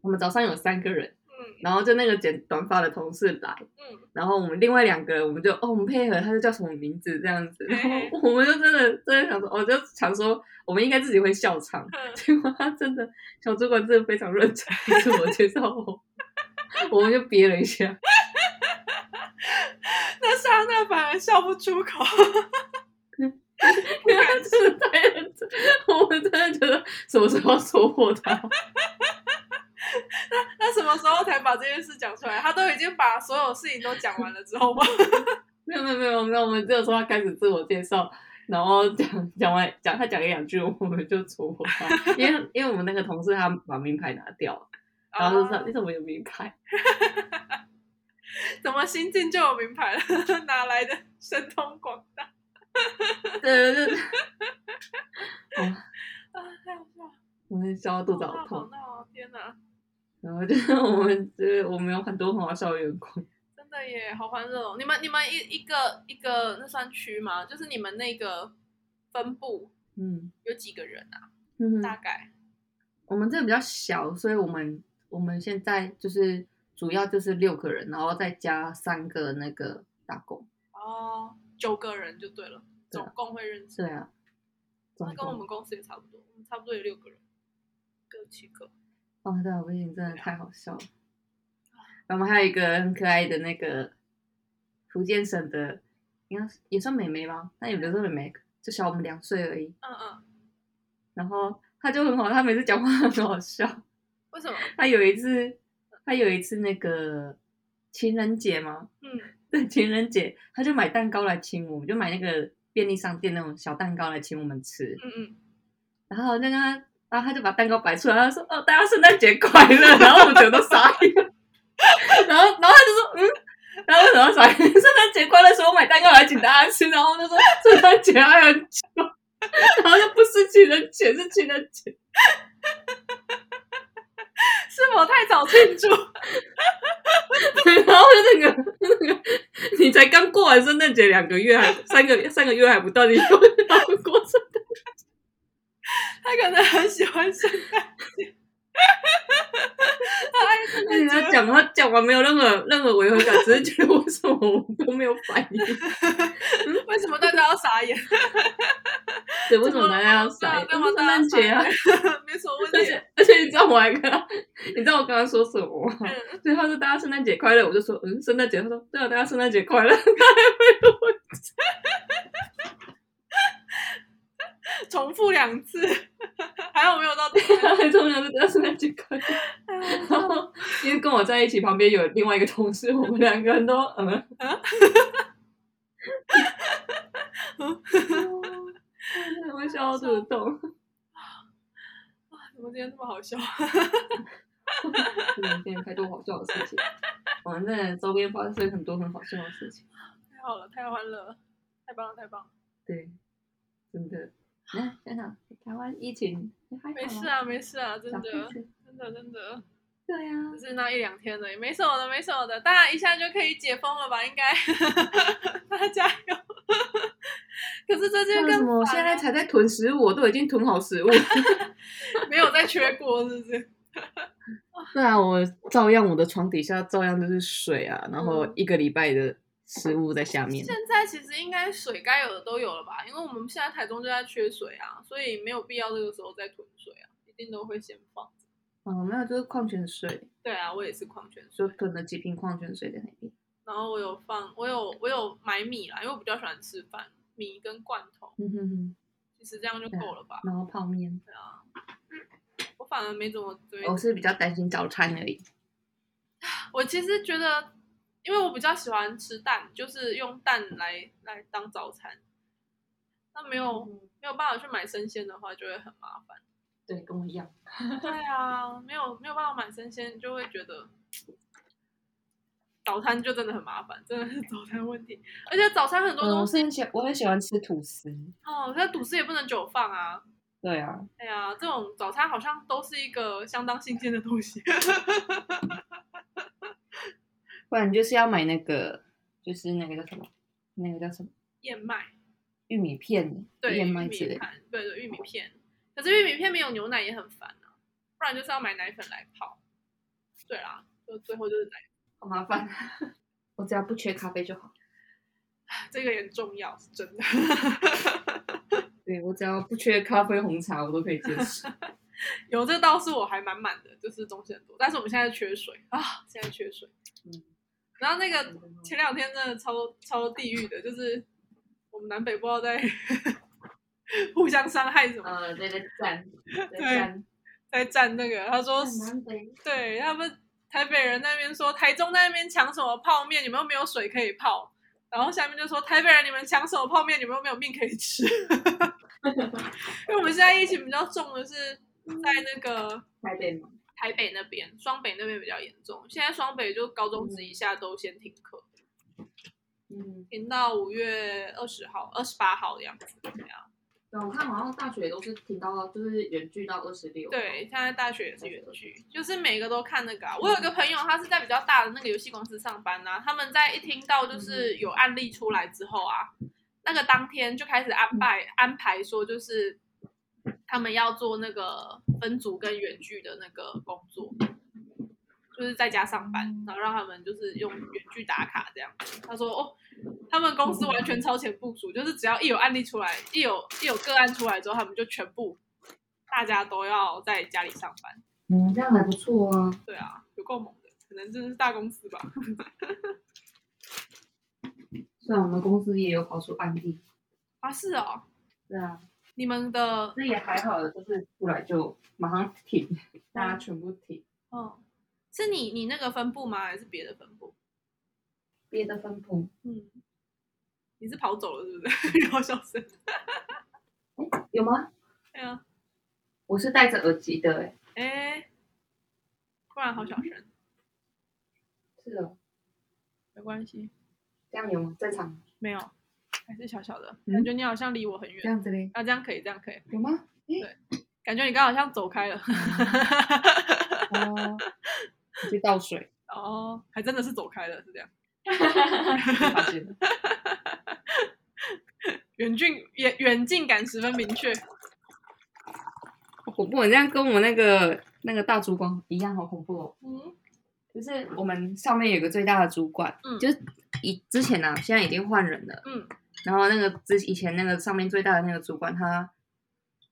[SPEAKER 2] 我们早上有三个人，
[SPEAKER 1] 嗯嗯
[SPEAKER 2] 然后就那个剪短发的同事来，
[SPEAKER 1] 嗯，
[SPEAKER 2] 然后我们另外两个人，我们就哦，我们配合他就叫什么名字这样子，然
[SPEAKER 1] 嘿
[SPEAKER 2] 后 [laughs] 我们就真的真的想说，我哦就想说，我们应该自己会笑场，
[SPEAKER 1] 嗯
[SPEAKER 2] [laughs] 结果他真的小主管真的非常认真地自我介绍我，我们就憋了一下，
[SPEAKER 1] 那莎娜反而笑不出口，
[SPEAKER 2] [laughs] 因为他真的太认真，我们真的觉得什么时候要戳破他， [laughs]
[SPEAKER 1] 那什么时候才把这件事讲出来？她都已经把所有事情都讲完了之后吗？
[SPEAKER 2] 没有没有没有没有，我们只有说他开始自我介绍，然后讲讲完讲他讲一两句，我们就戳破他，因为因为我们那个同事他把名牌拿掉了， [laughs] 然后就说、
[SPEAKER 1] 啊
[SPEAKER 2] 你怎么有名牌？
[SPEAKER 1] 怎么新进就有名牌了？ [laughs] 哪来的神通广大？
[SPEAKER 2] [laughs] 对对对，
[SPEAKER 1] 啊，太好笑了，
[SPEAKER 2] 我们笑到肚子好
[SPEAKER 1] 好
[SPEAKER 2] 痛。
[SPEAKER 1] 闹哦！天哪，
[SPEAKER 2] 然后就是我们就是我们有很多很好笑的员工，
[SPEAKER 1] 真的耶，好欢乐哦！你们你们一一个一个那算区吗？就是你们那个分部
[SPEAKER 2] 嗯
[SPEAKER 1] 有几个人啊？
[SPEAKER 2] 嗯
[SPEAKER 1] 大概
[SPEAKER 2] 我们这个比较小，所以我们我们现在就是主要就是六个人，然后再加三个那个打工，
[SPEAKER 1] 哦，九个人就对了，
[SPEAKER 2] 对
[SPEAKER 1] 总
[SPEAKER 2] 啊
[SPEAKER 1] 共会认识。
[SPEAKER 2] 对啊，
[SPEAKER 1] 那
[SPEAKER 2] 总
[SPEAKER 1] 跟我
[SPEAKER 2] 共
[SPEAKER 1] 们公司也差不多，我们差不多有六个人，六七个。
[SPEAKER 2] 哦，对啊，不行，真的太好笑了。然后我们还有一个很可爱的那个福建省的，应该是也算妹妹吧，但也不是妹妹，就小我们两岁而已。
[SPEAKER 1] 嗯嗯，
[SPEAKER 2] 然后她就很好，她每次讲话很好笑。
[SPEAKER 1] 为什么？
[SPEAKER 2] 他有一次，他有一次那个情人节嘛，
[SPEAKER 1] 嗯，
[SPEAKER 2] [laughs] 对，情人节他就买蛋糕来请我们，就买那个便利商店那种小蛋糕来请我们吃。
[SPEAKER 1] 嗯嗯， [laughs]
[SPEAKER 2] 然后那个他，然后他就把蛋糕摆出来，他说：“哦，大家圣诞节快乐。” [laughs] 然后我们全都傻眼。 [laughs] 然后，然后他就说：“嗯。”然后为什么要傻眼？ [laughs] 圣诞节快乐，说我买蛋糕来请大家吃。然后我就说圣诞节还很久， [laughs] 然后就不是情人节，是情人节。
[SPEAKER 1] 是我太早庆祝，
[SPEAKER 2] [laughs] 然后就那个那个， [laughs] 你才刚过完圣诞节两个月还三个三个月还不到，你就要过圣诞
[SPEAKER 1] 他可能很喜欢圣诞节， [laughs] 他爱圣
[SPEAKER 2] 节？你
[SPEAKER 1] 诞
[SPEAKER 2] 要
[SPEAKER 1] 节。
[SPEAKER 2] 讲话讲完没有任何任何违和感，只是觉得为什么我都没有反应？ [laughs]
[SPEAKER 1] 为什么大家要傻眼？
[SPEAKER 2] 对，为什么大家要
[SPEAKER 1] 对
[SPEAKER 2] [laughs] 傻
[SPEAKER 1] 啊
[SPEAKER 2] 眼？
[SPEAKER 1] 干嘛
[SPEAKER 2] 圣
[SPEAKER 1] 大家
[SPEAKER 2] 诞节啊！
[SPEAKER 1] 傻眼？没 [laughs] 什么问
[SPEAKER 2] 而
[SPEAKER 1] 题。
[SPEAKER 2] 且而且你知道我还跟他，你知道我刚刚说什么吗？
[SPEAKER 1] 嗯
[SPEAKER 2] 对，他说大家圣诞节快乐，我就说嗯，圣诞节。他说对啊，大家圣诞节快乐。
[SPEAKER 1] 重复两次，还有没有到？ [laughs] 哎
[SPEAKER 2] 他 [laughs] 还重要是大家圣诞节快乐。 [laughs] 然后因为跟我在一起旁边有另外一个同事，我们两个人都嗯。
[SPEAKER 1] 啊
[SPEAKER 2] [laughs] 我笑到肚子痛，
[SPEAKER 1] 怎么今天这么好笑？
[SPEAKER 2] 这两天太多好笑 [laughs] 的事情。我们在周边发生很多很好笑的事情，
[SPEAKER 1] 太好了，太欢乐了，太棒了，太棒了！
[SPEAKER 2] 对，真的。那想想台湾疫情还好
[SPEAKER 1] 没事
[SPEAKER 2] 啊，
[SPEAKER 1] 啊，没事啊，真
[SPEAKER 2] 小
[SPEAKER 1] 的
[SPEAKER 2] 孩，子
[SPEAKER 1] 真的，真的。
[SPEAKER 2] 对啊呀、
[SPEAKER 1] 就是那一两天而已，没什么的，没什么的，大家一下就可以解封了吧？应该， [laughs] 大家加油！可是这就
[SPEAKER 2] 为
[SPEAKER 1] 跟
[SPEAKER 2] 什么我现在
[SPEAKER 1] 欸
[SPEAKER 2] 才在囤食物？我都已经囤好食物。
[SPEAKER 1] 没有再缺过，是不是？
[SPEAKER 4] 对啊，我照样我的床底下照样就是水啊，然后
[SPEAKER 1] 嗯
[SPEAKER 4] 一个礼拜的食物在下面。
[SPEAKER 1] 现在其实应该水该有的都有了吧？因为我们现在台中就在缺水啊，所以没有必要这个时候再囤水啊，一定都会先放。
[SPEAKER 2] 哦，没有，就是矿泉水，
[SPEAKER 1] 对啊，我也是矿泉水
[SPEAKER 2] 就，囤了几瓶矿泉水在那边。
[SPEAKER 1] 然后我有放，我有我有买米啦，因为我比较喜欢吃饭，米跟罐头，
[SPEAKER 2] 嗯哼哼，
[SPEAKER 1] 其实这样就
[SPEAKER 2] 啊
[SPEAKER 1] 够了吧？
[SPEAKER 2] 然后泡面，
[SPEAKER 1] 我反而没怎
[SPEAKER 2] 哦
[SPEAKER 1] 么对。
[SPEAKER 2] 我是比较担心早餐而已。
[SPEAKER 1] 我其实觉得，因为我比较喜欢吃蛋，就是用蛋来来当早餐。那没有没有办法去买生鲜的话，就会很麻烦。
[SPEAKER 2] 嗯
[SPEAKER 1] [laughs]
[SPEAKER 2] 对，跟我一样。
[SPEAKER 1] 对啊，没有没有办法买生鲜，就会觉得早餐就真的很麻烦，真的是早餐问题。而且早餐很多东西、
[SPEAKER 2] 是很喜，我很喜欢吃吐司。
[SPEAKER 1] 哦，那吐司也不能久放啊。
[SPEAKER 2] 对啊，
[SPEAKER 1] 哎呀，这种早餐好像都是一个相当新鲜的东西。 [laughs]
[SPEAKER 2] 不然你就是要买那个，就是那个叫什么，那个叫什么
[SPEAKER 1] 燕麦，
[SPEAKER 2] 玉米片、
[SPEAKER 1] 对，玉
[SPEAKER 2] 燕
[SPEAKER 1] 米
[SPEAKER 2] 麦之
[SPEAKER 1] 片
[SPEAKER 2] 类的。，哦
[SPEAKER 1] 对对，玉米片。可是玉米片没有牛奶也很烦啊，不然就是要买奶粉来泡。对啦，就最后就是奶
[SPEAKER 2] 好麻烦。
[SPEAKER 1] 啊
[SPEAKER 2] [laughs] 我只要不缺咖啡就好。
[SPEAKER 1] 茶，这个也很重要，是真的。 [laughs]
[SPEAKER 2] 对我只要不缺咖啡红茶，我都可以接
[SPEAKER 1] [laughs]
[SPEAKER 2] 受。
[SPEAKER 1] 有这倒是我还满满的，就是东西很多，但是我们现在缺水啊，现在缺水。
[SPEAKER 2] 嗯
[SPEAKER 1] 然后那个前两天真的超超地狱的，就是我们南北不知道在 [laughs] 互相伤害什么，
[SPEAKER 2] 呃，对对赞，对
[SPEAKER 1] 对
[SPEAKER 2] 赞，
[SPEAKER 1] 在站那个。他说，
[SPEAKER 2] 南北
[SPEAKER 1] 对他们台北人那边说，台中那边抢什么泡面，你们又没有水可以泡。然后下面就说台北人，你们抢什么泡面，你们又没有面可以吃。 [laughs] 因为我们现在疫情比较重的是在那个
[SPEAKER 2] 台北嘛，
[SPEAKER 1] 台北那边，双北那边比较严重。现在双北就高中职以下都先停课，
[SPEAKER 2] 嗯，
[SPEAKER 1] 停到五月二十号、二十八号的样子。对啊
[SPEAKER 2] 对，我看好像大学都是停到就是远距到二十六，
[SPEAKER 1] 对，现在大学也是远距，就是每个都看那个、啊。我有一个朋友，他是在比较大的那个游戏公司上班呐、啊，他们在一听到就是有案例出来之后啊，那个当天就开始安排安排说，就是他们要做那个分组跟远距的那个工作，就是在家上班，然后让他们就是用远距打卡这样。他说哦，他们公司完全超前部署，就是只要一有案例出来，一有一有个案出来之后，他们就全部大家都要在家里上班。
[SPEAKER 2] 嗯，这样还不错啊。
[SPEAKER 1] 对啊，有够猛的，可能真的是大公司吧。
[SPEAKER 2] 虽然我们公司也有跑出案例，
[SPEAKER 1] 啊，是哦，
[SPEAKER 2] 对啊，
[SPEAKER 1] 你们的
[SPEAKER 2] 那也还好的，就是出来就马上停，大家全部停。
[SPEAKER 1] 哦，是你你那个分部吗？还是别的分部？
[SPEAKER 2] 别的分部，
[SPEAKER 1] 嗯，你是跑走了是不是？ [laughs] 然后消失。
[SPEAKER 2] 有吗？
[SPEAKER 1] 对啊，
[SPEAKER 2] 我是戴着耳机的、欸，
[SPEAKER 1] 哎，突然好小声，
[SPEAKER 2] 是哦，
[SPEAKER 1] 没关系，
[SPEAKER 2] 这样有吗？正常，
[SPEAKER 1] 没有，还是小小的，
[SPEAKER 2] 嗯
[SPEAKER 1] 感觉你好像离我很远。
[SPEAKER 2] 样子嘞，
[SPEAKER 1] 啊，这样可以，这样可以，
[SPEAKER 2] 有吗？
[SPEAKER 1] 感觉你刚好像走开了。
[SPEAKER 2] [laughs] 哦，我去倒 [laughs] 水，
[SPEAKER 1] [laughs] 哦，还真的是走开了，是这样。
[SPEAKER 2] 发现了，
[SPEAKER 1] 远近远远近感十分明确。
[SPEAKER 2] 好恐怖！你这样跟我那个那个大主管一样，好恐怖哦。
[SPEAKER 1] 嗯
[SPEAKER 2] 就是我们上面有个最大的主管，
[SPEAKER 1] 嗯
[SPEAKER 2] 就是以之前啊，现在已经换人了，
[SPEAKER 1] 嗯，
[SPEAKER 2] 然后那个之以前那个上面最大的那个主管他。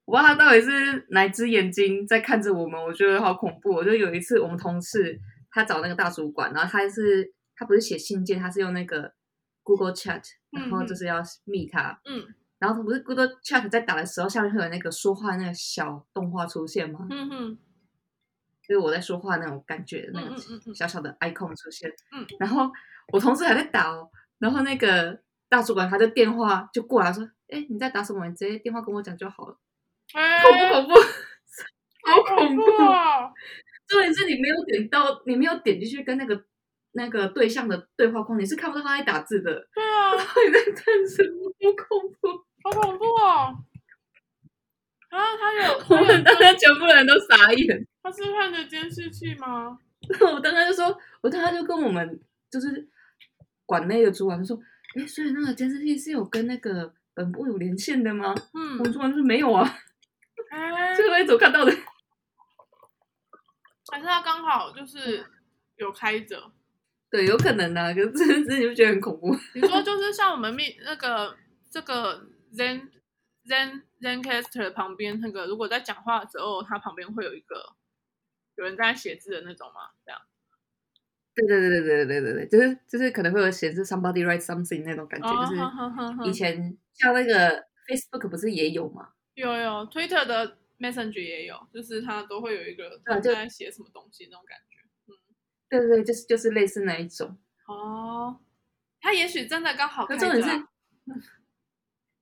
[SPEAKER 2] 我不知道他到底是哪只眼睛在看着我们，我觉得好恐怖哦。我就有一次，我们同事他找那个大主管，然后他是他不是写信件，他是用那个 Google Chat，然后就是要密他，
[SPEAKER 1] 嗯
[SPEAKER 2] 然后他不是 Google Chat 在打的时候，下面会有那个说话那个小动画出现吗？
[SPEAKER 1] 嗯嗯
[SPEAKER 2] 就是我在说话那种感觉，那
[SPEAKER 1] 嗯嗯嗯
[SPEAKER 2] 个
[SPEAKER 1] 嗯
[SPEAKER 2] 小小的 icon 出现。
[SPEAKER 1] 嗯
[SPEAKER 2] 然后我同事还在打哦，然后那个大主管他就电话就过来说：“哎，你在打什么？你直接电话跟我讲就好了。”
[SPEAKER 1] 哎，
[SPEAKER 2] 恐怖恐怖， [laughs] 好恐怖！哦
[SPEAKER 1] 哇！
[SPEAKER 2] 重点是你没有点到，你没有点进去跟那个那个对象的对话框，你是看不到他在打字的。 [laughs]
[SPEAKER 1] 对啊，
[SPEAKER 2] 到底在干什么？好恐怖！
[SPEAKER 1] 好恐怖哦！啊，他有
[SPEAKER 2] 我
[SPEAKER 1] 他有
[SPEAKER 2] 们当时全部人都傻眼。
[SPEAKER 1] 他是看着监视器吗？
[SPEAKER 2] [laughs] 我当时就说，我当时就跟我们就是管内的主管就说，哎，所以那个监视器是有跟那个本部有连线的吗？我们
[SPEAKER 1] 嗯，
[SPEAKER 2] 主管就说没有啊， [laughs]
[SPEAKER 1] 哎，
[SPEAKER 2] 这个我一走看到的。 [laughs]
[SPEAKER 1] 还是他刚好就是有开着。
[SPEAKER 2] 对，有可能啊，可是真的就觉得很恐怖。 [laughs]
[SPEAKER 1] 你说就是像我们密那个这个 Zen Zen Zencaster 旁边那个，如果在讲话的时候，它旁边会有一个有人在写字的那种吗？这样。
[SPEAKER 2] 对对对对对对对对，就是就是可能会有显示 somebody write something 那种感觉，就是
[SPEAKER 1] 哦
[SPEAKER 2] 以前像那个 Facebook 不是也有吗？
[SPEAKER 1] 有有 Twitter 的 Messenger 也有，就是它都会有一个
[SPEAKER 2] 对嗯就
[SPEAKER 1] 在写什么东西那种感觉。
[SPEAKER 2] 对对对，就是就是类似那一种。
[SPEAKER 1] 哦，他也许真的刚好
[SPEAKER 2] 可
[SPEAKER 1] 开
[SPEAKER 2] 重
[SPEAKER 1] 着、
[SPEAKER 2] 点是
[SPEAKER 1] 啊。，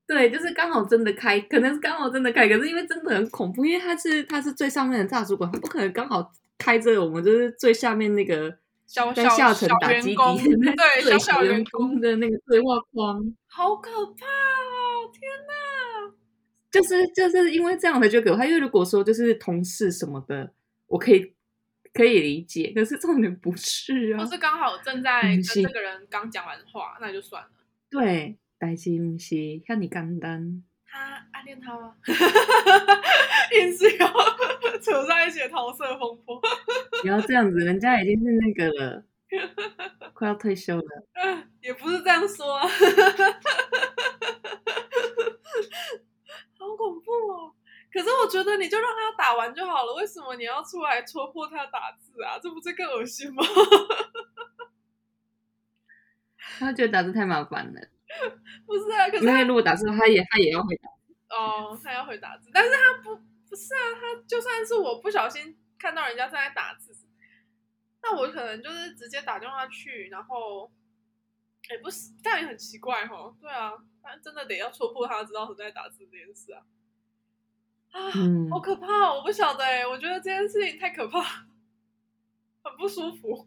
[SPEAKER 2] 对，就是刚好真的开，可能是刚好真的开，可是因为真的很恐怖，因为他是他是最上面的大主管，他不可能刚好开着我们就是最下面那个
[SPEAKER 1] 小
[SPEAKER 2] 在
[SPEAKER 1] 小
[SPEAKER 2] 下层
[SPEAKER 1] 小
[SPEAKER 2] 打
[SPEAKER 1] 员
[SPEAKER 2] 击
[SPEAKER 1] 工
[SPEAKER 2] [laughs] 敌人的
[SPEAKER 1] 对小小
[SPEAKER 2] 小
[SPEAKER 1] 员
[SPEAKER 2] 员工的那个对话框，
[SPEAKER 1] 好可怕哦！天哪，
[SPEAKER 2] 就是就是因为这样我才觉得可怕。因为如果说就是同事什么的，我可以可以理解，可是重点不是啊
[SPEAKER 1] 不，是刚好正在
[SPEAKER 2] 嗯
[SPEAKER 1] 跟
[SPEAKER 2] 是
[SPEAKER 1] 这个人刚讲完话，那就算了。
[SPEAKER 2] 对，担心不是像你简单。
[SPEAKER 1] 他暗恋他 [laughs] 吗？硬是要扯上一些桃色风波。
[SPEAKER 2] 不要这样子，人家已经是那个了，快要退休了。
[SPEAKER 1] 也不是这样说啊， [laughs] 好恐怖哦！可是我觉得你就让他打完就好了，为什么你要出来戳破他打字啊？这不是更恶心吗？ [laughs]
[SPEAKER 2] 他觉得打字太麻烦了，
[SPEAKER 1] 不是啊，可是
[SPEAKER 2] [laughs] 因为如果打字，他也他也要回答。
[SPEAKER 1] 哦，他要会打字，但是他不不是啊，他就算是我不小心看到人家在打字，那我可能就是直接打电话去，然后，哎，不是，这样也很奇怪哦。对啊，但真的得要戳破他知道谁在打字这件事啊，啊，
[SPEAKER 2] 嗯，
[SPEAKER 1] 好可怕哦、我不晓得哎，我觉得这件事情太可怕，很不舒服。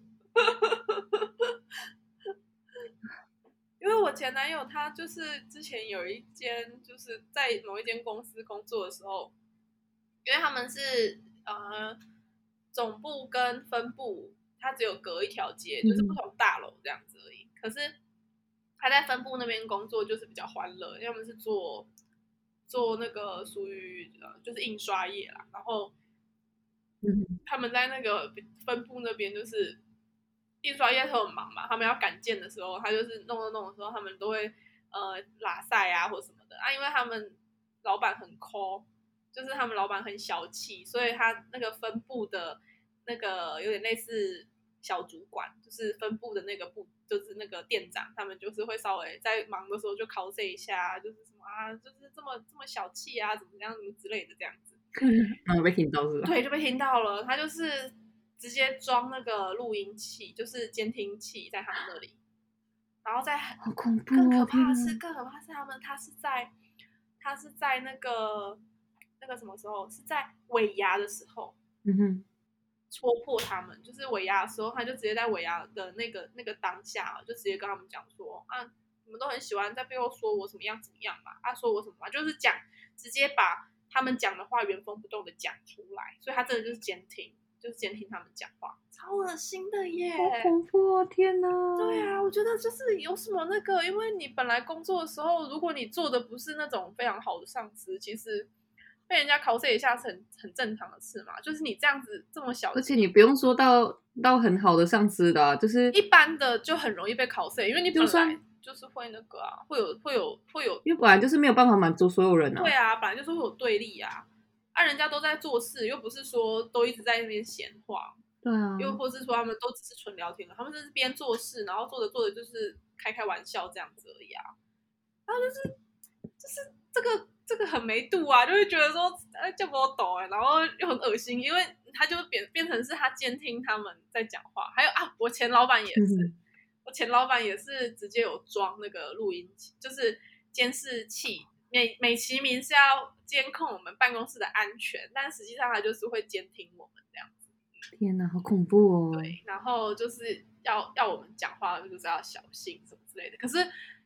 [SPEAKER 1] 因为我前男友他就是之前有一间就是在某一间公司工作的时候，因为他们是呃总部跟分部，它只有隔一条街，就是不同大楼这样子而已。可是他在分部那边工作就是比较欢乐，因为他们是做做那个属于呃就是印刷业啦，然后
[SPEAKER 2] 嗯
[SPEAKER 1] 他们在那个分部那边就是印刷业都很忙嘛，他们要赶件的时候，他就是弄着弄的时候，他们都会呃拉塞啊或什么的啊，因为他们老板很抠，就是他们老板很小气，所以他那个分部的那个有点类似小主管，就是分部的那个部，就是那个店长，他们就是会稍微在忙的时候就 cos 一下，就是什么啊，就是这么这么小气啊，怎么样怎么之类的这样子。
[SPEAKER 2] 嗯，被听到是吧？
[SPEAKER 1] 对，就被听到了。他就是直接装那个录音器，就是监听器在他们那里，然后在很
[SPEAKER 2] 好恐怖、
[SPEAKER 1] 更
[SPEAKER 2] 哦！
[SPEAKER 1] 可怕的
[SPEAKER 2] 天
[SPEAKER 1] 是，
[SPEAKER 2] 哪
[SPEAKER 1] 更可怕是他们，他是在他是在那个那个什么时候？是在尾牙的时候
[SPEAKER 2] 嗯哼，
[SPEAKER 1] 戳破他们，就是尾牙的时候，他就直接在尾牙的那个那个当下，就直接跟他们讲说啊，你们都很喜欢在背后说我怎么样怎么样嘛，啊说我什么嘛，就是讲直接把他们讲的话原封不动的讲出来，所以他真的就是监听，就是监听他们讲话，超恶心的耶！
[SPEAKER 2] 好恐怖哦！天哪！
[SPEAKER 1] 对啊，我觉得就是有什么那个，因为你本来工作的时候，如果你做的不是那种非常好的上司，其实被人家 cos 一下是很很正常的事嘛。就是你这样子这么小的
[SPEAKER 2] 而且你不用说到到很好的上司的啊、就是
[SPEAKER 1] 一般的就很容易被 cos，因为你本
[SPEAKER 2] 就算
[SPEAKER 1] 来就是会那个啊，会有会有会有，
[SPEAKER 2] 因为本来就是没有办法满足所有人啊。
[SPEAKER 1] 对啊，本来就是会有对立啊。啊，人家都在做事，又不是说都一直在那边闲话，
[SPEAKER 2] 对啊，
[SPEAKER 1] 又或是说他们都只是纯聊天，他们就是边做事，然后做着做着就是开开玩笑这样子而已啊。然后就是就是这个这个很没度啊，就会觉得说哎叫不我抖哎，然后又很恶心，因为他就变变成是他监听他们在讲话，还有啊，我前老板也
[SPEAKER 2] 嗯
[SPEAKER 1] 是。
[SPEAKER 2] 哼
[SPEAKER 1] 我前老板也是直接有装那个录音器，就是监视器，美美其名是要监控我们办公室的安全，但实际上它就是会监听我们这样。
[SPEAKER 2] 天哪，好恐怖哦！
[SPEAKER 1] 对，然后就是要要我们讲话就是要小心什么之类的。可是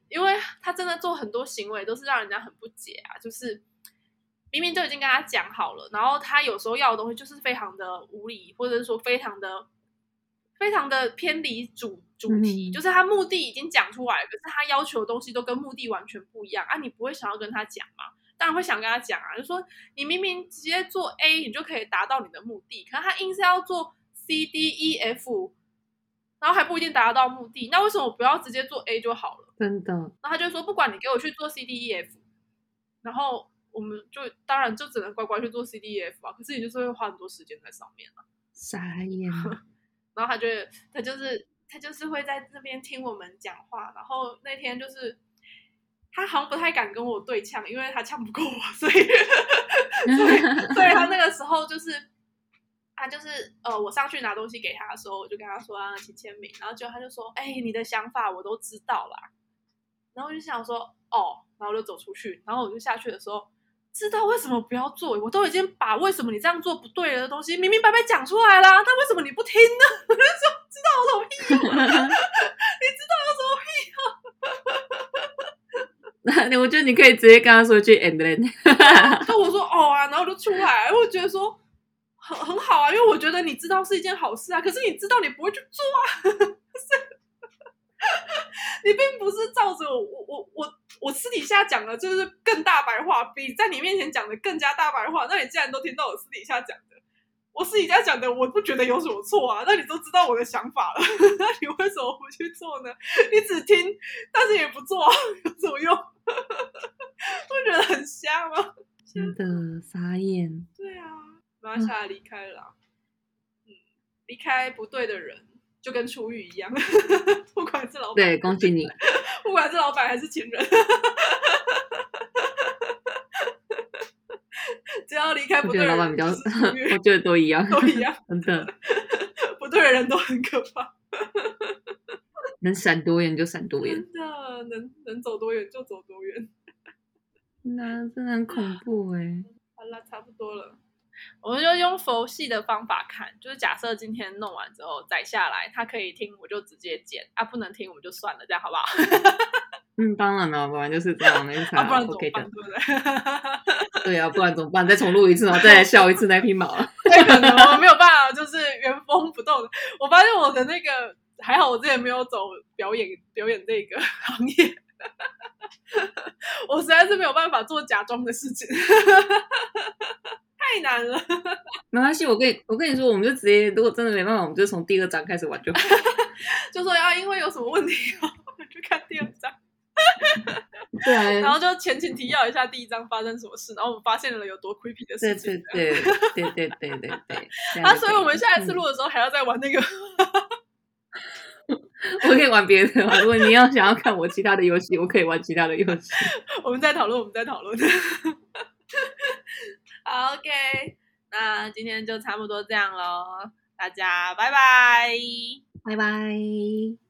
[SPEAKER 1] 因为他真的做很多行为都是让人家很不解啊，就是明明就已经跟他讲好了，然后他有时候要的东西就是非常的无理，或者是说非常的非常的偏离主主题，
[SPEAKER 2] 嗯
[SPEAKER 1] 就是他目的已经讲出来了，可是他要求的东西都跟目的完全不一样啊，你不会想要跟他讲吗？当然会想跟他讲啊，就说你明明直接做 A，你就可以达到你的目的，可是他硬是要做 C、D、E、F，然后还不一定达得到目的，那为什么我不要直接做 A 就好了？
[SPEAKER 2] 真的，
[SPEAKER 1] 然后他就说，不管你给我去做 C、D、E、F，然后我们就当然就只能乖乖去做 C、D、E、F 啊，可是你就是会花很多时间在上面啊。
[SPEAKER 2] 傻眼。啊 [laughs]
[SPEAKER 1] 然后他就他就是他就是会在那边听我们讲话，然后那天就是他好像不太敢跟我对呛，因为他呛不过我，所以 [laughs] 所
[SPEAKER 2] [laughs]
[SPEAKER 1] 以所以他那个时候就是他就是呃，我上去拿东西给他的时候，我就跟他说啊，请签名，然后结果他就说，哎、你的想法我都知道啦，然后我就想说哦，然后我就走出去，然后我就下去的时候。知道为什么不要做？我都已经把为什么你这样做不对的东西明明白白讲出来啦，那为什么你不听呢？ [laughs] 我就说知道我什么屁
[SPEAKER 2] [laughs] 那我觉得你可以直接跟他说一句 “and then”，
[SPEAKER 1] 用？那我说哦啊，然后我就出来，我觉得说很很好啊，因为我觉得你知道是一件好事啊，可是你知道你不会去做啊， [laughs] 是你并不是照着我我我我我私底下讲的，就是更大白话，比在你面前讲的更加大白话，那你竟然都听到我私底下讲的。我私底下讲的，我不觉得有什么错啊。那你都知道我的想法了， [laughs] 那你为什么不去做呢？你只听，但是也不做啊，有什么用？ [laughs] 不觉得很瞎吗？
[SPEAKER 2] 真的傻眼。
[SPEAKER 1] 对啊，玛莎离开了啊、嗯，离开不对的人，就跟出狱一样， [laughs] 不管是老板，
[SPEAKER 2] 对，恭喜 [laughs] 你，
[SPEAKER 1] 不管是老板还是情人， [laughs] 只要离开不
[SPEAKER 2] 我
[SPEAKER 1] 对
[SPEAKER 2] 觉
[SPEAKER 1] 的人，
[SPEAKER 2] 得老板比较，
[SPEAKER 1] 就是出狱
[SPEAKER 2] 我觉得都一样，
[SPEAKER 1] 都一样，
[SPEAKER 2] 真的
[SPEAKER 1] 不对的人都很可 [laughs] 怕。
[SPEAKER 2] 能闪多远就闪多远，
[SPEAKER 1] 真的能能走多远就走多远。
[SPEAKER 2] [laughs] 那真的很恐怖哎、
[SPEAKER 1] 好啦，差不多了，我们就用佛系的方法看，就是假设今天弄完之后载下来，他可以听我就直接剪，啊不能听我们就算了，这样好不好？
[SPEAKER 2] 嗯，当然了，不然就是这样，没
[SPEAKER 1] 啊
[SPEAKER 2] 啥、
[SPEAKER 1] 不然怎么
[SPEAKER 2] OK 的
[SPEAKER 1] 办，。对 [laughs] 不对？
[SPEAKER 2] [laughs] 对啊，不然怎么办？再重录一次，然后再来笑一次那匹马。啊
[SPEAKER 1] 太可能我没有办法，就是原封不动的。我发现我的那个还好，我之前没有走表演表演这个行业， [laughs] 我实在是没有办法做假装的事情， [laughs] 太难了。
[SPEAKER 2] [laughs] 没关系，我跟你我跟你说，我们就直接，如果真的没办法，我们就从第二章开始玩就好。
[SPEAKER 1] 就说要因为有什么问题，然后我去看第二章，
[SPEAKER 2] [laughs] 对
[SPEAKER 1] 然
[SPEAKER 2] 啊，
[SPEAKER 1] 后就前情提要一下第一章发生什么事，然后我们发现了有多 creepy 的
[SPEAKER 2] 对
[SPEAKER 1] 事情。
[SPEAKER 2] 对 [laughs] 对对对对对对。这样
[SPEAKER 1] 啊，
[SPEAKER 2] 就
[SPEAKER 1] 所
[SPEAKER 2] 可
[SPEAKER 1] 以我们下一次
[SPEAKER 2] 嗯
[SPEAKER 1] 录的时候还要再玩那个，
[SPEAKER 2] 我可以玩别的嘛。如果你要想要看我其他的游戏，我可以玩其他的游戏。
[SPEAKER 1] 我们再讨论，我们再讨论。 [laughs] 好，OK，那今天就差不多这样喽，大家拜拜。
[SPEAKER 2] 拜拜。